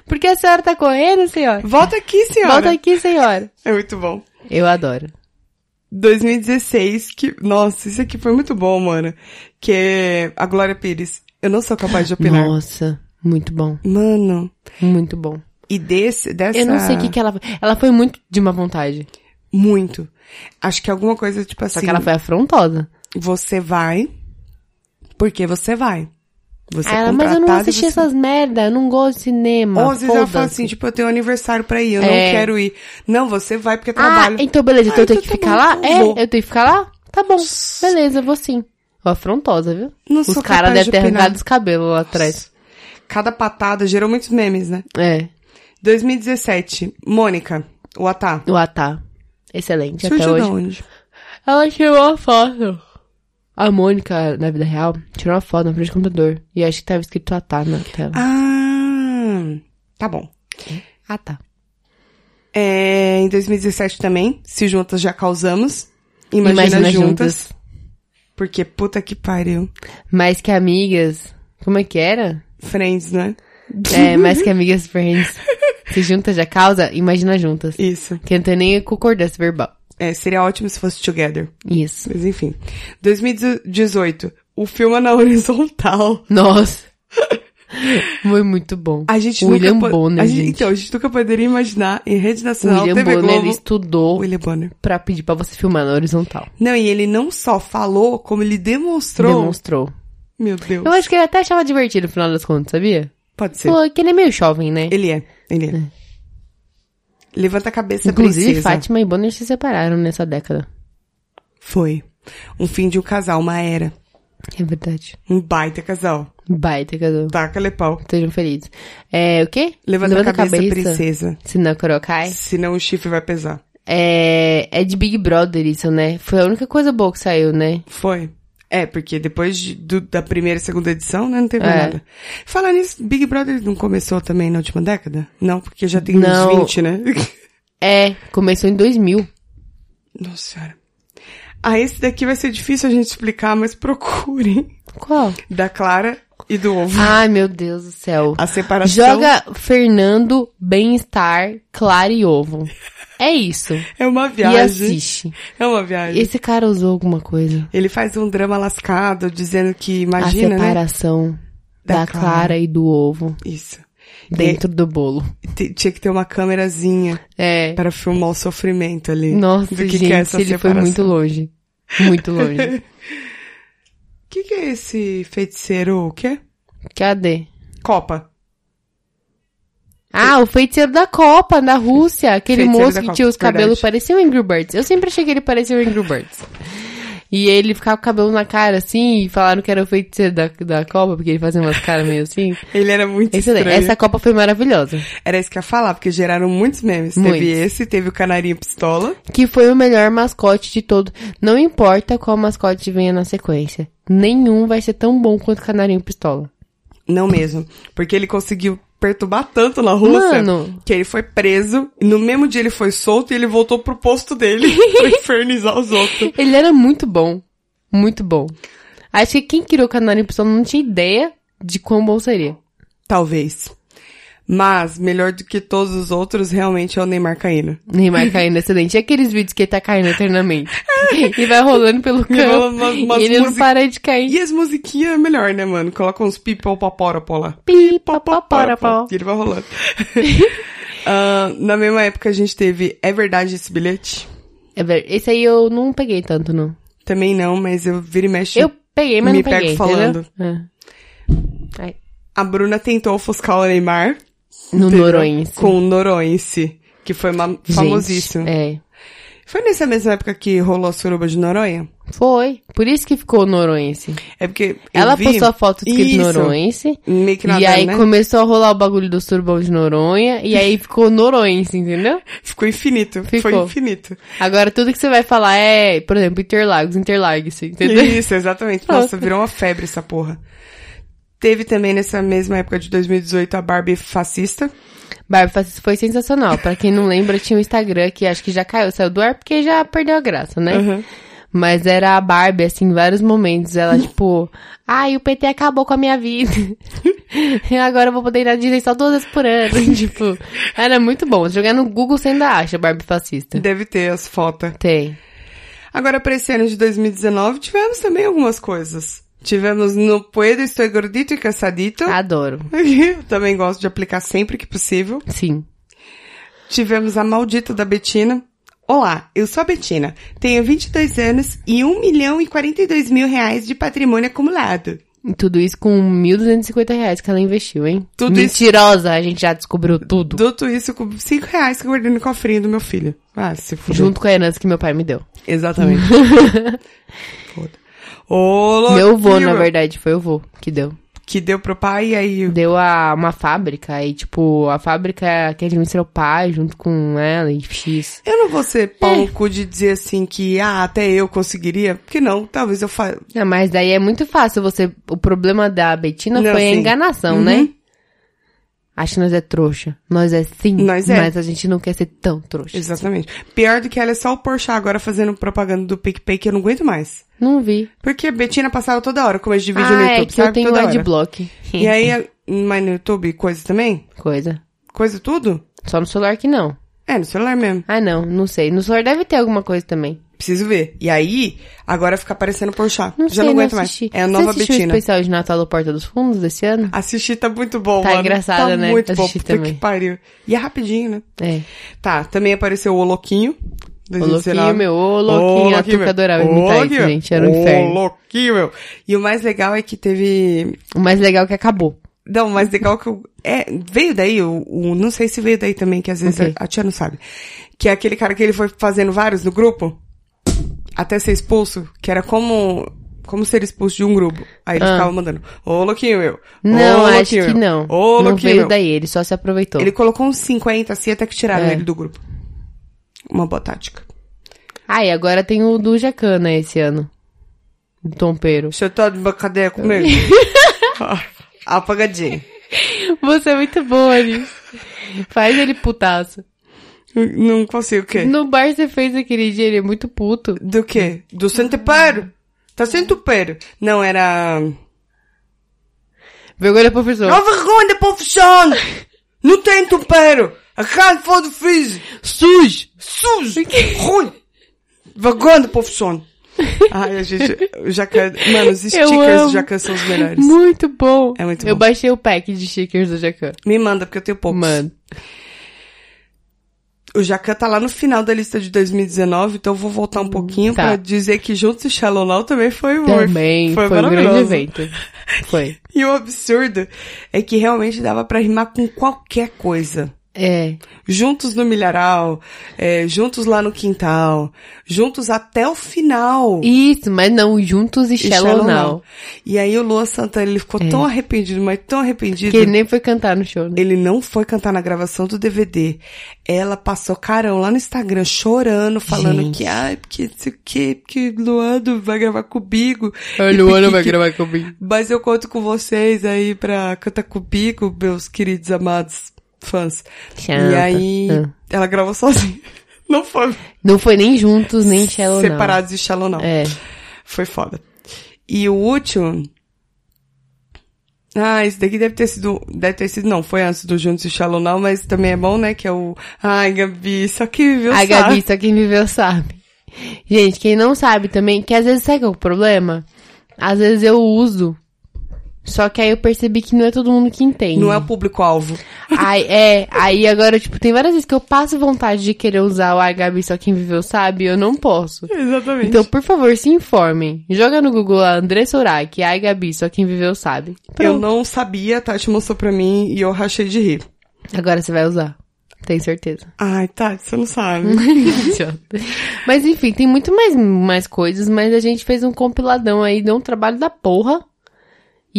S1: por que a senhora tá correndo, senhora?
S2: Volta aqui, senhora.
S1: Volta aqui, senhora.
S2: É muito bom.
S1: Eu adoro.
S2: 2016, que, nossa, isso aqui foi muito bom, mano. Que é a Glória Pires. Eu não sou capaz de opinar.
S1: Nossa, muito bom,
S2: Mano,
S1: muito bom.
S2: e desse, dessa...
S1: Eu não sei o que que ela foi. Ela foi muito de má vontade,
S2: Muito. Acho que alguma coisa, tipo assim...
S1: só que ela foi afrontosa.
S2: Você vai, porque você vai. Você
S1: Aí
S2: é
S1: ela, Ah, mas eu não vou
S2: contratada e
S1: assistir
S2: você
S1: essas merda, eu não gosto de cinema,
S2: Ou às vezes ela
S1: foda-se.
S2: fala assim, tipo, eu tenho aniversário pra ir, eu
S1: É.
S2: não quero ir. Não, você vai porque
S1: Ah,
S2: trabalho.
S1: então beleza, então
S2: Ah,
S1: eu tenho que
S2: então tá
S1: ficar
S2: bom,
S1: lá?
S2: então
S1: É,
S2: vou.
S1: eu tenho que ficar lá? Tá bom, beleza, eu vou sim. Ó, Afrontosa, viu?
S2: Não
S1: Os
S2: sou
S1: caras
S2: capaz
S1: devem
S2: de
S1: ter
S2: opinar.
S1: arrancado os cabelos lá atrás.
S2: Cada patada gerou muitos memes, né?
S1: É,
S2: 2017, Mônica, o Atá.
S1: o Atá. Excelente, até
S2: Surgiu de
S1: hoje.
S2: onde?
S1: Ela tirou uma foto. A Mônica, na vida real, tirou uma foto na frente do computador. E acho que tava escrito Atá na tela.
S2: Ah, tá bom.
S1: Atá.
S2: É, em 2017 também, se juntas já causamos. Imagina, juntas, Porque puta que pariu.
S1: Mais que amigas. Como é que era?
S2: Friends, né?
S1: É, mais que amigas friends. Se juntas já causa, imagina juntas.
S2: Isso.
S1: Que não tem nem concordância verbal.
S2: É, seria ótimo se fosse together.
S1: Isso.
S2: Mas enfim. 2018, o filme na horizontal.
S1: Nossa. Foi muito bom.
S2: A gente
S1: William
S2: nunca po-
S1: Bonner,
S2: a gente-
S1: gente.
S2: Então, a gente nunca poderia imaginar em Rede Nacional,
S1: William
S2: TV
S1: Bonner
S2: Globo...
S1: estudou
S2: William Bonner.
S1: pra pedir pra você filmar na horizontal.
S2: Não, e ele não só falou, como ele demonstrou...
S1: Demonstrou.
S2: Meu Deus.
S1: Eu acho que ele até achava divertido no final das contas, sabia?
S2: Pode ser.
S1: Falou que ele é meio jovem, né?
S2: Ele é, ele é. Levanta a cabeça,
S1: Inclusive,
S2: princesa.
S1: Fátima e Bonner se separaram nessa década.
S2: Foi. Um fim de um casal, uma era.
S1: É verdade.
S2: Um baita casal.
S1: Baita, Cadu.
S2: Taca-lhe pau.
S1: Sejam felizes. É, o quê?
S2: Levanta, a cabeça, princesa.
S1: Se não, Corokai.
S2: Senão o chifre vai pesar.
S1: É, é de Big Brother isso, né? Foi a única coisa boa que saiu, né?
S2: Foi. É, porque depois de- do- da primeira e segunda edição, né, não teve
S1: É.
S2: nada. Falando nisso, Big Brother não começou também na última década? Não, porque já tem
S1: Não.
S2: uns 20, né?
S1: É, começou em 2000.
S2: Nossa senhora. Ah, esse daqui vai ser difícil a gente explicar, mas procurem.
S1: Qual?
S2: Da Clara e do Ovo.
S1: Ai, meu Deus do céu.
S2: A separação
S1: Joga Fernando, bem-estar, clara e ovo. É isso.
S2: é uma
S1: E
S2: viagem.
S1: assiste.
S2: É uma viagem.
S1: Esse cara usou alguma coisa.
S2: Ele faz um drama lascado, dizendo que
S1: a
S2: imagina, né?
S1: separação da,
S2: Da
S1: clara.
S2: Clara.
S1: e do ovo
S2: Isso.
S1: dentro do bolo.
S2: T- tinha que ter uma câmerazinha
S1: É.
S2: para filmar o sofrimento ali.
S1: Nossa,
S2: do que
S1: gente,
S2: que é essa
S1: ele foi
S2: separação.
S1: muito longe. Muito longe.
S2: O que, que é esse feiticeiro? O quê?
S1: Cadê?
S2: Copa.
S1: Ah, o feiticeiro da Copa, da Rússia. Aquele
S2: Feiticeiro
S1: moço
S2: da
S1: que
S2: Copa,
S1: tinha os cabelos
S2: verdade.
S1: pareciam Angry Birds. Eu sempre achei que ele parecia o Angry Birds. E ele ficava com o cabelo na cara, assim, e falaram que era o feiticeiro da, da Copa, porque ele fazia umas caras meio assim.
S2: Ele era muito
S1: Excelente.
S2: estranho.
S1: Essa Copa foi maravilhosa.
S2: Era isso que eu ia falar, porque geraram muitos memes.
S1: Muitos.
S2: Teve esse, teve o Canarinho Pistola.
S1: Que foi o melhor mascote de todo. Não importa qual mascote venha na sequência. Nenhum vai ser tão bom quanto Canarinho Pistola.
S2: Não mesmo. Porque ele conseguiu perturbar tanto na Rússia
S1: Mano.
S2: que ele foi preso. E no mesmo dia ele foi solto e ele voltou pro posto dele pra infernizar os outros.
S1: Ele era muito bom. Muito bom. Acho que quem criou o Canarinho Pistola não tinha ideia de quão bom seria.
S2: Talvez. Mas, melhor do que todos os outros, realmente é o Neymar caindo.
S1: Neymar caindo acidente. E aqueles vídeos que ele tá caindo eternamente. e vai rolando pelo campo.
S2: rola umas- umas
S1: e ele não
S2: music-
S1: para de cair.
S2: E as musiquinhas é melhor, né, mano? Coloca uns people paporapó lá.
S1: Pi, pó, pó, pora, pó.
S2: E ele vai rolando. Ah, na mesma época a gente teve É Verdade Esse Bilhete?
S1: É ver- Esse aí eu não peguei tanto, não.
S2: Também não, mas eu viro e mexo.
S1: Eu peguei, mas
S2: Me
S1: não peguei.
S2: pego
S1: entendeu? É. Ai,
S2: A Bruna tentou ofuscar o Neymar.
S1: No
S2: entendeu?
S1: Norões.
S2: Com o Noronense, que foi ma- famosíssimo.
S1: É.
S2: Foi nessa mesma época que rolou a suruba de Noronha?
S1: Foi. Por isso que ficou Noroense.
S2: É porque eu
S1: Ela
S2: vi-
S1: postou a foto escrito
S2: Isso.
S1: Noroense.
S2: Meio que nada,
S1: e aí
S2: né?
S1: começou a rolar o bagulho do surbão de Noronha. E aí ficou Noroense, entendeu?
S2: Ficou infinito. Foi
S1: Ficou.
S2: infinito.
S1: Agora tudo que você vai falar é, por exemplo, Interlagos, Interlagos, entendeu?
S2: Isso, exatamente. Nossa, virou uma febre essa porra. Teve também nessa mesma época de 2018 a Barbie fascista.
S1: Barbie Fascista foi sensacional. Pra quem não lembra, tinha um Instagram que acho que já caiu, saiu do ar porque já perdeu a graça, né?
S2: Uhum.
S1: Mas era a Barbie, assim, em vários momentos. Ela, tipo, ai, o PT acabou com a minha vida. E Agora eu vou poder ir na Disney só duas vezes por ano. tipo, era muito bom. Se jogar no Google, você ainda acha Barbie Fascista.
S2: Deve ter as fotos.
S1: Tem.
S2: Agora, para esse ano de 2019, tivemos também algumas coisas. Tivemos No Puedo Estou Gordito e Cansadito.
S1: Ah. Adoro.
S2: Eu também gosto de aplicar sempre que possível.
S1: Sim.
S2: Tivemos a maldita da Betina. Olá, eu sou a Betina. Tenho 22 anos e 1 milhão e 42 mil reais de patrimônio acumulado.
S1: E tudo isso com 1.250 reais que ela investiu, hein?
S2: Tudo isso-
S1: Mentirosa, a gente já descobriu tudo.
S2: Douto isso com 5 reais que eu guardei no cofrinho do meu filho. Ah, se fuder.
S1: Junto com a herança que meu pai me deu.
S2: Exatamente. Foda. Ô, louquinho,
S1: Meu vô, na verdade, foi o vô que deu.
S2: Que deu pro pai e aí...
S1: Deu a uma fábrica e, tipo, a fábrica que administra o pai junto com ela e X.
S2: Eu não vou
S1: É.
S2: ser pau no cu de dizer assim que, ah, até eu conseguiria. Porque não, talvez eu fa...
S1: É, mas daí é muito fácil você. O problema da Betina
S2: Não,
S1: foi a
S2: sim.
S1: enganação,
S2: Uhum.
S1: né? Acho que nós é trouxa. Nós é sim,
S2: Nós é.
S1: mas a gente não quer ser tão trouxa.
S2: Exatamente. Pior do que ela é só o Porsche agora fazendo propaganda do PicPay que eu não aguento mais.
S1: Não vi.
S2: Porque a Betina passava toda hora com esse de vídeo
S1: ah,
S2: no YouTube,
S1: é que
S2: sabe?
S1: eu tenho
S2: toda hora.
S1: adblock.
S2: E aí, a- mas no YouTube, coisa também?
S1: Coisa.
S2: Coisa tudo?
S1: Só no celular que não.
S2: É, no celular mesmo.
S1: Ah, não, não sei. No celular deve ter alguma coisa também.
S2: Preciso ver. E aí, agora fica aparecendo Porsche.
S1: Não
S2: Já
S1: sei,
S2: não aguento
S1: não
S2: mais.
S1: assisti.
S2: É a nova
S1: Você assistiu o
S2: Betina.
S1: especial de Natal do Porta dos Fundos desse ano?
S2: Assistir tá muito bom,
S1: Tá
S2: mano.
S1: engraçado,
S2: tá
S1: né?
S2: muito bom.
S1: Assisti
S2: Puta
S1: também.
S2: que pariu. E é rapidinho, né?
S1: É.
S2: Tá, também apareceu o Oloquinho.
S1: O Louquinho, meu, o Louquinho, a Tuca adorava imitar isso, gente, era um
S2: O
S1: inferno.
S2: Louquinho, meu. E o mais legal é que teve
S1: O mais legal é que acabou.
S2: Não, o mais legal que eu. É, veio daí, o, o- não sei se veio daí também, que às vezes
S1: Ok.
S2: a, a tia não sabe. Que é aquele cara que ele foi fazendo vários no grupo, até ser expulso, que era como. Como ser expulso de um grupo. Aí ele
S1: Ah.
S2: ficava mandando, ô louquinho meu.
S1: Não,
S2: ô,
S1: acho
S2: louquinho
S1: que
S2: meu,
S1: não.
S2: Ô
S1: não
S2: louquinho
S1: veio
S2: meu.
S1: daí, ele só se aproveitou.
S2: Ele colocou uns 50 assim até que tiraram
S1: É.
S2: ele do grupo. Uma boa tática.
S1: Ah, e agora tem o do Jacana esse ano. Do Tompeiro.
S2: Você tá de cadeia comigo? Ah, Apagadinho.
S1: Você é muito boa nisso. Faz ele putaço.
S2: Não consigo o quê?
S1: No bar você fez aquele dia, ele é muito puto.
S2: Do quê? Do centupero? Tá centupero. Não, era...
S1: Vergonha, professor.
S2: Não vergonha da profissão! Não tem tempero! A carne fora do freezer! Sujo! Sujo! Ruim! Vergonha da profissão! Ai, a gente... O jacan... Mano, os stickers
S1: amo.
S2: do jacan são os melhores.
S1: Muito bom.
S2: É muito
S1: Eu
S2: bom.
S1: baixei o pack de stickers do Jacan.
S2: Me manda, porque eu tenho poucos.
S1: Mano.
S2: O Jacan tá lá no final da lista de 2019, então eu vou voltar um pouquinho
S1: Tá.
S2: pra dizer que Juntos e Shallow Now também foi um...
S1: Também foi, um grande
S2: maravilhoso.
S1: evento. Foi.
S2: E o absurdo é que realmente dava pra rimar com qualquer coisa.
S1: É.
S2: juntos no milharal, é, juntos lá no quintal, juntos até o final.
S1: Isso, mas não, juntos e, Shallow,
S2: Shallow
S1: Now. É.
S2: Now. E aí o Luan Santana, ele ficou tão arrependido, mas tão arrependido.
S1: Que ele nem foi cantar no show, né?
S2: Ele não foi cantar na gravação do DVD. Ela passou carão lá no Instagram, chorando, falando
S1: Gente.
S2: que, ai, porque não sei o quê, porque Luan não vai gravar comigo.
S1: O
S2: e porque
S1: Luana vai
S2: que-
S1: gravar comigo.
S2: Mas eu conto com vocês aí pra cantar comigo, meus queridos amados fãs.
S1: Chata.
S2: E aí,
S1: Ah.
S2: ela gravou sozinha. Não foi
S1: Não foi nem juntos, nem Shallow Now.
S2: separados de Shallow Now.
S1: É.
S2: Foi foda. E o último... Ah, esse daqui deve ter sido... Deve ter sido... Não, foi antes do Juntos e Shallow Now, mas também é bom, né? Que é o... Ai, Gabi, só quem viveu
S1: A
S2: sabe.
S1: Gabi, só quem viveu sabe. Gente, quem não sabe também, que às vezes sabe qual é o problema? Às vezes eu uso. Só que aí eu percebi que não é todo mundo que entende.
S2: Não é o público-alvo.
S1: Aí, é, aí agora, tipo, tem várias vezes que eu passo vontade de querer usar o Ai, Gabi, só quem viveu sabe, e eu não posso.
S2: Exatamente.
S1: Então, por favor, se informem. Joga no Google lá, Andressa Urach, Ai, Gabi, só quem viveu sabe.
S2: eu
S1: Pronto.
S2: não sabia, a Tati mostrou pra mim e eu rachei de rir.
S1: Agora você vai usar. Tenho certeza.
S2: Ai, Tati, você não sabe.
S1: Idiota. mas enfim, tem muito mais, mais coisas, mas a gente fez um compiladão aí, deu um trabalho da porra.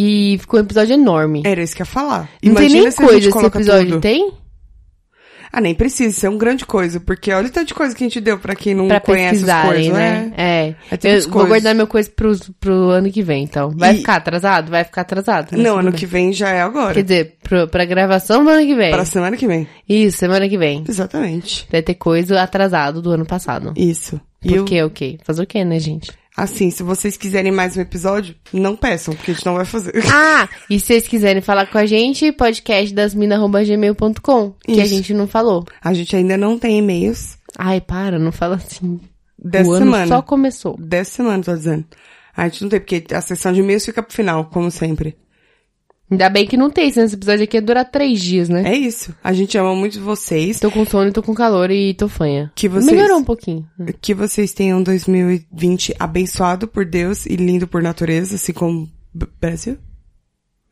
S1: E ficou um episódio enorme.
S2: Era isso que eu ia falar.
S1: Não tem nem
S2: É, a gente
S1: coisa esse
S2: coloca
S1: episódio,
S2: tudo.
S1: tem?
S2: Ah, nem precisa, isso é um grande coisa, porque olha o tanto de coisa que a gente deu pra quem não
S1: Pra
S2: Um conhece as coisas,
S1: pesquisarem, né?
S2: né?
S1: É.
S2: Aí tem
S1: Eu
S2: as
S1: vou
S2: coisas.
S1: guardar meu coisa pro, pro ano que vem, então. Vai
S2: E-
S1: ficar atrasado? Vai ficar atrasado. mas
S2: Não,
S1: tudo
S2: ano
S1: bem.
S2: que vem já é agora.
S1: Tá Quer dizer, pro, pra gravação do ano que vem.
S2: Pra semana que vem.
S1: Isso, semana que vem.
S2: Exatamente.
S1: Vai ter coisa atrasado do ano passado.
S2: Isso. E eu,
S1: Por quê? O quê? Fazer o quê, né, gente?
S2: assim, se vocês quiserem mais um episódio, não peçam, porque a gente não vai fazer.
S1: Ah, e se vocês quiserem falar com a gente, podcast gmail.com, que a
S2: Isso.
S1: gente não falou.
S2: A gente ainda não tem e-mails
S1: Ai, para, não fala assim.
S2: dessa
S1: o ano
S2: semana.
S1: só começou.
S2: Dessa semana, tô dizendo. A gente não tem, porque a sessão de e-mails fica pro final, como sempre.
S1: Ainda bem que não tem, senão esse episódio aqui ia durar três dias, né?
S2: É isso. A gente ama muito vocês.
S1: Tô com sono, tô com calor e tô fanha.
S2: Que vocês-
S1: Melhorou um pouquinho.
S2: Que vocês tenham um 2020 abençoado por Deus e lindo por natureza, assim como B- Brasil?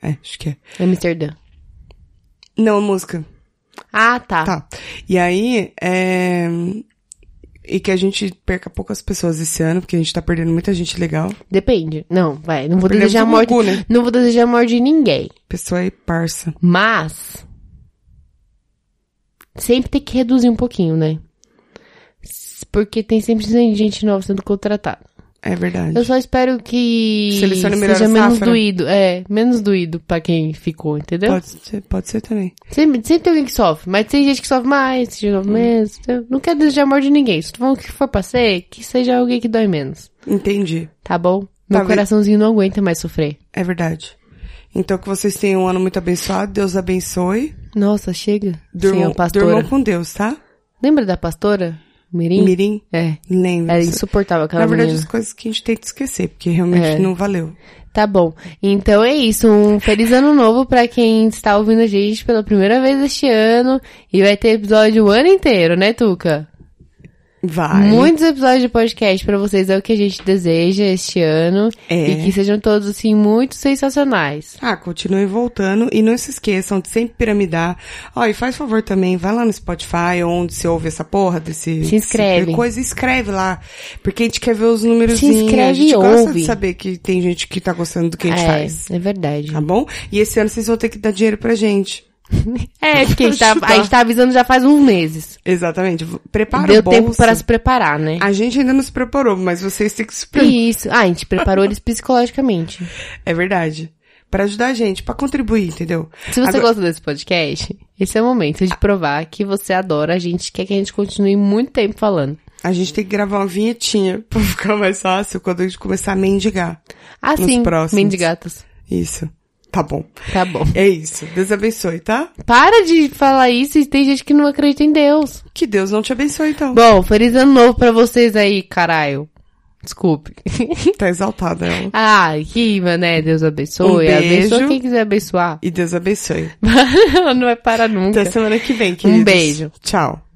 S2: É, acho que é.
S1: Amsterdã.
S2: Não, a música.
S1: Ah, tá.
S2: Tá. E aí, é... E que a gente perca poucas pessoas esse ano, porque a gente tá perdendo muita gente legal.
S1: Depende. Não, vai. Não vou
S2: Perdemos
S1: desejar
S2: o
S1: morte.
S2: Gugu, né?
S1: Não vou desejar morte de ninguém.
S2: Pessoa aí, parça.
S1: Mas. Sempre tem que reduzir um pouquinho, né? S- Porque tem sempre gente nova sendo contratada.
S2: É verdade.
S1: Eu só espero que
S2: Selecione melhor
S1: seja
S2: a
S1: menos
S2: safra. né?
S1: doído. É, menos doído pra quem ficou, entendeu?
S2: Pode ser, pode ser também.
S1: Sempre, sempre tem alguém que sofre, mas tem gente que sofre mais, tem gente que
S2: Hum.
S1: sofre menos. entendeu? Não quero desejar morte de ninguém. Se tu falando que for pra ser, que seja alguém que dói menos.
S2: Entendi.
S1: Tá bom? Meu
S2: Talvez-
S1: coraçãozinho não aguenta mais sofrer.
S2: É verdade. Então que vocês tenham um ano muito abençoado. Deus abençoe.
S1: Nossa, chega.
S2: Durmam,
S1: Senhor, pastora.
S2: durmam com Deus, tá?
S1: Lembra da pastora? Mirim?
S2: Mirim,
S1: É.
S2: lembre
S1: Era insuportável aquela
S2: Na verdade,
S1: menina.
S2: as coisas que a gente tem que esquecer, porque realmente
S1: É.
S2: não valeu.
S1: Tá bom. Então é isso. Um feliz ano novo pra quem está ouvindo a gente pela primeira vez este ano. E vai ter episódio o ano inteiro, né, Tuca?
S2: Vai.
S1: Muitos episódios de podcast pra vocês é o que a gente deseja este ano.
S2: É.
S1: E que sejam todos, assim, muito sensacionais.
S2: Ah, continue voltando e não se esqueçam de sempre piramidar. Ó, e faz favor também, vai lá no Spotify, onde você ouve essa porra desse...
S1: Se inscreve.
S2: desse Coisa, escreve lá, porque a gente quer ver os números.
S1: Se inscreve
S2: a gente
S1: e
S2: gosta
S1: ouve.
S2: de saber que tem gente que tá gostando do que a gente
S1: é,
S2: faz.
S1: é verdade.
S2: Tá bom? E esse ano vocês vão ter que dar dinheiro pra gente.
S1: É, porque a gente, tá, a gente tá avisando já faz uns meses.
S2: Exatamente. V- Prepara
S1: Deu
S2: o bolso.
S1: tempo para se preparar, né?
S2: A gente ainda não se preparou, mas vocês têm que se preparar.
S1: Isso. Ah, a gente preparou eles psicologicamente.
S2: É verdade. Pra ajudar a gente, pra contribuir, entendeu?
S1: Se você
S2: Agora-
S1: gosta desse podcast, esse é o momento de provar que você adora a gente, quer que a gente continue muito tempo falando.
S2: A gente tem que gravar uma vinhetinha pra ficar mais fácil quando a gente começar a mendigar.
S1: Assim,
S2: Nos próximos.
S1: mendigatas.
S2: Isso. Tá bom.
S1: Tá bom.
S2: É isso. Deus abençoe, tá?
S1: Para de falar isso e tem gente que não acredita em Deus.
S2: Que Deus não te abençoe, então.
S1: Bom, feliz ano novo pra vocês aí, caralho. Desculpe.
S2: Tá exaltada ela.
S1: ah, que né? Deus abençoe.
S2: Um beijo.
S1: Abençoa quem quiser abençoar.
S2: E Deus abençoe.
S1: Ela não vai parar nunca.
S2: Até semana que vem,
S1: Um
S2: queridos.
S1: beijo.
S2: Tchau.